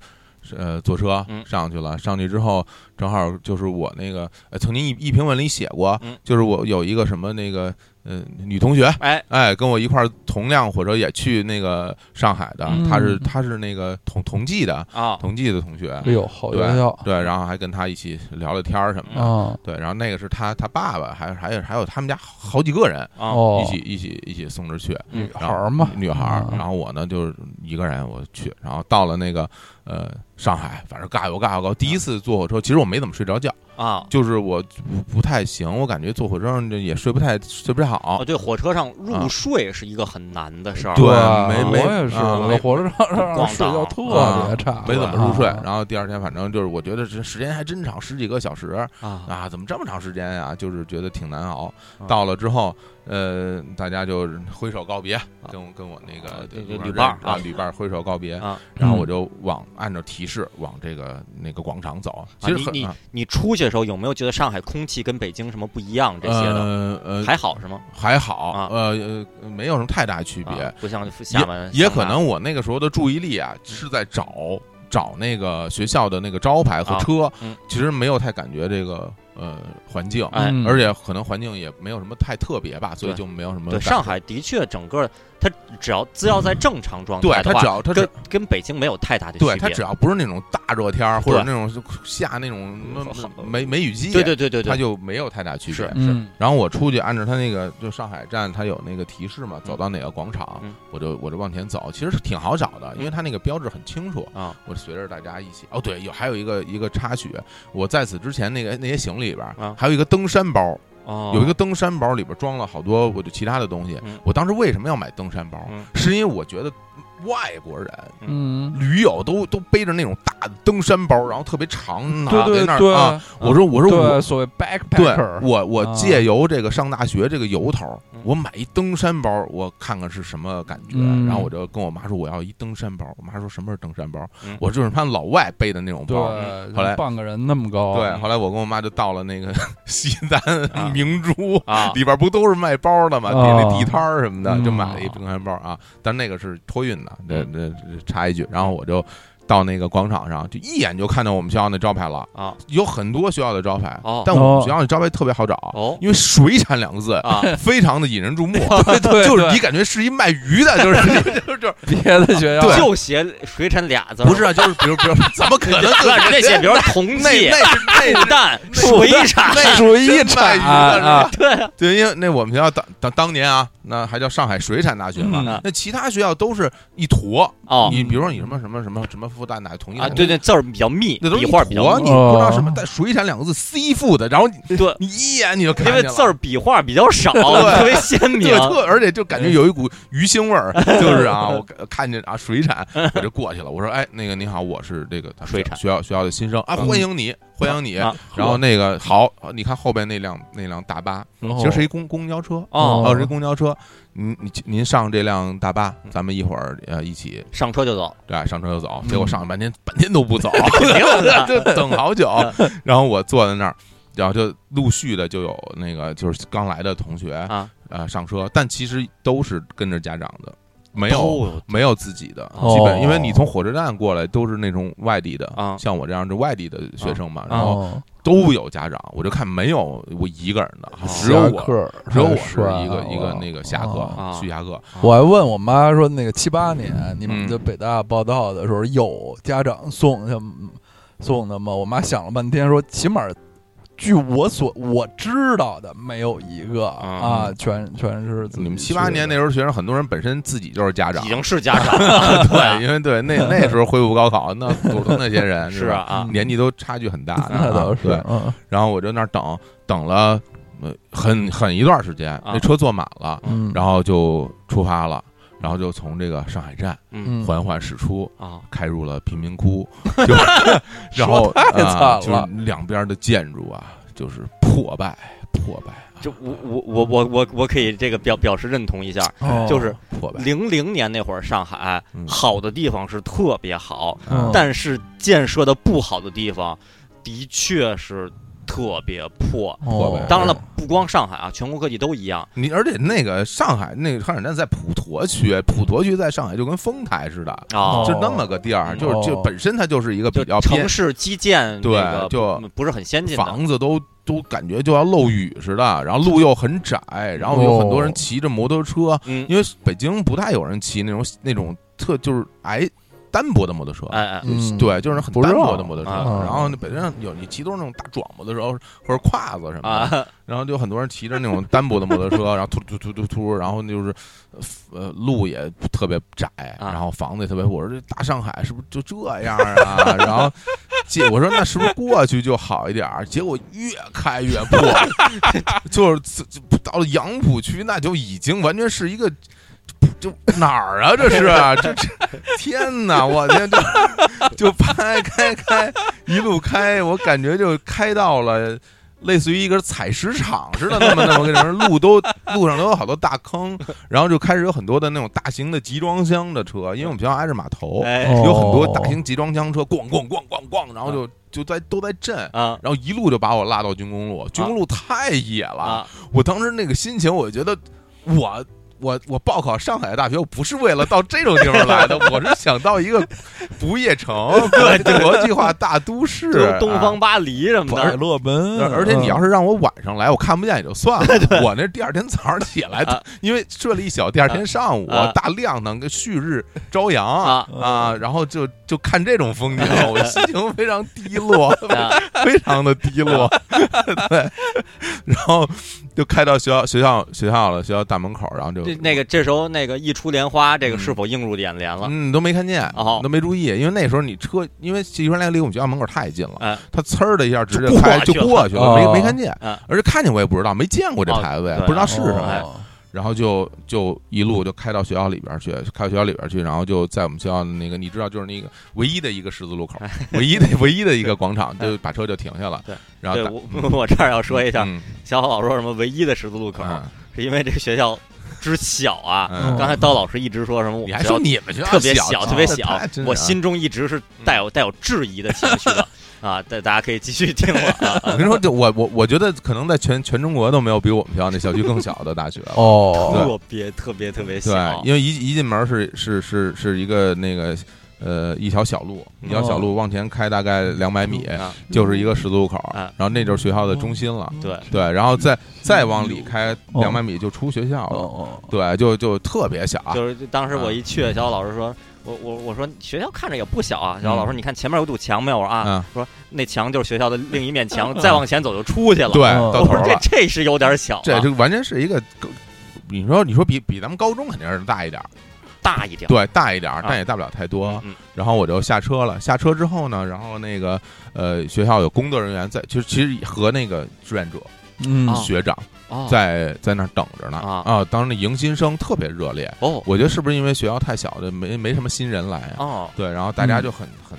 呃，坐车嗯上去了，上去之后正好就是我那个，呃，曾经一一评论里写过嗯，就是我有一个什么那个，呃，女同学，哎，哎，跟我一块儿同辆火车也去那个上海的，嗯她是她是那个同同济的啊同济的同学，哎呦，好对学校对，然后还跟她一起聊聊天儿什么的，啊，对，然后那个是她她爸爸，还还有还有他们家好几个人啊哦，嗯一起一起一起送着去，嗯女孩儿嘛，女孩儿，嗯然后我呢就是一个人我去，然后到了那个呃上海，反正尬游尬游高，第一次坐火车，其实我没怎么睡着觉，啊！就是我不不太行，我感觉坐火车上这也睡不太睡不太好哦，，对，火车上入啊睡是一个很难的事儿。对啊没没我也是，啊我没在火车上让逛人睡觉荡特别差，没怎么入睡啊。然后第二天反正就是我觉得这时间还真长，十几个小时啊啊，怎么这么长时间呀、就是觉得挺难熬啊。到了之后，呃，大家就挥手告别，跟我跟我那啊个对路上对旅伴儿认识啊啊旅伴儿挥手告别。啊！然后我就往按照提示往这个那个广场走。其啊实你很你啊你出去去的时候有没有觉得上海空气跟北京什么不一样这些的？呃呃还好是吗？还好啊，呃呃没有什么太大区别，啊、不像厦门也上海可能我那个时候的注意力啊是在找找那个学校的那个招牌和车，嗯其实没有太感觉这个呃环境。哎嗯而且可能环境也没有什么太特别吧，所以对就没有什么感对觉嗯上海的确整个它只要只要在正常状对态的它话，只要它只跟跟北京没有太大的区别。对它只要不是那种大热天儿或者那对种下那种什么好梅梅雨季，对对对对它对，就没有太大区别是。嗯然后我出去按照它那个就上海站，它有那个提示嘛，走到哪个广场，嗯我就我就往前走，其实是挺好找的，因为它那个标志很清楚啊。我随着大家一起，哦对，有还有一个一个插曲，我在此之前那个那些行李里边儿、啊还有一个登山包，哦，有一个登山包里边装了好多我的其他的东西。嗯我当时为什么要买登山包？嗯是因为我觉得外国人嗯，驴友都都背着那种大的登山包，然后特别长，拿对对在那对嗯儿啊。我说我说我对，所谓对 backpacker，我我啊借由这个上大学这个由头嗯，我买一登山包，我看看是什么感觉。嗯然后我就跟我妈说我要一登山包，我妈说什么是登山包嗯？我就是他们老外背的那种对包。，后来半个人那么高，嗯对，后来我跟我妈就到了那个 西啊单明珠， 啊，里边不都是卖包的嘛，哦底那地摊儿什么的，嗯就买了一登山包啊。但那个是托运的，这这这插一句。然后我就到那个广场上，就一眼就看到我们学校那招牌了啊，有很多学校的招牌哦，但我们哦学校的招牌特别好找，哦因为“水产”两个字 啊，非常的引人 注目，对对，就是对你感觉是一卖鱼的， 就是就是就是别的学校对就写水产俩字儿，不是啊，就是比如比如 怎么可能就那人家写比如说同那济、那是那复是旦、那水产，那水真卖产鱼的是吧啊，对， 对，因为那我们学校当当当年啊，那还叫上海水产大学嘛，嗯那其他学校都是一坨。啊哦你比如说你什么什么什么什么复旦哪同济啊，哪，对对，字儿比较密，那都是笔一画比较坨，密你不知道哦什么带“水产”两个字 “C 复的，然后你对，你一眼你就看因为见了字儿笔画比较少， 对特别鲜明啊对，。特而且就感觉有一股鱼腥 味儿，就是啊，我看看见啊水产，我就过去了。我说，哎，那个你好，我是这个咱们水产嗯学校学校的新生啊，欢迎你，欢迎你。啊然后那个好，你看后边那辆那辆大巴，其实是一公公交车。哦，哦，是一公交车，您您您上这辆大巴，嗯咱们一会儿呃一起上车就 走，对上车就走。嗯结果上了半天半天都不 走， 肯定的就等好久。嗯然后我坐在那儿，然后就陆续的就有那个就是刚来的同学啊，呃上车，但其实都是跟着家长的，没有哦没有自己的，哦基本因为你从火车站过来都是那种外地的，啊像我这样是外地的学生嘛，啊然后哦，都有家长，我就看没有我一个人的，哦只有侠我。客，只有我太是帅一个了一个那个侠客啊，徐侠客，我还问我妈说，那个七八年你们嗯在北大报道的时候，有家长送他们送的吗？我妈想了半天说，起码据我所我知道的，没有一个啊啊，全全嗯是自己你们七八年那时候学生，很多人本身自己就是家长已，经是 家长了，对，因为对那那时候恢复高考，那普通那些人 是吧啊，啊，年纪都差距很大去的的，啊， 那倒是对，，嗯然后我就那儿等等了，呃，很很一段时间，啊那车坐满了，嗯，然后就出发了，然后就从这个上海站嗯嗯缓缓驶出，啊，开入了贫民窟，就然后说太惨啊就是了两边的建筑啊，就是破败破败啊，就我我我我我我可以这个表表示认同一下，哦就是破败，零零年那会儿上海嗯好的地方是特别好，啊嗯但是建设的不好的地方的确是特别破。破败哦当然了，不光上海啊，全国各地都一样。你而且那个上海那个上海站在普陀区，普陀区在上海就跟丰台似的，啊哦，就那么个地儿，嗯就是就哦本身它就是一个比就较偏城市基建对那个就不不是很先进的房子都都感觉就要漏雨似的，然后路又很窄，然后有很多人哦骑着摩托车，嗯，因为北京不太有人骑那种那种特就是矮单薄的摩托车。哎哎，嗯对，就是很不单热薄的摩托车，啊然后那北京上有你骑都是那种大壮摩托车或者胯子什么的，啊，然后就很多人骑着那种单薄的摩托车，然后突突突突突，然后就是呃路也特别窄，啊然后房子也特别破。我说这大上海是不是就这样啊？然后结我说那是不是过去就好一点儿？结果越开越破， 就是自就到了杨浦区，那就已经完全是一个。就哪儿啊？这是啊这这天哪！我天，这就拍开开一路开，我感觉就开到了类似于一个采石场似的，那么那么跟人路都路上都有好多大坑，然后就开始有很多的那种大型的集装箱的车，因为我们学校挨着码头，哎哦有很多大型集装箱车咣咣咣咣咣，然后就就在都在震，啊然后一路就把我拉到军工路，军工路太野了，啊，我当时那个心情，我觉得我。我我报考上海大学，我不是为了到这种地方来的，我是想到一个不夜 城、国国际化大都市东，东啊方嗯巴黎什么百的，乐门而。而且你要是让我晚上来，我看不见也就算了。我那第二天早上起来啊，因为睡了一宿，第二天上午啊大亮堂跟旭日朝阳啊啊，然后就就看这种风景，我心情非常低落， 啊非常的低落。 对，然后就开到学校学校学校了，学校大门口，然后就这那个这时候那个一出莲花，这个嗯是否映入眼帘了？嗯，都没看见哦，都没注意，因为那时候你车，因为西川来离我们学校门口太近哎了，他呲儿的一下直就接开过去就了过去了，哦没没看见啊，而且看见我也不知道，没见过这哦牌子，对不知道啊是什么，哦然后就就一路就开到学校里边去， 开到学校里边去，然后就在我们学校的那个，你知道，就是那个唯一的一个十字路 口，唯一的唯一的一个广场，就把车就停下了对，然后对打我 我这儿要说一下，嗯小好老说什么唯一的十字路口，嗯是因为这个学校之小啊。嗯嗯 刚才刀老师一直说什么，我你们还学校说你们学校特别小，特别这小太真，是嗯我啊心中一直是带有带有质疑的情绪 的啊，大大家可以继续听了啊我跟你说，就我我我觉得可能在全全中国都没有比我们学校那小区更小的大学了。啊，哦， 特别特别特别小，对，因为一一进门是是是是一个那个呃一条小路，一条小哦路往前开大概两百米，啊就是一个十字路口，啊然后那就是学校的中心了。对对，然后再再往里开两百米就出学校了。哦对，就就特别小。啊就是当时我嗯一去，小老师说，我我我说学校看着也不小啊，小嗯老师你看前面有堵墙没有我说啊？啊，说那墙就是学校的另一面墙，再往前走就出去了。嗯对，哦到我头说这了。这是有点小啊，这就完全是一个，你说你说比比咱们高中肯定是大一点儿，大一点。对，大一点儿，啊但也大不了太多。嗯，然后我就下车了。下车之后呢，然后那个呃，学校有工作人员在，其实其实和那个志愿者、嗯啊学长哦在在那儿等着呢啊当时那迎新生特别热烈，哦我觉得是不是因为学校太小了，没没什么新人来啊？哦，对，然后大嗯家就很很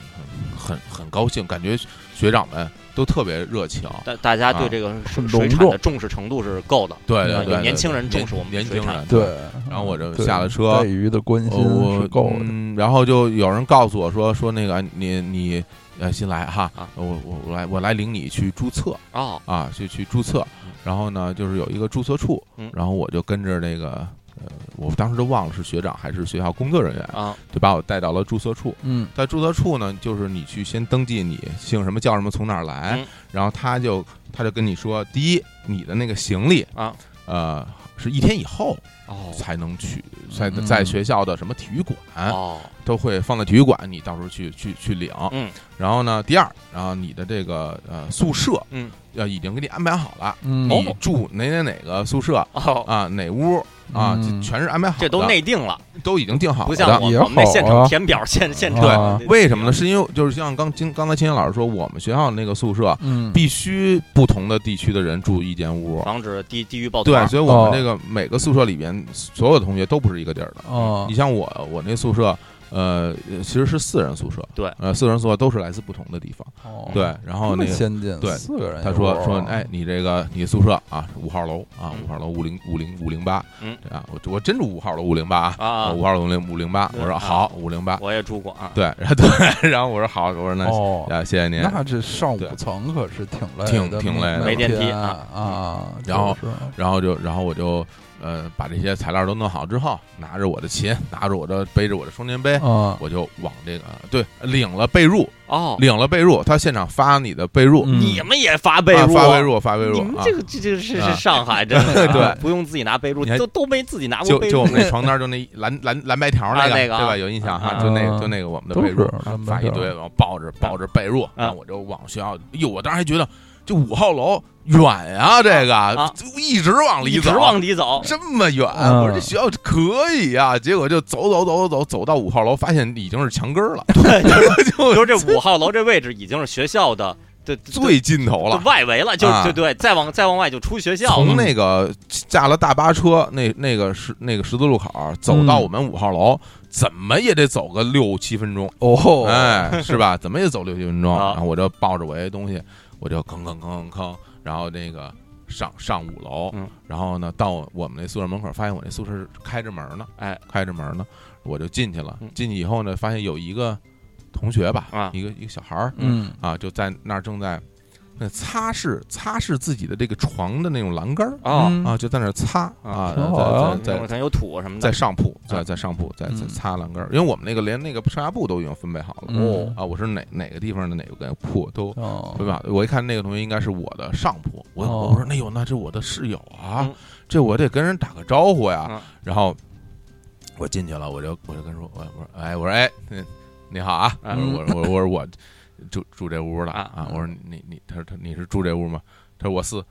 很很很高兴，感觉学长们都特别热情。大大家对啊这个水很水隆产的重重视程度是够的。对对嗯对对，年轻人对重视我们啊年水轻产人。对，然后我就对下了车对鱼的关心哦是够的，嗯，然后就有人告诉我说说那个哎你你呃新来哈啊，我我我来我来领你去注册哦啊，去去注册嗯，然后呢就是有一个注册处嗯，然后我就跟着那个。呃，我当时都忘了是学长还是学校工作人员，啊就把我带到了注册处。嗯在注册处呢，就是你去先登记你姓什么叫什么，从哪儿来，嗯然后他就他就跟你说，第一，你的那个行李啊，呃，是一天以后哦才能取，在嗯在学校的什么体育馆，哦都会放在体育馆，你到时候去去去领。嗯，然后呢，第二，然后你的这个呃宿舍，嗯，呃已经给你安排好了，嗯，你住哪哪哪个宿舍哦，啊，哪屋啊，嗯全是安排好的，这都内定了，都已经定好不了像的。我也我们那好现场啊填表现现场啊。对为什么呢？？是因为就是像刚今刚才秦岩老师说，我们学校那个宿舍嗯必须不同的地区的人住一间屋，防止地地域抱对，团。所以我们这个每个宿舍里边所有的同学都不是一个地儿的。哦你像我，我那宿舍，呃，其实是四人宿舍，对呃，四人宿舍都是来自不同的地方，哦对。然后这那么个先进，对四啊个人啊一他屋，说说，哎，你这个你宿舍啊，五号楼啊，嗯五号楼五零五零五零八，嗯啊，我我真住五号楼五零八啊，啊，五号楼五零五零八，对我说啊好五零八，我也住过啊。对，然后对， 然后我说好，我说那哦，啊，谢谢您。那这上对五层可是挺累的，挺挺累的嗯每没电梯天啊啊，然后就是然后就，然后我就，呃，把这些材料都弄好之后，拿着我的琴，拿着我的，背着我的双肩背，啊，哎我就往这个对领了被褥，哦，领了被褥，他现场发你的被褥，嗯你们也发被啊褥？发被褥，发被你褥们啊这，个这这是啊是上海真 的啊，对不用自己拿被你褥，还都都没自己拿过就被就我们褥。那床单就那蓝蓝蓝白条啊那个，那对个啊吧？有印象哈，啊就那个啊就那个我们的都被是褥，蓝白发一条堆，我抱着抱着被啊褥，然后我就往学校，哟，我当时还觉得这五号楼远呀，这个啊就一直 往一里直走，往里走， 这么远，嗯我说这学校可以啊。结果就走走走走走到五号楼，发现已经是墙根儿了， 就就是这五号楼这位置已经是学校的对最尽头了。外围了，就啊对对，再往再往外就出学校从了。那个下了大巴车，那那个十那个十字路口走到我们五号楼，怎么也得走个六七分钟，哦，哎，是吧？怎么也走六七分钟。啊然后我就抱着我一东西，我就吭吭吭吭吭，然后那个上上五楼，嗯然后呢到我们那宿舍门口，发现我那宿舍是开着门呢，哎，开着门呢，我就进去了嗯。进去以后呢，发现有一个同学吧，啊一个一个小孩儿嗯啊，就在那儿正在那擦拭擦拭自己的这个床的那种栏杆儿哦，啊，就在那儿擦啊，啊挺好啊在在在可能有土什么的在，上铺，啊在在上铺，在在嗯擦栏杆儿，因为我们那个连那个上下铺都已经分配好了。哦啊，我是哪哪个地方的哪个铺都哦对吧？我一看那个同学应该是我的上铺，我哦我说哎呦，那是我的室友啊嗯，这我得跟人打个招呼呀嗯。然后我进去了，我就我就跟人说，我我说哎，我说哎，嗯你好啊，我嗯说我说我说我住住这屋了啊啊，我说你你他说他你是住这屋吗？他说我是，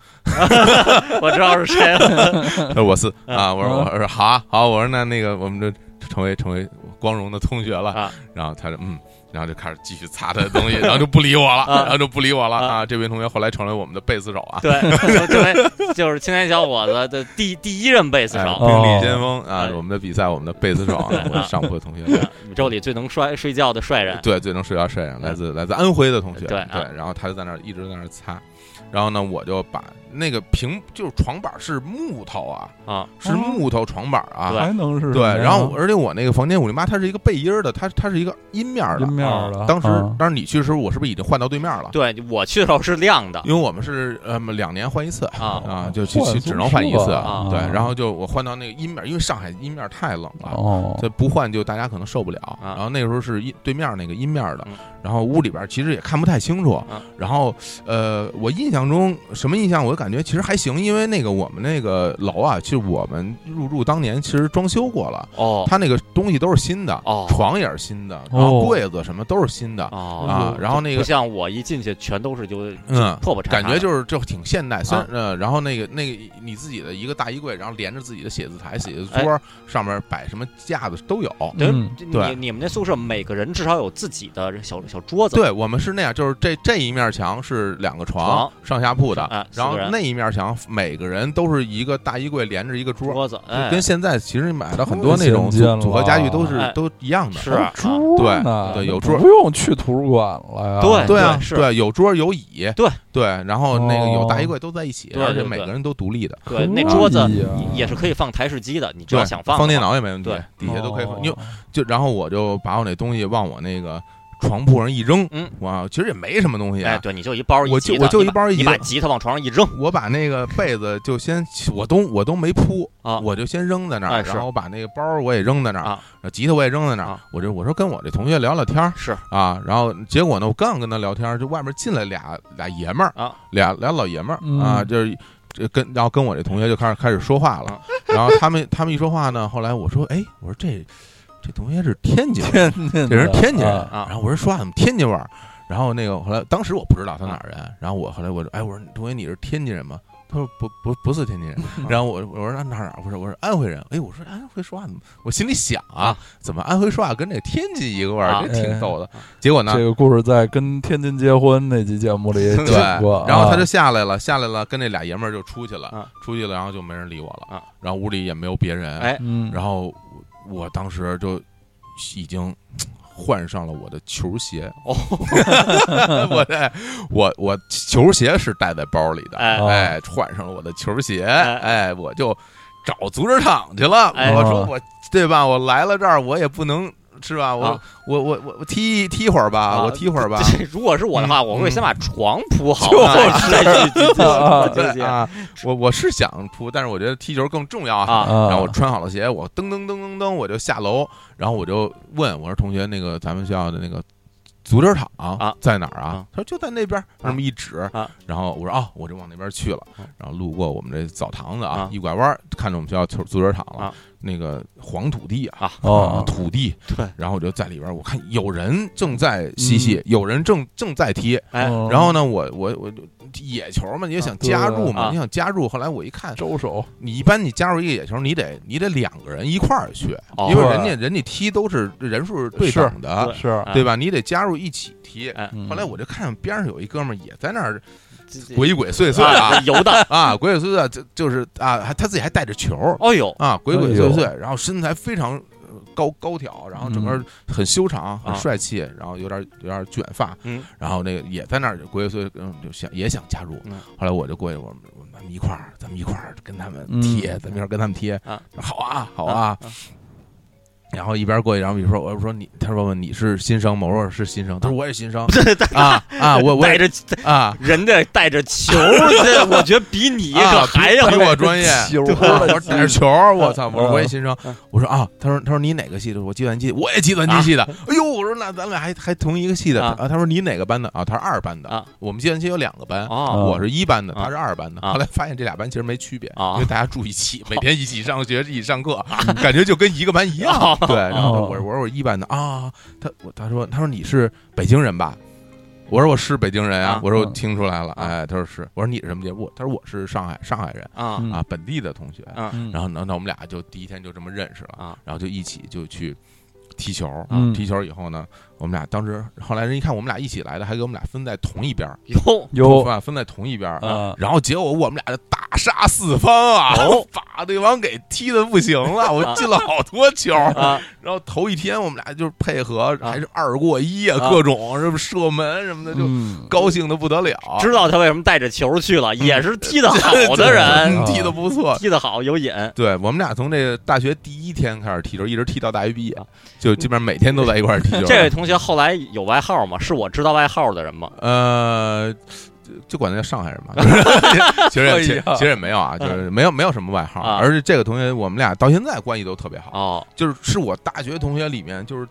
我知道是谁 了。 他说我是嗯啊，我说我说好啊好，我说那那个我们就成为成为光荣的同学了啊。然后他就嗯。然后就开始继续擦他的东西，然后就不理我了，啊然后就不理我了啊啊！这位同学后来成了我们的贝斯手啊，对，就成为就是青年小伙子的第第一任贝斯哎手，兵哦力先锋啊哎！我们的比赛，我们的贝斯手 啊，我们上铺的同学，宇宙里最能摔睡觉的帅人。 对，最能睡觉睡人，啊哎来自来自安徽的同学，对啊然后他就在那儿一直在那儿擦，然后呢，我就把那个平就是床板是木头啊，啊，是木头床板啊，还能是嗯对，然后我而且我那个房间我那妈它是一个背阴儿的，它它是一个阴面儿的阴，面啊的，当时啊当时你去的时候，我是不是已经换到对面了？对我去的时候是亮的因为我们是呃两年换一次啊啊，就去换去宿只能换一舍次啊对，然后就我换到那个阴面儿，因为上海阴面儿太冷了，哦，这不换就大家可能受不了。然后那个时候是阴对面那个阴面的啊嗯，然后屋里边其实也看不太清楚啊。然后呃，我印象中什么印象？我就感觉其实还行，因为那个我们那个楼啊，其实我们入住当年其实装修过了，哦它那个东西都是新的哦，床也是新的，然后哦柜子什么都是新的哦啊。然后那不个像我一进去全都是就嗯。破破叉叉的，感觉就是就挺现代，虽然啊呃，然后那个那个你自己的一个大衣柜，然后连着自己的写字台、写字哎桌，上面摆什么架子都有，等于嗯你对你们那宿舍每个人至少有自己的小小桌子，对，我们是那样，就是这这一面墙是两个床床上下铺的，啊，四然后个人那一面墙每个人都是一个大衣柜连着一个桌，桌子，哎就，跟现在其实买的很太多那种先进组组合了家具都是哎都一样的。是还有桌对哦呢对有桌不用去图书馆了呀，对对啊，是对，有桌有椅，对对，然后那个有大衣哦柜都在一起，对而且对每对个人都独立的，可对，那桌子以啊也也是可以放台式机的，你只对要想放放电的话，脑也没问题对，底下都可以放。哦你就然后我就把我那东西往我那个床铺上一扔，嗯，哇，其实也没什么东西哎，啊，对，你就一包一我吉就他，我就一你把包一你吉把他。吉他往床上一扔我把那个被子就先，我都我都没铺啊我就先扔在那儿，哎是然后把那个包儿我也扔在那儿，啊然后吉他我也扔在那儿。啊我就我说跟我这同学聊聊天儿是啊，然后结果呢，我刚跟他聊天儿，就外面进来俩俩爷们儿啊，俩俩老爷们儿、嗯啊，就是。这跟然后跟我这同学就开始开始说话了 啊，然后他们他们一说话呢，后来我说哎，我说这这同学是天津人，天津的，这人天津人啊啊然后我说说话怎么天津味儿？然后那个后来当时我不知道他哪儿啊人，然后我后来我说哎我说同学你是天津人吗？他说不不不是天津人，啊 然后我我说那哪儿哪儿？我说我是安徽人。哎，我说安徽说话怎么？我心里想啊啊，怎么安徽说话跟这天津一个味啊儿？这挺逗的。结果呢这，个故事在跟天津结婚那期节目里对，讲过，然后他就啊下来了，下来了，跟那俩爷们儿就出去了啊，出去了，然后就没人理我了啊，然后屋里也没有别人，哎嗯，然后我我当时就已经换上了我的球鞋， 哦， 我这我我球鞋是带在包里的，哎哎，换上了我的球鞋，哎哎，我就找足球场去了。哎我说我对吧？我来了这儿，我也不能是吧？我、啊我我我我踢踢会儿吧，啊我踢会儿吧。嗯这如果是我的话，我会先把床铺好，就是 再再去集啊结集对结啊啊，我我是想出，但是我觉得踢球更重要啊。啊啊，然后我穿好了鞋，我噔噔噔噔噔，我就下楼，然后我就问我说：“同学，那个咱们学校的那个足球场啊在哪儿啊啊？”他说：“就在那边儿。”那么一指啊，然后我说：“啊，我就往那边去了啊。”然后路过我们这澡堂子啊一拐弯儿看着我们学校球足球场了啊，那个黄土地啊。啊哦，土地，对，嗯然后我就在里边儿，我看有人正在嬉戏，有人正正在踢，哎嗯然后呢，我我我就野球嘛，你也想啊对加入嘛，啊你想加入，后来我一看，周手，你一般你加入一个野球，你得你得两个人一块儿去，哦因为人家人家踢都是人数是对等的，是，对对吧？你得加入一起踢。哎，嗯啊后来我就看边上有一哥们儿也在那儿这这鬼鬼祟祟啊，啊这 游的，啊，鬼鬼祟祟，就就是啊，还他自己还带着球哦呦，啊，鬼鬼哎呦祟祟，然后身材非常呃高高挑，然后整个嗯很修长、很啊帅气，然后有点有点卷发，嗯，然后那个也在那儿鬼鬼祟祟，嗯，就想也想加入嗯。后来我就过去，我们我们一块儿，咱们一块儿跟他们嗯贴，咱们一块儿跟他们贴啊，好啊，好好啊。，然后一边过去，然后比如说，我说你，他说问你是新生吗？我说是新生。他说我也是新生啊啊，我我带也着 啊，人家带着球， 这我觉得比你可还要比 我专业。球对我说带着球，我操！我说嗯我也新生，我说啊，他说他说你哪个系的？我说计算机，我也计算机系的。哎呦，我说那咱俩还还同一个系的嗯啊啊？他说你哪个班的啊？他是二班的啊。我们计算机有两个班，哦啊我是一班的，啊他是二班的。啊后来发现这俩班其实没区别，啊因为大家住一起，每天一起上学，一起上课，感觉就跟一个班一样啊。对，然后哦我说我说我是一班的啊，他我他说他说你是北京人吧？我说我是北京人啊啊，我说我嗯听出来了，啊哎，他说是，我说你是什么人？我他说我是上海上海人啊嗯啊，本地的同学。啊嗯然后呢，那我们俩就第一天就这么认识了啊，然后就一起就去踢球。嗯踢球以后呢，我们俩当时后来人一看我们俩一起来的，还给我们俩分在同一边儿，哟，嗯我有们俩分在同一边儿。啊然后结果我们俩就大杀四方啊，哦 把对方给踢的不行了，我进了好多球。啊 然后头一天我们俩就是配合，啊还是二过一啊，啊各种什么射门什么的，就嗯高兴的不得了。知道他为什么带着球去了，也是 踢得好的人，啊嗯踢的不错，踢得好有瘾。对我们俩从这个大学第一天开始踢球，一直踢到大学毕业，就基本上每天都在一块儿踢球。 这位同学后来有外号吗？是我知道外号的人吗？呃，就就管他叫上海人嘛， 就是其实也其哎实呀其实也没有啊，就是没有没有什么外号，嗯啊而且这个同学我们俩到现在关系都特别好，哦，就是是我大学同学里面就是。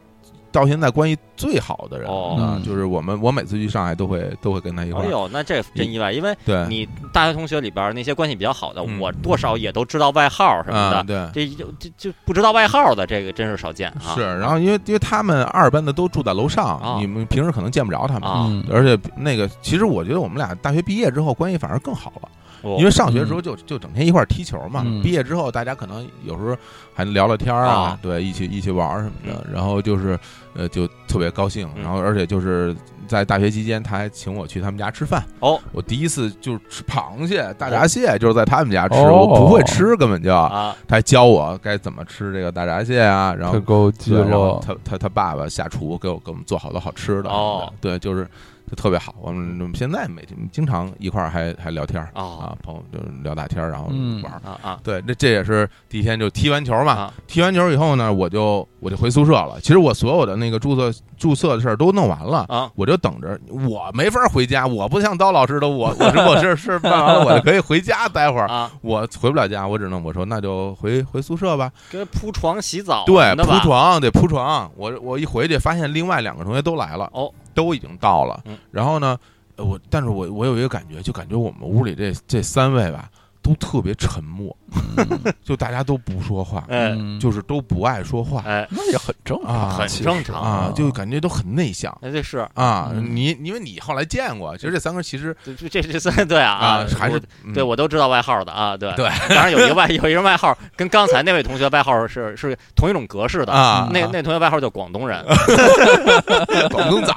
到现在关系最好的人哦啊，嗯就是我们，我每次去上海都会都会跟他一块哎儿。呦，那这真意外，因为对，你大学同学里边那些关系比较好的，哎嗯我多少也都知道外号什么啊，的。对，这就就就不知道外号的，这个真是少见啊！是。然后因为因为他们二班的都住在楼上啊，你们平时可能见不着他们，啊，嗯而且那个，其实我觉得我们俩大学毕业之后关系反而更好了，哦因为上学的时候就就整天一块儿踢球嘛。嗯毕业之后，大家可能有时候还聊聊天儿啊啊，对，一起一起玩儿什么的。然后就是呃，就特别高兴。嗯然后而且就是在大学期间，他还请我去他们家吃饭。哦，我第一次就是吃螃蟹、大闸蟹，就是在他们家吃，哦我不会吃，根本就。啊，他还教我该怎么吃这个大闸蟹啊，然后太高级对，然后了，他他他爸爸下厨给我给我们做好多好吃的，哦对，就是就特别好。我们我们现在每天经常一块儿还还聊天儿哦啊，朋友就聊大天儿，然后嗯玩儿。啊啊对，这这也是第一天就踢完球嘛，啊 踢完球以后呢，我就我就回宿舍了。其实我所有的那个注册注册的事儿都弄完了。啊！我就等着，我没法回家，我不像刀老师的，我我是我是是办完了，我就可以回家待会儿，啊，我回不了家，我只能我说那就回回宿舍吧，跟铺床洗澡对什，么的铺吧床得铺床。我我一回去发现另外两个同学都来了，哦，都已经到了。嗯然后呢，呃我但是我我有一个感觉，就感觉我们屋里这这三位吧，都特别沉默，就大家都不说话，哎 嗯就是都不爱说话哎，那也很正常，啊很其实正常啊，就感觉都很内向。哎，这是啊，嗯你因为你后来见过，其实这三个人其实这这这 三对啊啊还是我嗯对我都知道外号的啊，对对， 当然有一个外有一个外号跟刚才那位同学外号是是同一种格式的。啊，嗯 那那同学外号叫广东人，广东仔，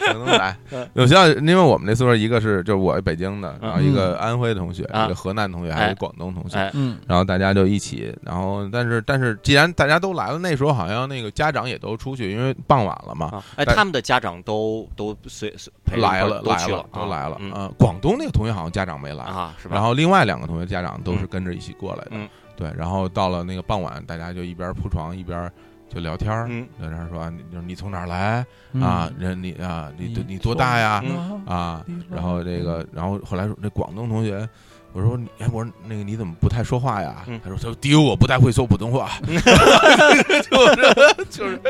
广东仔嗯。我像因为我们那宿舍一个是就是我北京的，然后一个嗯安徽的同学，啊一个河南同学，还有一个广东同学。哎嗯然后大家就一起，然后但是但是既然大家都来了，那时候好像那个家长也都出去，因为傍晚了嘛，啊，哎，但他们的家长都都随随陪着来一块了儿都来去了都来了啊。嗯呃广东那个同学好像家长没来，啊，是吧？然后另外两个同学家长都是嗯跟着一起过来的。嗯对，然后到了那个傍晚，大家就一边铺床一边就聊天儿，嗯聊天儿说啊你就是你从哪儿来嗯啊？，人你啊你你多大呀？嗯啊，然后这个，然后后来说那广东同学，我说你，哎，我说那个你怎么不太说话呀？嗯他说他说丢，我不太会说普通话，就是就是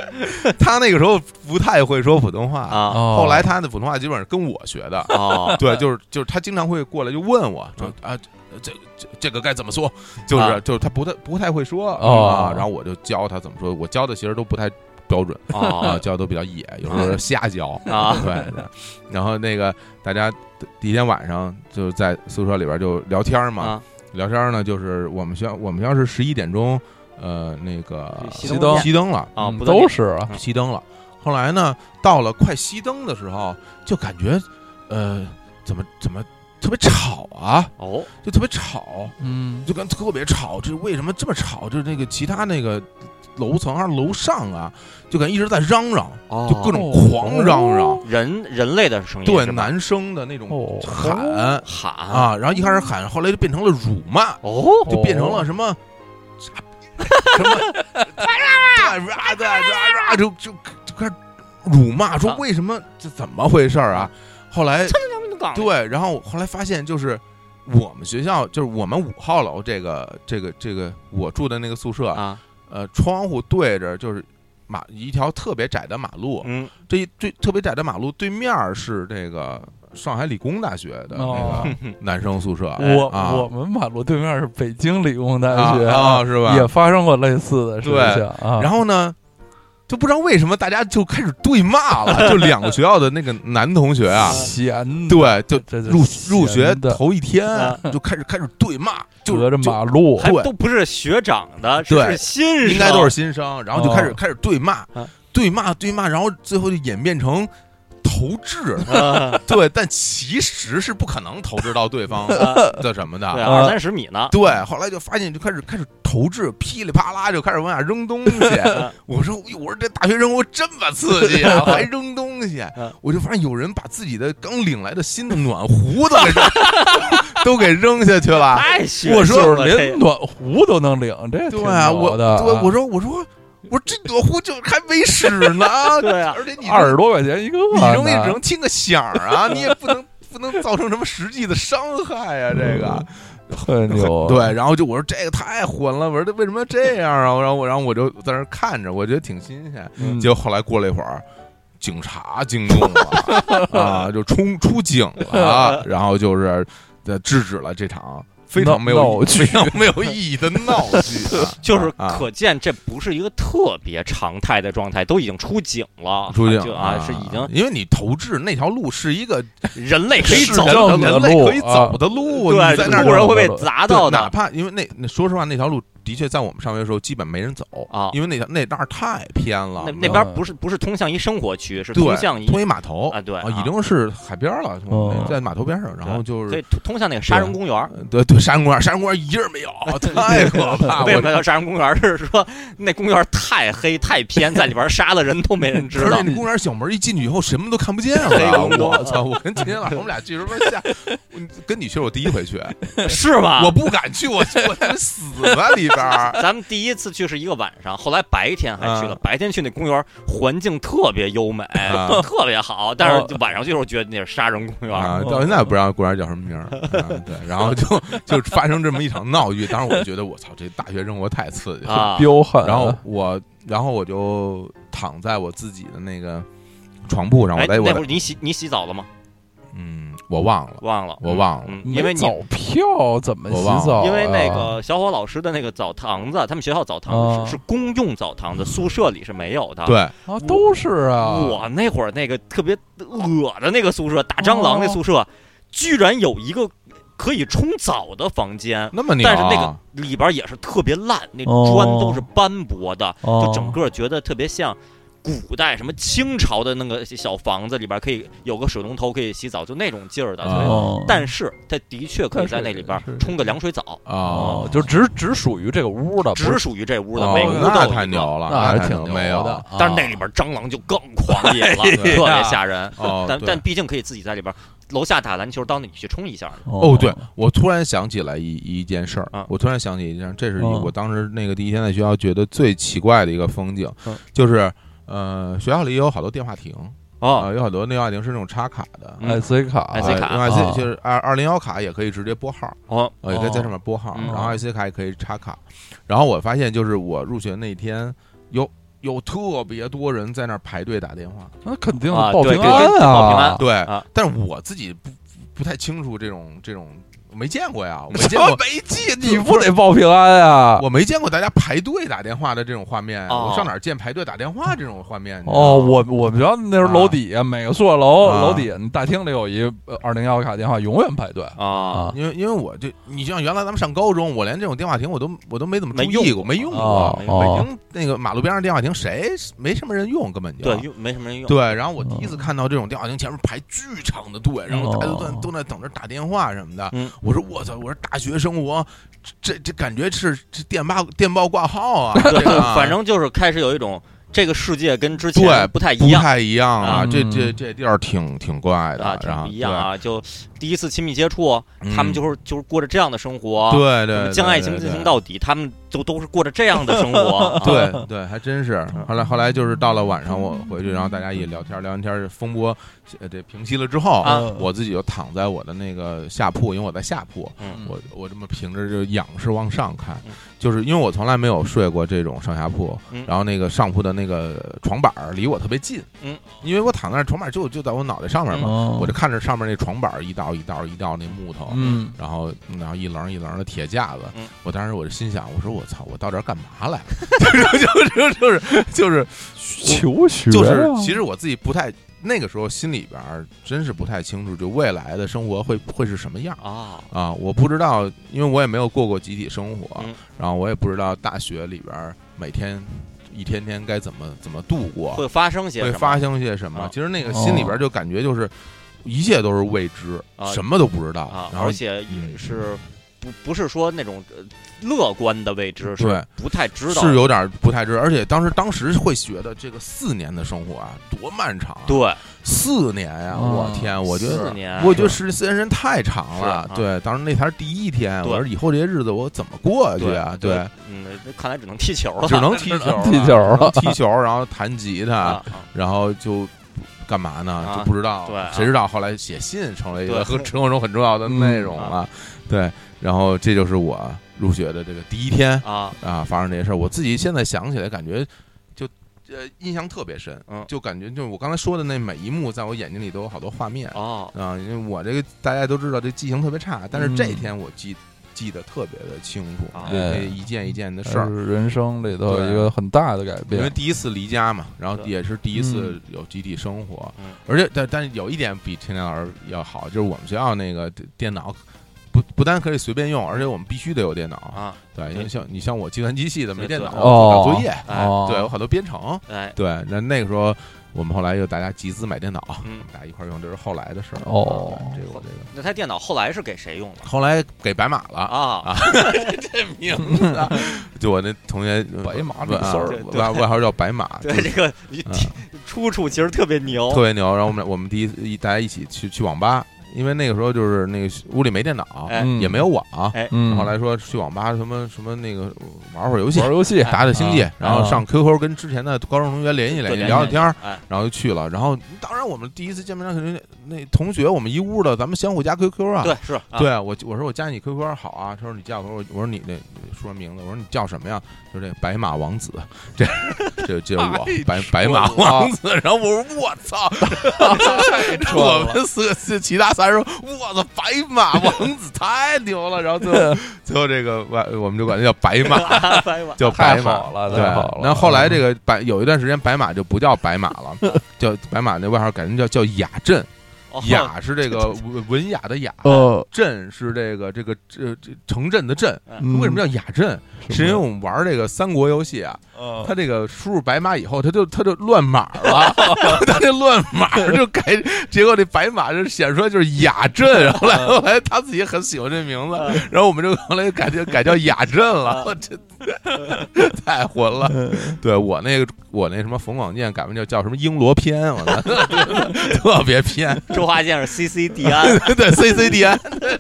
他那个时候不太会说普通话，啊，哦后来他的普通话基本上跟我学的哦，对，就是就是他经常会过来就问我，就啊这这这个该怎么说，就是、啊就是他不太不太会说、哦啊，然后我就教他怎么说，我教的其实都不太标准。 啊，哦教都比较野，有时候瞎教啊 对，对然后那个大家第一天晚上就是在宿舍里边就聊天嘛，啊聊天呢就是我们学校我们学校是十一点钟，呃，那个熄熄灯熄灯了，啊，嗯不得都了是啊，熄灯了。后来呢，到了快熄灯的时候，就感觉呃，怎么怎么特别吵啊，哦，就特别吵，嗯就跟特别吵。这为什么这么吵？就是那个其他那个楼层还是楼上啊，就感觉一直在嚷嚷，哦就各种狂嚷嚷。人人类的声音对是吧男生的那种哦，喊喊啊，然后一开始喊，后来就变成了辱骂，哦就变成了什 么傻逼什么，对对对，就就就开始辱骂，说啊为什么这怎么回事儿啊？后来对对，然后后来发现就是我们学校就是我们五号楼这个这个这个我住的那个宿舍，啊呃，窗户对着就是马一条特别窄的马路，嗯这一最特别窄的马路对面儿是这个上海理工大学的那哦个 男生宿舍，我啊我们马路对面是北京理工大学啊啊是吧？也发生过类似的事对情啊。然后呢，就不知道为什么大家就开始对骂了，就两个学校的那个男同学 啊，闲的对，就这就入闲入学的头一天啊就开始开始对骂，就隔着就马路还对都不是学长的，只对是新人，应该都是新生，然后就开哦始、开始对骂啊，对骂对骂，然后最后就演变成投掷， 啊对，但其实是不可能投掷到对方 的什么对的。啊二三十米呢，对，后来就发现就开始开始投掷，噼里啪啦就开始往下扔东西啊。 我说哎呦我说这大学生活真么刺激啊，还扔东西嗯。我就发现有人把自己的刚领来的新的暖壶都给扔 都给扔下去了。太血啊我腥说了，连这，暖壶都能领，这对啊，我的。对我说我说我说这暖壶就还没使呢对啊而且你二十多块钱一个，你扔也 只能听个响儿啊，你也不能不能造成什么实际的伤害啊，这个。特牛。啊对，然后就我说这个太混了，我说这为什么这样啊？然后我然后我就在那儿看着，我觉得挺新鲜。嗯，结果后来过了一会儿，警察惊动 了啊，就冲出警了，然后就是呃制止了这场非常没有闹意剧非常没有意义的闹剧 啊，就是啊可见这不是一个特别常态的状态，都已经出警了，出警就啊是已经因为你投掷那条路是一个人类可以是走人正人的类路可以啊走的路，对你在那儿路人会被走的砸对到哪的，怕因为那那说实话，那条路的确在我们上学的时候基本没人走啊因为那条那那儿太偏了，那你知那道嗯边不是不是通向一生活区，是对通向一通一码头啊对啊，啊已经是海边了，哦那在码头边上，然后就所以是通通向那个杀人公园儿。呃对对，山公园，山公园一人 没有，太可怕，为啊什我么。要杀人公园儿？ 是说那公园儿太黑太偏，在里边儿杀的人都没人知而且道。那公园小门一进去以后，什么都看不见黑了。咕咚我操！我跟秦天老师我们俩去什么下？我跟你去是我第一回去，啊是吗？我不敢去，我我他妈死在里边儿。咱们第一次去是一个晚上，后来白天还去了。啊白天去那公园儿环境特别优美，啊 特别好，但是就晚上去的时候觉得 那是杀人公园儿。啊，到现在也不知道果然叫什么名儿、啊。对，然后就就发生这么一场闹剧，当时我就觉得我操，这大学生活太刺激了。啊，彪悍啊。然后我，然后我就躺在我自己的那个床铺上，我哎，在那我会儿的你洗你洗澡了吗？嗯，我忘了，忘了，我忘了嗯，没因为你早票怎么洗澡啊？因为那个小伙老师的那个澡堂子，他们学校澡堂啊是是公用澡堂嗯子，宿舍里是没有的。。对，啊，都是啊，我那会儿那个特别恶的那个宿舍，大蟑螂那宿哦舍，居然有一个可以冲澡的房间，那么牛但啊，是那个里边也是特别烂，那哦砖都是斑驳的，哦就整个觉得特别像。古代什么清朝的那个小房子里边可以有个水龙头可以洗澡，就那种劲儿的。啊哦，但是它的确可以在那里边但是冲个凉水澡，哦，哦，就只只属于这个屋的，不只是啊属于这屋的，哦每个屋那都有太一个。牛了，那还那是太挺牛牛没有的。啊但是那里边蟑螂就 更狂野了，特呀别吓人。哦，但对但毕竟可以自己在里边儿，楼下打篮球到那里去冲一下。哦，对，我突然想起来一一件事儿啊，我突然想起一件事儿，这是一嗯我当时那个第一天在学校觉得最奇怪的一个风景嗯，就是呃，学校里有好多电话亭啊，哦，有好多电话亭是那种插卡的嗯，IC 卡 IC 卡用 IC 啊就是二二零幺卡也可以直接拨号，哦，呃，也可以在上面拨号，嗯然后 IC 卡也可以插卡。然后我发现，就是我入学那天有。有特别多人在那儿排队打电话，那肯定啊报对平对安对啊，报平安对啊，但是我自己不不不太清楚这种这种我没见过呀，我没怎见么过，没记？你不得报平安啊？我没见过大家排队打电话的这种画面，哦我上哪儿见排队打电话这种画面？你知道吗啊哦，我我们学校那时候楼底下、每个宿舍楼、啊楼底下大厅里有一呃二零幺卡电话，永远排队。啊啊因为因为我这，你像原来咱们上高中，我连这种电话亭我都我都没怎么注没意用过，过啊没用过哦。没哦北京那个马路边上电话亭，谁没什么人用，根本就啊对，用没什么人用。对。然后我第一次嗯看到这种电话亭前面排巨长的队，然后大家都在哦都在等着打电话什么的嗯。我说我操，我说大学生活，这这这感觉是这电报电报挂号 啊，对这个啊反正就是开始有一种这个世界跟之对前不太一不样嗯太一样啊。啊这这这地儿挺挺怪啊，的，挺然后不一样啊。就第一次亲密接触，嗯他们就是就是过着这样的生活，对，对对什么对，将爱情对进对行到底，他们就都是过着这样的生活。啊，嗯对对，还真是。后来后来就是到了晚上，我回去，然后大家一聊天儿，聊完天儿风波呃这平息了之后，啊我自己就躺在我的那个下铺，因为我在下铺，嗯我我这么平着就仰视往上看嗯，就是因为我从来没有睡过这种上下铺嗯，然后那个上铺的那个床板儿离我特别近，嗯，因为我躺在那儿床板儿就就在我脑袋上面嘛，哦我就看着上面那床板儿一道一道一道那木头，嗯，然后然后一棱一棱的铁架子，嗯我当时我就心想，我说我操，我到这儿干嘛来了？ 就是就是就是求学就是啊就是，其实我自己不太那个时候心里边儿真是不太清楚，就未来的生活会会是什么样。啊，啊，我不知道，因为我也没有过过集体生活，嗯然后我也不知道大学里边儿每天一天天该怎么怎么度过，会发生些啊会什么？发生些什么。啊其实那个心里边儿就感觉就是，一切都是未知，啊什么都不知道。啊，然后而且也嗯是不不是说那种呃乐观的位置，对是不太知道，是有点不太知道，而且当时当时会觉得这个四年的生活啊，多漫长、啊！，对，四年呀、嗯我天，我觉四得。年，我觉得时间太长是了啊，对，当时那才是第一天，对我说以后这些日子我怎么过去啊？对对，，嗯，那看来只能踢球了，只能踢球能了，踢球啊了只能踢球，然后弹吉他， 啊，然后就干嘛呢？啊就不知道，对啊谁知道后来写信成为一个对啊和生活中很重要的内容了，对，然后这就是我入学的这个第一天啊啊，啊，发生这些事儿，我自己现在想起来感觉就呃印象特别深嗯，就感觉就是我刚才说的那每一幕，在我眼睛里都有好多画面哦，啊，因为我这个大家都知道这记性特别差，但是嗯这一天我记记得特别的清楚啊，那一件一嗯件的事儿。是人生里头对一个很大的改啊因为变。第一次离家嘛，然后对也是第一次有集体生活，嗯而且但但是有一点比天天老师要好，就是我们学校那个电脑不不单可以随便用，而且我们必须得有电脑，啊，对，对因为像你像我计算机系的没电脑，对我做不哦了作业，哎哦，对有好多编程，哎，对，那那个时候我们后来又大家集资买电脑，嗯大家一块儿用，这是后来的事儿哦对这个我这个那台电脑后来是给谁用的？后来给白马 了。啊这名字，就我那同学呃白马外绿色儿外外号叫白马，对，这个你嗯出处其实特别牛特别牛。然后我们我们第一次一大家一起去去网吧，因为那个时候就是那个屋里没电脑，哎嗯也没有网。哎嗯，后来说去网吧什么什么那个玩会儿游戏， 玩游戏，打打星际啊，然后上 QQ 跟之前的高中同学联系联系，对聊聊天儿，哎然后就去了。然后当然我们第一次见面肯定那同学，我们一屋的，咱们相互加 QQ 啊。对，是，啊对我我说我加你 QQ 好啊，他说你叫我我说你那说名字，我说你叫什么呀？就这白马王子，这这这我太白蠢白马了王子， 然后我说我操， 我们四个四其他三人说我操白马王子太牛了，然后最后 最后这个外我们就管他叫白 马，白 马叫白太马好了，对太好了。，然后后来这个白有一段时间白马就不叫白马 了，叫白马那外号改成叫叫雅镇，哦雅是这 个文文雅的雅，哦呃，镇是这个这个这这城镇的镇。嗯为什么叫雅镇？是因为我们玩这个三国游戏啊，嗯哦他这个输入白马以后，他就他就乱码了，他这乱码就改，结果这白马就显示出来就是雅镇。然后后来后来他自己很喜欢这名字，嗯然后我们就后来就改就改叫雅镇了，我这 太混了。对我那个我那什么冯广建改名叫叫什么英罗偏，我操 特别偏。周华健是 C C 迪安，对 C C D N，对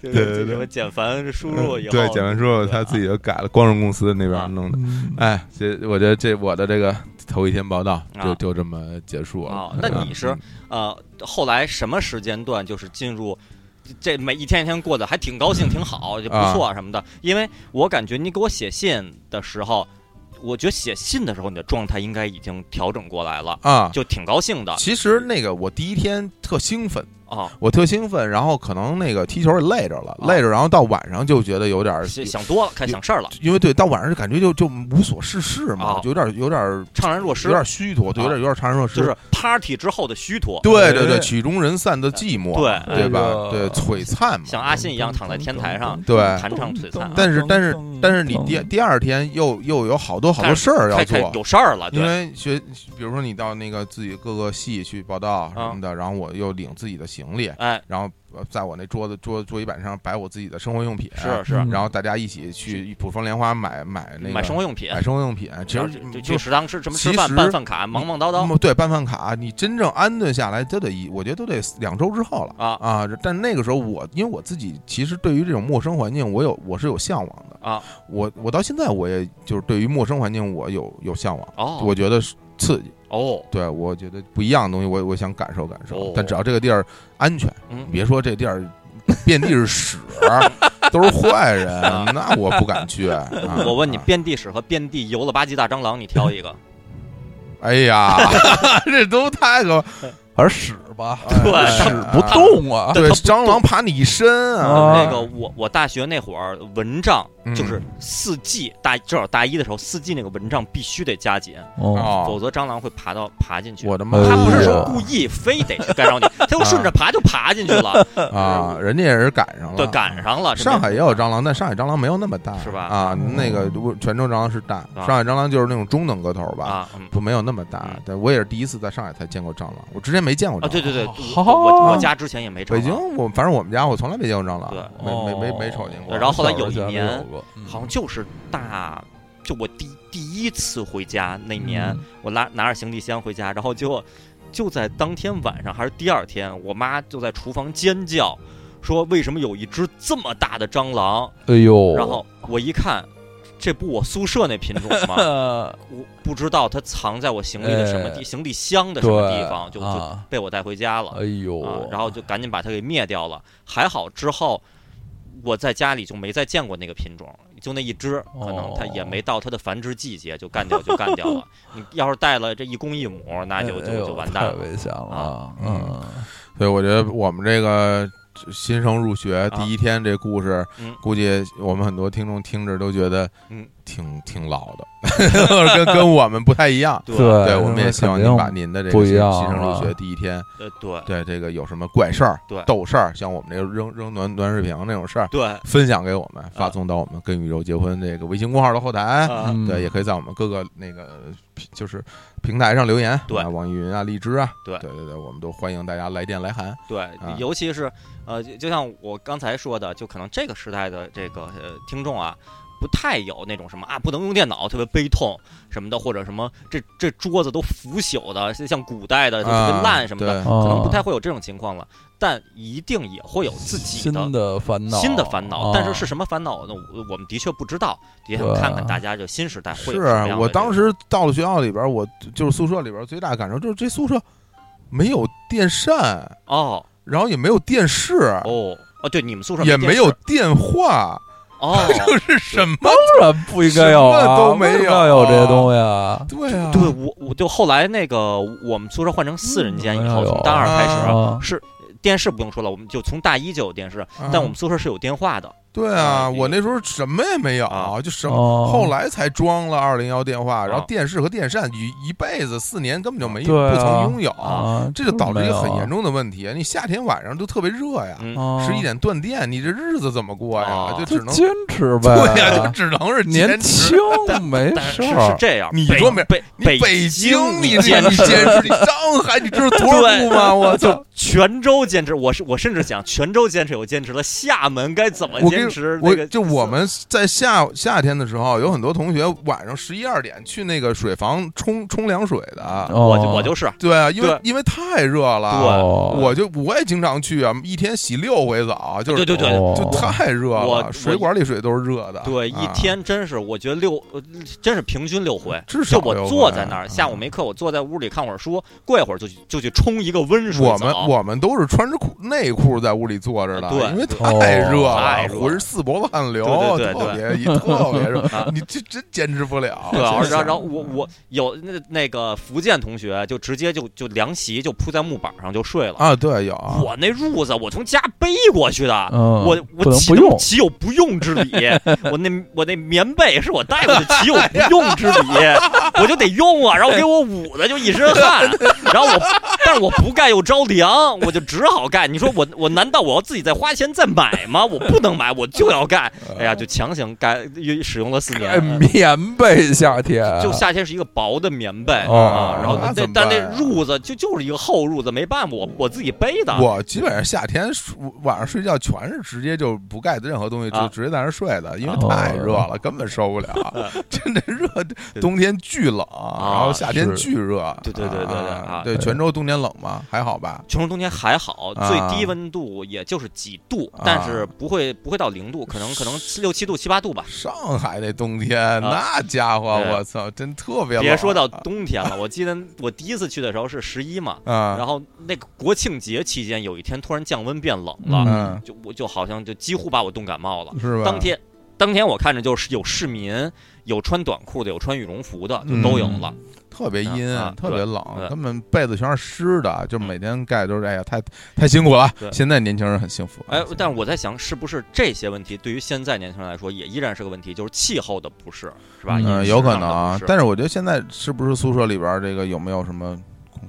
对对什么简凡输入以后，啊对，讲完之后他自己就改了，光荣公司那边弄的。 嗯哎，这我觉得这我的这个头一天报道就、啊就这么结束了。哦，那你是呃，后来什么时间段就是进入？这每一天一天过得还挺高兴，挺啊好，就不错啊什么的。因为我感觉你给我写信的时候，我觉得写信的时候你的状态应该已经调整过来了，啊？就挺高兴的。其实那个我第一天特兴奋，啊，我特兴奋，然后可能那个踢球也累着了，啊累着，然后到晚上就觉得有点儿，想想多了，开始想事儿了，因为对，到晚上就感觉就就无所事事嘛啊，就有点有点有怅然若失，点虚脱，对，有点有点怅然若失，就是 party 之后的虚脱，对对对对，曲终人散的寂寞，对对哎吧呦？对，璀璨嘛，像阿信一样躺在天台嗯上对弹唱璀璨，啊但是但是但是你第第二天又又有好多好多事儿要开开做，有事儿了，因啊对，为学，比如说你到那个自己各个系去报道啊什么的，啊然后我又领自己的行李，哎，然后呃在我那桌子桌桌椅板上摆我自己的生活用品，是是，嗯然后大家一起去浦丰莲花买买啊那个买生活用品，买生活用品，其然后实啊就就就去食堂吃什么吃其饭实办饭卡，忙忙叨叨嗯对办饭卡，你真正安顿下来都得一，我觉得都得两周之后了。啊啊，但那个时候我，因为我自己其实对于这种陌生环境，我有我是有向往的啊。我我到现在我也就是对于陌生环境，我有有向往，哦嗯我觉得是刺激，哦对我觉得不一样的东西，我我想感受感受哦。但只要这个地儿安全，嗯别说这地儿遍地是屎， 都是坏人，那我不敢去。啊 我问你，啊遍地屎和遍地油了吧唧大蟑螂，你挑一个。哎呀， 这都太可怕还是屎吧，对哎屎不动啊，对，它不蟑螂爬你身啊！啊那个我我大学那会儿蚊帐嗯就是四季大至少大一的时候，四季那个蚊帐必须得加紧，哦，否哦，则蟑螂会爬到爬进去。我的妈！它不是哎说呦故意非得去干 扰你，它又顺着爬就爬进去了，啊，人家也是赶上了，对，赶。上了。上海也有蟑螂，但上海蟑螂没有那么大，是吧啊，嗯那个我泉州蟑螂是大，啊上海蟑螂就是那种中等个头这吧，啊，嗯不没有那么大嗯。但我也是第一次在上海才见过蟑螂，我之前没见过啊，蟑对螂。对对，哦好我我我家之前也没蟑北京螂，我反正我们家我从来没见过蟑螂对，没没没没瞅见过。哦对然后后来小时有候一见年过过，嗯好像就是大，就我第第一次回家那年，嗯我拉拿着行李箱回家，然后就就在当天晚上还是第二天，我妈就在厨房尖叫，说为什么有一只这么大的蟑螂？哎呦，然后我一看，这不我宿舍那品种 吗？啊呃，我不知道它藏在我行李的什么地，哎行李箱的什么对地方， 就就啊，被我带回家了哎。呦哦啊，，然后就赶紧把它给灭掉了。还好之后，我在家里就没再见过那个品种，就那一只，可能它也没到它的繁殖季节，就干掉就干掉了。你要是带了这一公一母，那就哎就呦就完蛋 太了。危险啊了，嗯嗯，对，我觉得我们这个新生入学第一天这故事啊嗯，估计我们很多听众听着都觉得，嗯，挺挺老的，跟跟我们不太一样。对对，对我们也希望您把您的这不个一新样新生入了学第一天，呃对对这个有什么怪事儿、对斗事儿，像我们这个扔扔暖暖水瓶那种事儿，对分享给我们，发送到我们“跟宇宙结婚”这个微信公号的后台。啊，嗯对，也可以在我们各个那个就是平台上留言，对啊网易云啊、荔枝啊，对对对对，我们都欢迎大家来电来函。对啊，尤其是呃，就就像我刚才说的，就可能这个时代的这个呃听众啊。不太有那种什么啊，不能用电脑，特别悲痛什么的，或者什么这这桌子都腐朽的，像古代呃的就特别啊烂什么的，对可可能不太会有这种情况了，但一定也会有啊自己的新的烦恼，新的烦恼。啊哦但是是什么烦恼呢？我我们的确不知道，也想对看看大家就新时代会有是什么样的我当这时到了学校里边，我就是宿舍里边最大的感受就是这宿舍没有电扇，个哦然后也没有电视，哦哦，对，你们宿舍也没没电视有电话， 哦，就是什么当然不应该有什么啊，都没有啊为什么要有这些东西啊，对啊，哦对我我就后来那个我们宿舍换成四人间嗯以哎后，呦从大二开始啊是电视不用说了，我们就从大一就有电视，啊但我们宿舍是有电话的对啊，啊我那时候什么也没有，啊就什么。哦，后来才装了二零幺电话，然后啊电视和电扇一一辈子四年根本就没、对啊嗯不曾拥有，啊，这就导致一个很严重，重的问题。你夏天晚上都特别热呀，嗯啊十一，点断电，你这日子怎么过呀？啊就就只能坚持呗， 对呀、就只能是 年坚持。 轻没但事是是儿，这样，哎啊你北说没北你北京你这见你坚持，你上海你知道多少度吗？ 我操！ 泉州坚持，我是我甚至想泉州坚持有坚持了，厦门该怎么我坚跟持？我那个就我们在夏夏天的时候，有很多同学晚上十一二点去那个水房冲冲凉水哦的。我我就我就是对啊，因为对因为太热了，哦我我就我也经常去啊，一天洗六回澡，就是啊对对对就太热了，我水管里水都是热的。对，啊一天真是我觉得六，呃真是平均六回。至就少我六坐回在那儿，嗯下午没课，我坐在屋里看会儿书，过一会儿就去就去冲一个温水我澡。们我们都是穿着裤内裤在屋里坐着的，啊对因为太热太了，热了浑是四脖子汗流，对对对特别一特别啊 热，你这真坚持不了。 对，啊然后真是然后我我有那那个福建同学就直接就就凉席就铺在木板上就睡了。啊，对有啊我那褥子我从家背过去的，嗯我不我能岂不能用岂有不用之理？我那 我那棉被是我带过去， 岂有不用之理？我就得用啊，然后给我捂的就一身汗，然后我，但是我不盖又着凉，我就只好盖。你说我我难道我要自己再花钱再买吗？我不能买，我就要盖。哎呀，就强行盖，又使用了四哎，年。棉被夏天就夏天是一个薄的棉被哦啊，然后那但怎么但那办啊褥子就就是一个厚褥子，没办法，我我自己背的。我基本上夏天睡晚上睡觉全是直接就不盖任何东西，啊就直接在那儿睡的，因为哦太热了，根本受不 了，真的热。冬天巨冷，然后夏天是巨热。啊对对对对对啊啊对泉州冬天冷吗？还好吧。全国冬天还好，啊最低温度也就是几度，啊但是不会不会到零度，可能可能六七度、七八度吧。上海那冬天，啊那家伙，对我操，真特别冷。别说到冬天了，我记得我第一次去的时候是十一嘛，啊，然后那个国庆节期间有一天突然降温变冷了，嗯，就我就好像就几乎把我冻感冒了。是吧？当天当天我看着就是有市民，有穿短裤的，有穿羽绒服的，就嗯都有了。特别阴，啊啊特别冷对对，嗯他们被子全是湿的，就每天盖都是，哎呀，太太辛苦了对。现在年轻人很幸福。哎，但是我在想，是不是这些问题对于现在年轻人来说也依然是个问题，就是气候的不适，是吧？嗯饮嗯，食有可上能的啊不适。但是我觉得现在是不是宿舍里边儿这个有没有什么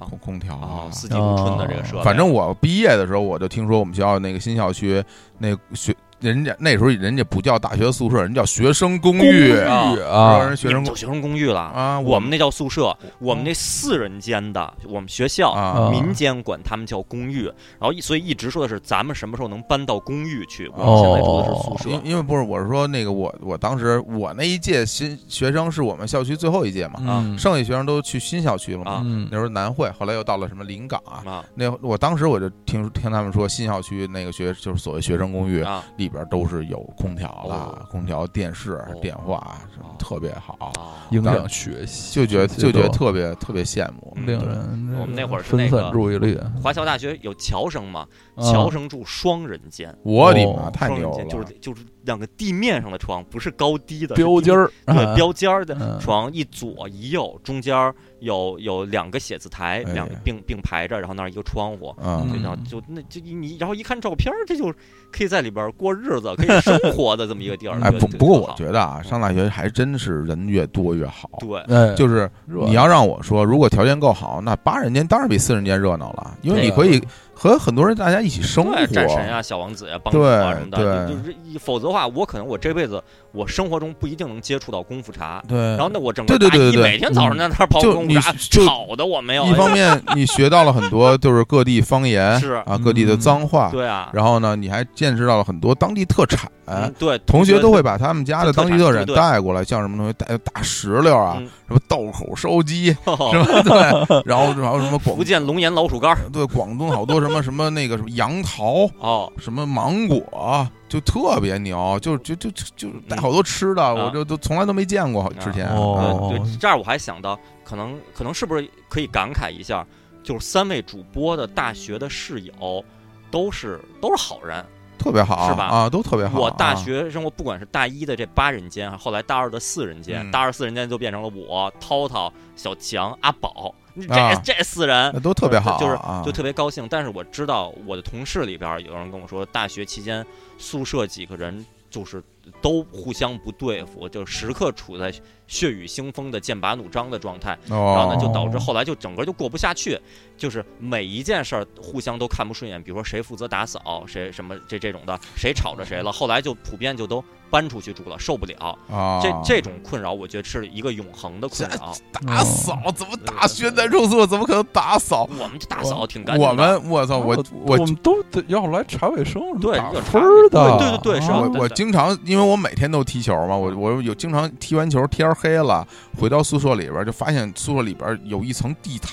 空啊空空调啊，？哦四季如春的这个设备，反正我毕业的时候，我就听说我们学校那个新校区那学，人家那时候人家不叫大学宿舍，人家叫学生公寓，啊啊，啊人学你生们公就学生公寓了。啊，我们们那叫宿舍，我们那四人间的，我们学校、啊民间管他们叫公寓，然后一所以一直说的是咱们什么时候能搬到公寓去？我们现在住的是宿舍哦因因为不是我是说那个我我当时我那一届新学生是我们校区最后一届嘛，啊剩下学生都去新校区了嘛。啊嗯那时候南汇，后来又到了什么临港啊，啊那我当时我就听听他们说新校区那个学就是所谓学生公寓，啊！里边都是有空调啦哦，空调、电视、电话，什么哦特别好，啊嗯影当响学习，就觉得这就都觉得特别特别羡慕。嗯令对人我们那会儿是那分个嗯散注意力。华侨大学有侨生嘛？啊侨生住双人间，我的妈，哦太双牛人了！间就是就是两个地面上的床，不是高低的，是标嗯地间儿，啊对，标间儿的嗯床一左一右，中间儿有有两个写字台，哎两个并并排着，然后那儿一个窗户，嗯对，嗯然后就那就一你，然后一看照片儿，这就可以在里边儿过日子，可以生活的这么一个地儿。哎，对不对不过特我好觉得啊，上大学还真是人越多越好。对，哎，就是你要让我说，如果条件够好，那八人间当然比四人间热闹了，因为对你可以和很多人大家一起生活。啊对，战神啊，小王子呀、帮主对啊什么的，对就就是否则的话，我可能我这辈子我生活中不一定能接触到功夫茶。对然后那我整个嗯对大对对一对对每天早上在那儿泡就功夫你茶，就吵的我没有。一方面你学到了很 多，就是各地方言是啊，各地的嗯脏话，对啊，然后呢，你还见识到了很多当地特产。嗯对，同学学 都会把他们家的当地特产对对对带过来，像什么东西带呃大石榴啊嗯，什么豆口烧鸡，什么呵 对，然后然后什么广福建龙岩老鼠干儿对广东好多什么什么那个什么杨桃，哦，什么芒果，就特别牛，就就就就就嗯带好多吃啊的，我就都从来都没见过之前。哦呃对对，这儿我还想到，可能可能是不是可以感慨一下，就是三位主播的大学的室友都是都是好人。嗯特别好，是吧啊，都特别好。我大啊学生活，不管是大一的这八人间，还是后来大二的四人间，嗯大二四人间就变成了我、涛涛、小强、阿宝，这、啊这四人。那都特别好，呃就是啊就特别高兴，但是我知道我的同事里边儿有人跟我说，大学期间宿舍几个人就是都互相不对付，就时刻处在血雨腥风的剑拔弩张的状态。然后哦呢，就导致后来就整个就过不下去，就是每一件事儿互相都看不顺眼，比如说谁负责打扫，谁什么这这种的，谁吵着谁了，后来就普遍就都搬出去住了，受不了。啊，这这种困扰，我觉得是一个永恒的困 扰。打扫怎么大学在住宿怎么可能打扫？我们这大嫂挺干净的，我们我嗯操我我我们都得要来查卫生，什么对打有查分儿的，对对对对是啊我对我经常，因为我每天都踢球嘛，我我有经常踢完球天儿黑了，回到宿舍里边儿就发现宿舍里边儿有一层地毯，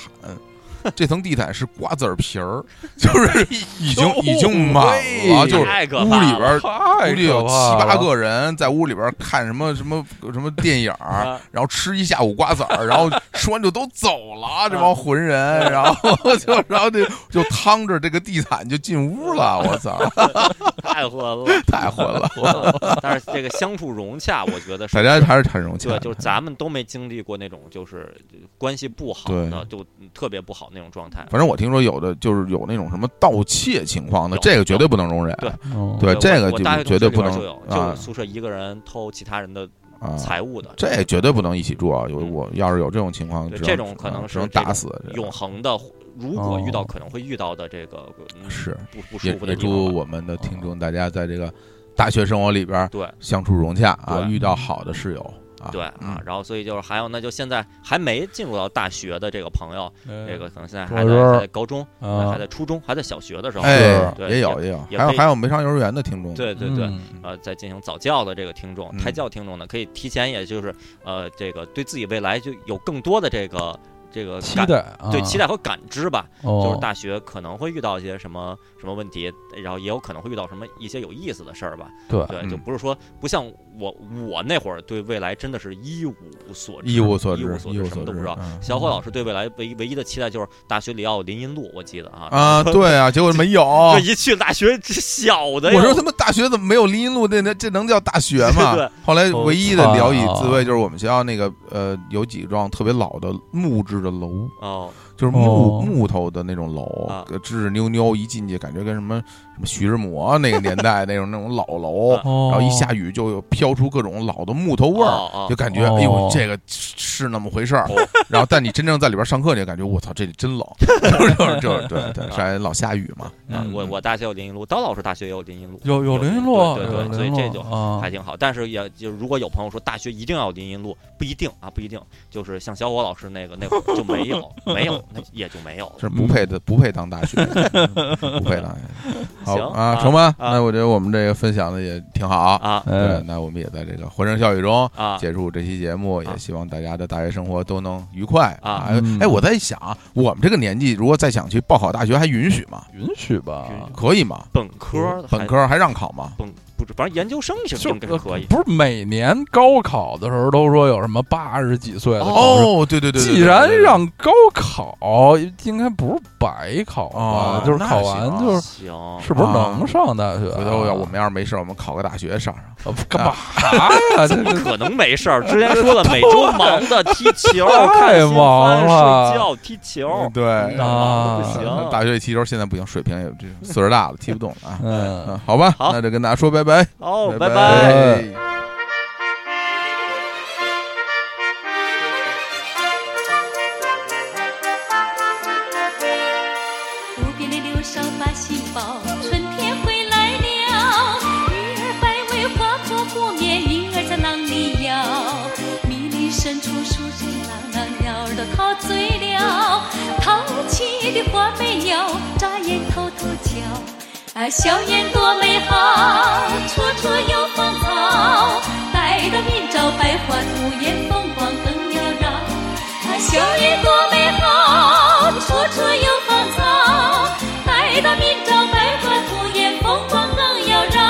这层地毯是瓜子儿皮儿，就是已经已经满了，喂就是哎太可屋怕里了边儿太估计有可七八怕了个人在屋里边看什么什么什么电影儿，啊然后吃一下午瓜子儿，然后吃完就都走了，这帮混啊人，然后就然后就就趟着这个地毯就进屋了，我 操，太混了。 太混了，嗯但是这个相处融洽，我觉得是大家还是很啊融洽对，的，就是咱们都没经历过那种就是关系不好对的，就特别不好那种状态。反正我听说有的就是有那种什么盗窃情况的，有这个绝对不能容忍，对对对呃我这个我就大学绝对同学不里边能就有，啊就是宿舍一个人偷其他人的啊，财物的，这绝对不能一起住啊！有我要是有这种情况，嗯对只能这种可能啊是只能这打种死，永恒的，如果遇到哦可能会遇到的这个嗯是不不也舒服也的地祝方吧。嗯我们的听众大家在这个大学生活里边儿对相处融洽啊，对遇到好的室友啊，对嗯啊，然后所以就是还有，那就现在还没进入到大学的这个朋友，嗯这个可能现在还高在中还在高中，还哎啊在初中，还在小学的时候，哎，对也有也有，也还有可以还有没上幼儿园的听众，对对对，嗯呃，在进行早教的这个听众嗯，胎教听众呢，可以提前，也就是呃，这个对自己未来就有更多的这个这个期感，待啊对期待和感知吧。哦就是大学可能会遇到一些什么什么问题，然后也有可能会遇到什么一些有意思的事儿吧。对对，嗯就不是说不像我我那会儿对未来真的是一无所知，一无所一知无，所一无什所知么都不知道。嗯小伙老师对未来唯唯一的期待就是大学里要有林荫路，我记得啊， 啊，对啊，结果没有。这一去大学这小的哟，我说他们大学怎么没有林荫路？那那这能叫大学吗对？后来唯一的聊以自我慰就是我们学校那个呃，有几幢特别老的木质的楼，哦，就是木、哦木头的那种楼啊，呃吱吱扭扭，一进去感觉跟什么什么徐志摩那个年代那种那种老楼，啊哦然后一下雨就有飘出各种老的木头味儿。哦哦就感觉，哦哎呦，这个是是那么回事儿哦。然后，但你真正在里边上课，你就感觉，我操，这里真冷， 就是就是就是对对，啊上海老下雨嘛。啊嗯，我我大学有林荫路，刀老师大学也有林荫路，有有林荫路，对有对对，所以林荫这路就哦啊还挺好。但是也就如果有朋友说大学一定要有林荫路，不一定啊，不一定，就是像小伙老师那个那会儿就没有，没有，那也就没有了。是嗯不配的，不配当大学，不配当大学。好嗯行啊，啊成吧？啊那我觉得我们这个分享的也挺好。啊对嗯哎，那我们也在这个欢声笑语中啊结束这期节目，也啊希望大家的大学生活都能愉快啊哎嗯哎，我在想，我们这个年纪如果再想去报考大学，还允许吗？允许吧？可以吗？本科嗯本还科还让考吗？本不是，反正研究生是就呃应该是可以。不是每年高考的时候都说有什么八十几岁的考生哦，对对对，对既然让高考，应该不是白考哦吧？就是那考行啊哦完就是哦行，是不是能上大学啊？回头要我们要是没事，我们考个大学上上。啊干嘛 呀？这这可能没事儿。之前说了，每周忙的踢球、看太新忙番、了睡觉、踢球，对那忙的啊不行。大学踢球现在不行，水平也这岁数大了，踢不动了啊。嗯嗯，。好吧，好那就跟大家说拜拜，好，拜哦拜拜湖边的柳梢把新包，春天回来了。鱼儿摆尾，活泼不眠，鱼儿在浪里摇。密林深处，树枝朗朗，鸟儿都陶醉了。淘气的花眉鸟，眨眼偷偷瞧。啊，校园多美好，处处有芳草，待到明朝百花吐艳，风光更缭绕。啊，校园多美好，处处有芳草，待到明朝百花吐艳，风光更缭绕。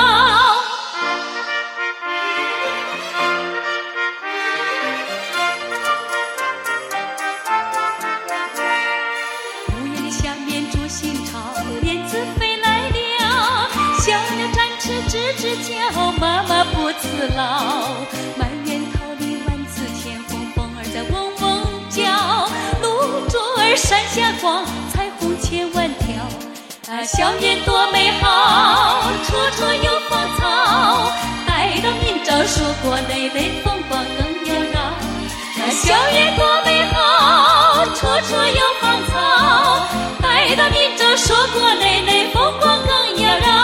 屋檐的下面住新巢，燕子飞来了，小鸟展翅吱吱叫，妈妈不辞劳。满园桃李万紫千，红蜂儿在嗡嗡叫，露珠儿闪下光，彩虹千万条。啊，校园多美好，处处有芳草，待到明朝硕果累累，风光更缭绕。啊，校园多美好，处处有芳草，待到明朝硕果累累，风光更缭绕。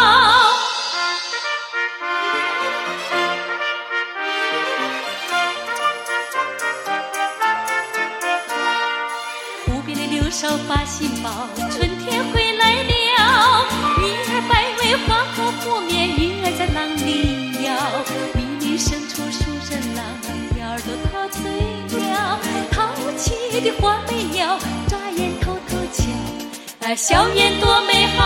湖边的柳梢把新包，春天回来了。鱼儿摆尾，花可不眠，鱼儿在浪里摇。迷离深处，树人郎，鸟儿都陶醉了。淘气的花眉鸟，眨眼偷偷瞧。啊那校园多美好。